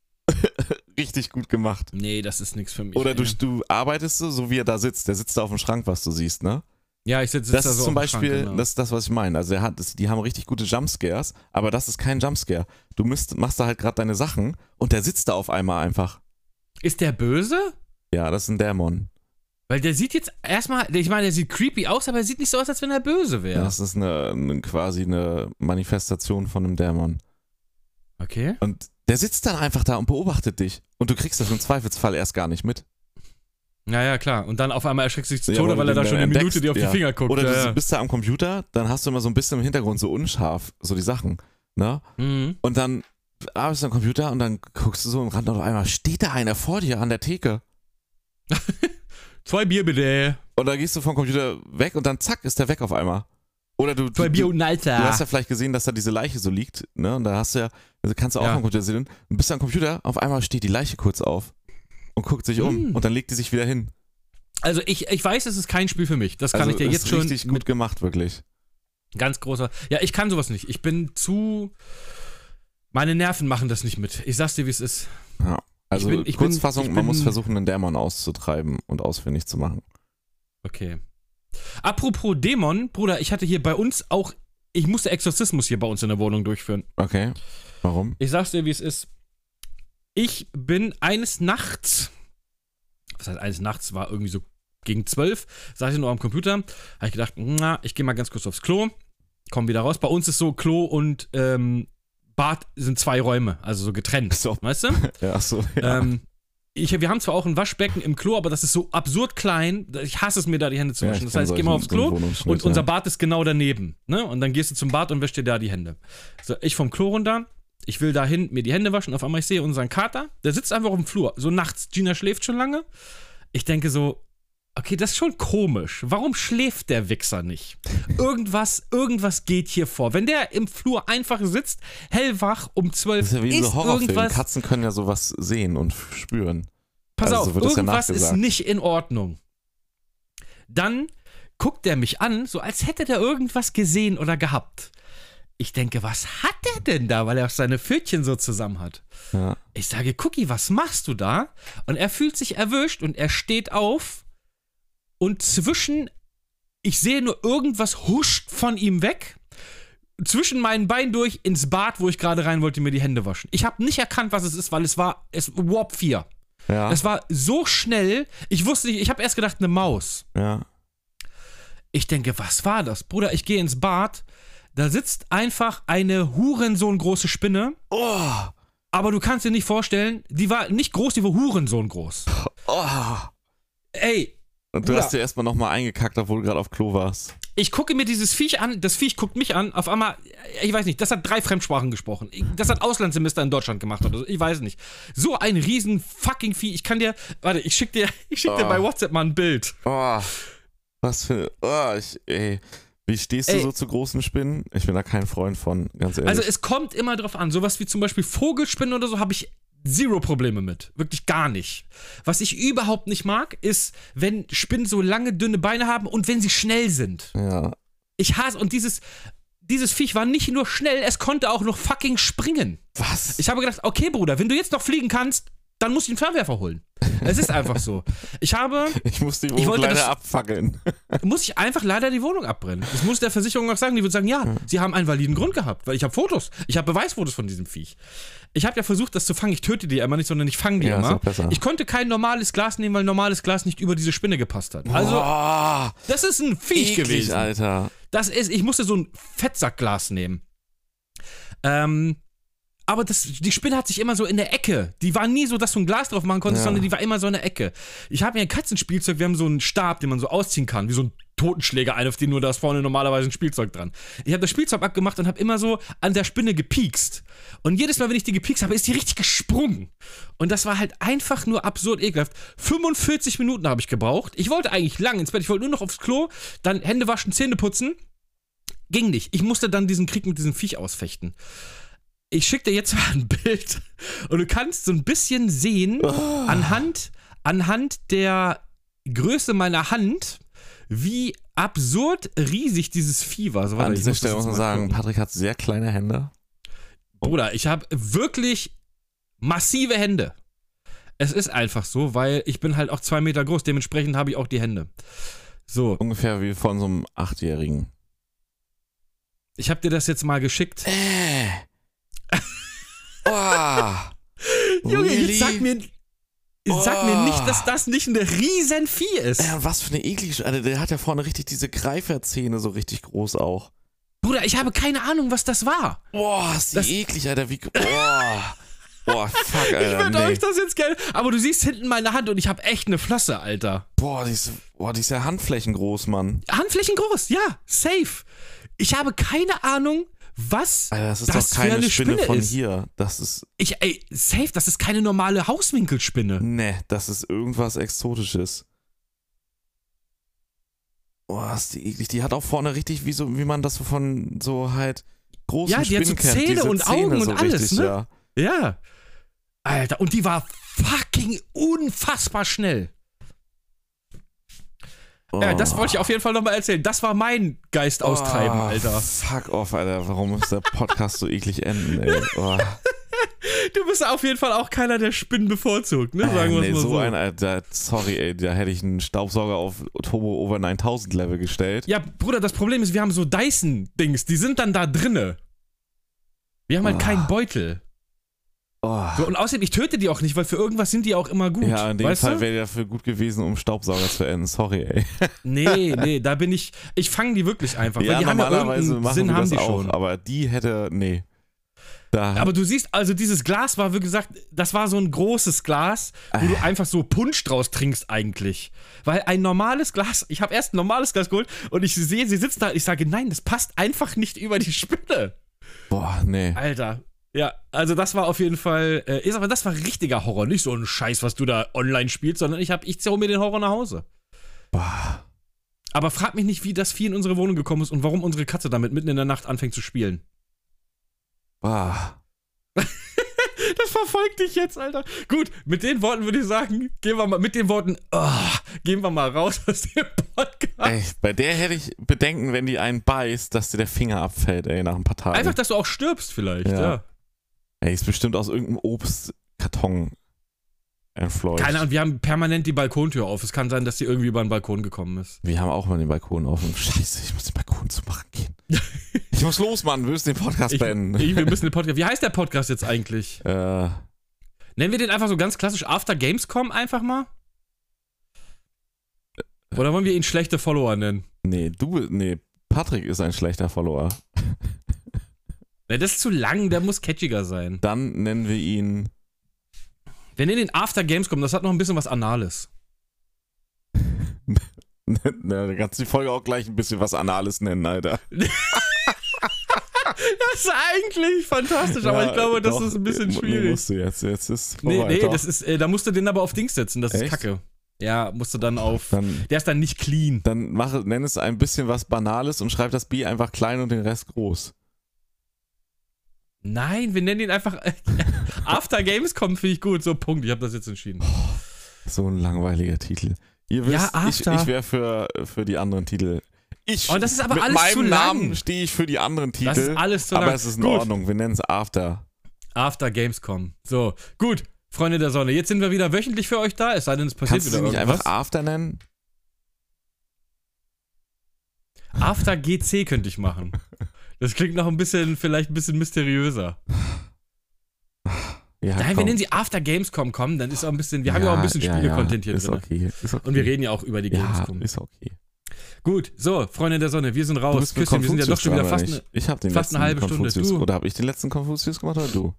richtig gut gemacht. Nee, das ist nichts für mich. Oder du, ey. du arbeitest so, so wie er da sitzt. Der sitzt da auf dem Schrank, was du siehst, ne? Ja, ich sitze Das da ist so zum am Schrank, Beispiel, genau. das ist das, was ich meine. Also er hat, das, die haben richtig gute Jumpscares, aber das ist kein Jumpscare. Du müsst, machst da halt gerade deine Sachen und der sitzt da auf einmal einfach. Ist der böse? Ja, das ist ein Dämon. Weil der sieht jetzt erstmal, ich meine, der sieht creepy aus, aber er sieht nicht so aus, als wenn er böse wäre. Das ist eine, eine, quasi eine Manifestation von einem Dämon. Okay. Und der sitzt dann einfach da und beobachtet dich. Und du kriegst das im Zweifelsfall erst gar nicht mit. Ja, ja, klar. Und dann auf einmal erschreckst du dich zu Ja, Tode, oder weil er du da den schon eine entdeckst, Minute dir auf ja. die Finger guckt. Oder du ja, ja. bist da am Computer, dann hast du immer so ein bisschen im Hintergrund so unscharf, so die Sachen. Ne? Mhm. Und dann arbeitest du am Computer und dann guckst du so im Rand und auf einmal steht da einer vor dir an der Theke. Zwei Bier bitte. Und dann gehst du vom Computer weg und dann zack, ist der weg auf einmal. Oder du, Zwei du, Bier du, und Ah. ein Alter. du hast ja vielleicht gesehen, dass da diese Leiche so liegt. Ne? Und da hast du ja, also kannst du auch Ja. am Computer sehen. Und bist am Computer, auf einmal steht die Leiche kurz auf und guckt sich um. Hm. Und dann legt die sich wieder hin. Also ich, ich weiß, es ist kein Spiel für mich. Das kann Also, ich dir das jetzt ist schon richtig gut gemacht, wirklich. mit ganz großer. Ja, ich kann sowas nicht. Ich bin zu. Meine Nerven machen das nicht mit. Ich sag's dir, wie es ist. Also bin- ich bin- Kurzfassung, ich man bin- muss versuchen, einen Dämon auszutreiben und ausfindig zu machen. Okay. Apropos Dämon, Bruder, ich hatte hier bei uns auch. Ich musste Exorzismus hier bei uns in der Wohnung durchführen. Okay. Warum? Ich sag's dir, wie es ist. Ich bin eines Nachts, was heißt eines Nachts, war irgendwie so gegen zwölf, saß ich nur am Computer, habe ich gedacht, na, ich gehe mal ganz kurz aufs Klo, komm wieder raus. Bei uns ist so Klo und ähm, Bad sind zwei Räume, also so getrennt. So. Weißt du? Ja, ach so. Ja. Ähm, ich, wir haben zwar auch ein Waschbecken im Klo, aber das ist so absurd klein. Ich hasse es mir, da die Hände zu Ja, waschen. das kenn heißt, ich gehe solchen- mal aufs so einen Klo Wohnungsschnitt, und unser ja. Bad ist genau daneben. Ne? Und dann gehst du zum Bad und wäschst dir da die Hände. So, ich vom Klo runter. Ich will dahin mir die Hände waschen. Auf einmal ich sehe unseren Kater. Der sitzt einfach im Flur. So nachts. Gina schläft schon lange. Ich denke so, okay, das ist schon komisch. Warum schläft der Wichser nicht? Irgendwas, irgendwas geht hier vor. Wenn der im Flur einfach sitzt, hellwach um 12 Das ist ja wie in so Horrorfilmen. irgendwas Katzen können ja sowas sehen und f- spüren. Pass Also auf, wird das ja irgendwas ist nachgesagt. nicht in Ordnung. Dann guckt er mich an, so als hätte der irgendwas gesehen oder gehabt. Ich denke, was hat er denn da, weil er auch seine Pfötchen so zusammen hat? Ja. Ich sage, Cookie, was machst du da? Und er fühlt sich erwischt und er steht auf und zwischen, ich sehe nur irgendwas huscht von ihm weg, zwischen meinen Beinen durch ins Bad, wo ich gerade rein wollte, mir die Hände waschen. Ich habe nicht erkannt, was es ist, weil es war, es Warp 4. Ja. Das war so schnell. Ich wusste nicht, ich habe erst gedacht, eine Maus. ja. Ich denke, was war das? Bruder, ich gehe ins Bad. Da sitzt einfach eine Hurensohn große Spinne. Oh. Aber du kannst dir nicht vorstellen, die war nicht groß, die war Hurensohn groß. Oh. Ey, Und du Ja. hast dir erstmal nochmal eingekackt, obwohl du gerade auf Klo warst. ich gucke mir dieses Viech an, das Viech guckt mich an, auf einmal, ich weiß nicht, das hat drei Fremdsprachen gesprochen. Ich- Das hat Auslandssemester in Deutschland gemacht oder so, ich weiß nicht. So ein riesen fucking Vieh. Ich kann dir, warte, ich schick dir, (laughs) ich schick dir Ah. bei WhatsApp mal ein Bild. Oh. Was für. Oh, ich, ey. Wie stehst du Ey. so zu großen Spinnen? Ich bin da kein Freund von, ganz ehrlich. Also es kommt immer drauf an. Sowas wie zum Beispiel Vogelspinnen oder so habe ich zero Probleme mit. Wirklich gar nicht. Was ich überhaupt nicht mag, ist, wenn Spinnen so lange, dünne Beine haben und wenn sie schnell sind. ja. Ich hasse und dieses. Dieses Viech war nicht nur schnell, es konnte auch noch fucking springen. Was? Ich habe gedacht, okay, Bruder, wenn du jetzt noch fliegen kannst, dann musst du den Fernwerfer holen. Es ist einfach so. Ich habe, ich muss die wollte Wohnung leider das- abfackeln. muss ich einfach leider die Wohnung abbrennen. Das muss der Versicherung auch sagen. Die wird sagen, Hm. ja, sie haben einen validen Grund gehabt, weil ich habe Fotos. Ich habe Beweisfotos von diesem Viech. Ich habe ja versucht, das zu fangen. Ich töte die immer nicht, sondern ich fange die Ja, ist immer. auch besser. Ich konnte kein normales Glas nehmen, weil normales Glas nicht über diese Spinne gepasst hat. Also, oh, das ist ein Viech eklig, gewesen. Alter. Das ist, ich musste so ein Fettsackglas nehmen. Ähm, aber das, die Spinne hat sich immer so in der Ecke. Die war nie so, dass du ein Glas drauf machen konntest, Ja. sondern die war immer so in der Ecke. Ich habe mir ein Katzenspielzeug, wir haben so einen Stab, den man so ausziehen kann, wie so ein Totenschläger, ein, auf den nur da ist vorne normalerweise ein Spielzeug dran. Ich habe das Spielzeug abgemacht und habe immer so an der Spinne gepiekst. Und jedes Mal, wenn ich die gepiekst habe, ist die richtig gesprungen. Und das war halt einfach nur absurd ekelhaft. 45 Minuten habe ich gebraucht. Ich wollte eigentlich lang ins Bett, ich wollte nur noch aufs Klo, dann Hände waschen, Zähne putzen. Ging nicht. Ich musste dann diesen Krieg mit diesem Viech ausfechten. Ich schicke dir jetzt (laughs) mal ein Bild und du kannst so ein bisschen Oh. sehen, anhand, anhand der Größe meiner Hand, wie absurd riesig dieses Vieh war. So, warte, An ich dieser muss das Stelle muss jetzt man mal sagen, gucken. Patrick hat sehr kleine Hände. Bruder, ich habe wirklich massive Hände. Es ist einfach so, weil ich bin halt auch zwei Meter groß, dementsprechend habe ich auch die Hände. So, Ungefähr wie von so einem Achtjährigen. ich habe dir das jetzt mal geschickt. Äh. oh. (laughs) Junge, really? jetzt sag mir, sag mir Oh. nicht, dass das nicht eine riesen Vieh ist. Äh, was für eine eklige. Alter, der hat ja vorne richtig diese Greiferzähne so richtig groß auch. Bruder, ich habe keine Ahnung, was das war. Boah, ist die Das- eklig, Alter. Wie. Boah. Boah, fuck, Alter. ich würde Äh, nee. euch das jetzt gerne. Aber du siehst hinten meine Hand und ich habe echt eine Flosse, Alter. Boah, die ist, boah, die ist ja handflächengroß, Mann. Handflächen groß, ja, safe. Ich habe keine Ahnung, was Alter, das ist Das doch keine wär eine Spinne, Spinne von ist. hier. Das ist. Ich, ey, safe, das ist keine normale Hauswinkelspinne. Ne, das ist irgendwas Exotisches. Boah, ist die eklig. Die hat auch vorne richtig, wie, so, wie man das so von so halt großen Ja, die hat so Spinnen kennt. Zähne Diese und Augen Zähne und so alles, richtig, ne? Ja. Ja. Alter, und die war fucking unfassbar schnell. Ja, das wollte ich auf jeden Fall nochmal erzählen. Das war mein Geist austreiben, Oh, Alter. Fuck off, Alter. Warum muss der Podcast so eklig enden, ey? (laughs) Oh, Du bist auf jeden Fall auch keiner, der Spinnen bevorzugt, ne? Sagen wir nee, es mal so so. ein, Alter. Sorry, ey. Da hätte ich einen Staubsauger auf Turbo Over 9000 Level gestellt. ja, Bruder, das Problem ist, wir haben so Dyson-Dings, die sind dann da drinne. Wir haben halt Ah. keinen Beutel. Oh. So, und außerdem, ich töte die auch nicht, weil für irgendwas sind die auch immer gut. ja, in dem weißt Fall du? wäre der für gut gewesen, um Staubsauger zu enden. Sorry, ey. Nee, nee, da bin ich. Ich fange die wirklich einfach, weil die haben ja irgendeinen Sinn, wir haben die das schon. aber die hätte, nee. Da, Aber du siehst, also dieses Glas war, wie gesagt, das war so ein großes Glas, wo Ah. du einfach so Punsch draus trinkst eigentlich. Weil ein normales Glas, ich habe erst ein normales Glas geholt und ich sehe, sie sitzt da und ich sage, nein, das passt einfach nicht über die Spinne. boah, nee. Alter. Ja, also das war auf jeden Fall, äh, ist aber das war richtiger Horror, nicht so ein Scheiß, was du da online spielst, sondern ich hab, ich zerre mir den Horror nach Hause. Boah. Aber frag mich nicht, wie das Vieh in unsere Wohnung gekommen ist und warum unsere Katze damit mitten in der Nacht anfängt zu spielen. (laughs) Boah. Das verfolgt dich jetzt, Alter. Gut, mit den Worten würde ich sagen, gehen wir mal, mit den Worten, ah, gehen wir mal raus aus dem Podcast. Ey, bei der hätte ich Bedenken, wenn die einen beißt, dass dir der Finger abfällt, ey, nach ein paar Tagen. Einfach, dass du auch stirbst vielleicht, ja. Ja. ey, ist bestimmt aus irgendeinem Obstkarton entfleucht. Keine Ahnung, wir haben permanent die Balkontür auf. Es kann sein, dass sie irgendwie über den Balkon gekommen ist. Wir haben auch mal den Balkon offen. Scheiße, ich muss den Balkon zumachen (laughs) gehen. ich muss los, Mann, wir müssen den Podcast Ich, ich, beenden. wir müssen den Podcast. Wie heißt der Podcast jetzt eigentlich? äh, Nennen wir den einfach so ganz klassisch After Gamescom einfach mal? Oder wollen wir ihn schlechte Follower nennen? nee, du, nee, Patrick ist ein schlechter Follower. Ne, das ist zu lang, der muss catchiger sein. Dann nennen wir ihn (laughs) Wir nennen den After Gamescom, das hat noch ein bisschen was Anales. Na, dann kannst du die Folge auch gleich ein bisschen was Anales nennen, Alter. (laughs) Das ist eigentlich fantastisch, aber Ja, ich glaube, das doch, ist ein bisschen nee, schwierig. Musst du jetzt, jetzt ist es Nee, vorbei. nee, doch. das ist, äh, da musst du den aber auf Dings setzen, das ist Echt? kacke. Ja, musst du dann auf. dann Der ist dann nicht clean. dann mach, nenn es ein bisschen was Banales und schreib das B einfach klein und den Rest groß. Nein, wir nennen ihn einfach. (laughs) After Gamescom finde ich gut, so Punkt, ich habe das jetzt entschieden. So ein langweiliger Titel. Ihr Ja, wisst, ich, After. ich wäre für, für die anderen Titel. Ich, Oh, das ist aber mit alles meinem zu lang. Namen stehe ich für die anderen Titel. Das ist alles zu aber lang. es ist in Gut. Ordnung. Wir nennen es After. After Gamescom. So, gut, Freunde der Sonne, jetzt sind wir wieder wöchentlich für euch da, es sei denn, es passiert Kannst du wieder sie nicht irgendwas. einfach After nennen? After GC könnte ich (laughs) machen. Das klingt noch ein bisschen, vielleicht ein bisschen mysteriöser. Ja, Nein, wir komm. nennen sie After Gamescom kommen, dann ist auch ein bisschen, wir haben ja auch ein bisschen ja, Spiele-Content ja, hier ist drin. Okay, ist okay. Und wir reden ja auch über die Ja, Gamescom. ist okay. Gut, so, Freunde der Sonne, wir sind Du raus. bist mit Küsschen, wir sind ja doch schon wieder fast. Eine, Konfuzius dran, oder nicht? Ich habe den fast letzten eine halbe Stunde. Konfuzius, Du? Oder habe ich den letzten Konfuzius gemacht oder du?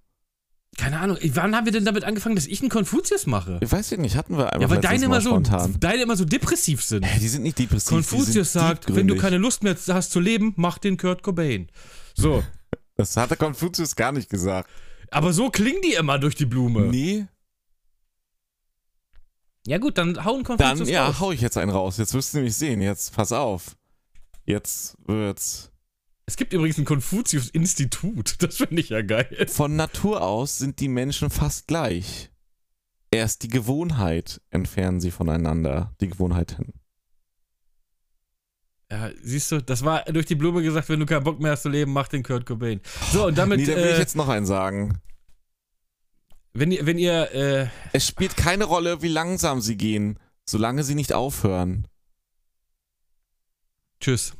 keine Ahnung, ey, wann haben wir denn damit angefangen, dass ich einen Konfuzius mache? Ich weiß ja nicht, hatten wir einfach Ja, weil letztes deine Mal immer, so, spontan. deine immer so depressiv sind. Hä, die sind nicht depressiv. die sind Konfuzius sagt, wenn du tiefgründig. keine Lust mehr hast zu leben, mach den Kurt Cobain. (laughs) So, Das hat der Konfuzius gar nicht gesagt. aber so klingen die immer durch die Blume. Nee. Ja gut, dann hauen Konfuzius Dann, ja, raus. hau ich jetzt einen raus. Jetzt wirst du nämlich sehen. Jetzt, pass auf. Jetzt wird's. Es gibt übrigens ein Konfuzius-Institut, (laughs) das finde ich ja geil. Von Natur aus sind die Menschen fast gleich. Erst die Gewohnheit entfernen sie voneinander. Die Gewohnheiten. Ja, siehst du, das war durch die Blume gesagt, wenn du keinen Bock mehr hast zu leben, mach den Kurt Cobain. So, und damit, nee, da will ich äh, jetzt noch einen sagen. wenn ihr, wenn ihr, äh, Es spielt keine Rolle, wie langsam sie gehen, solange sie nicht aufhören. tschüss.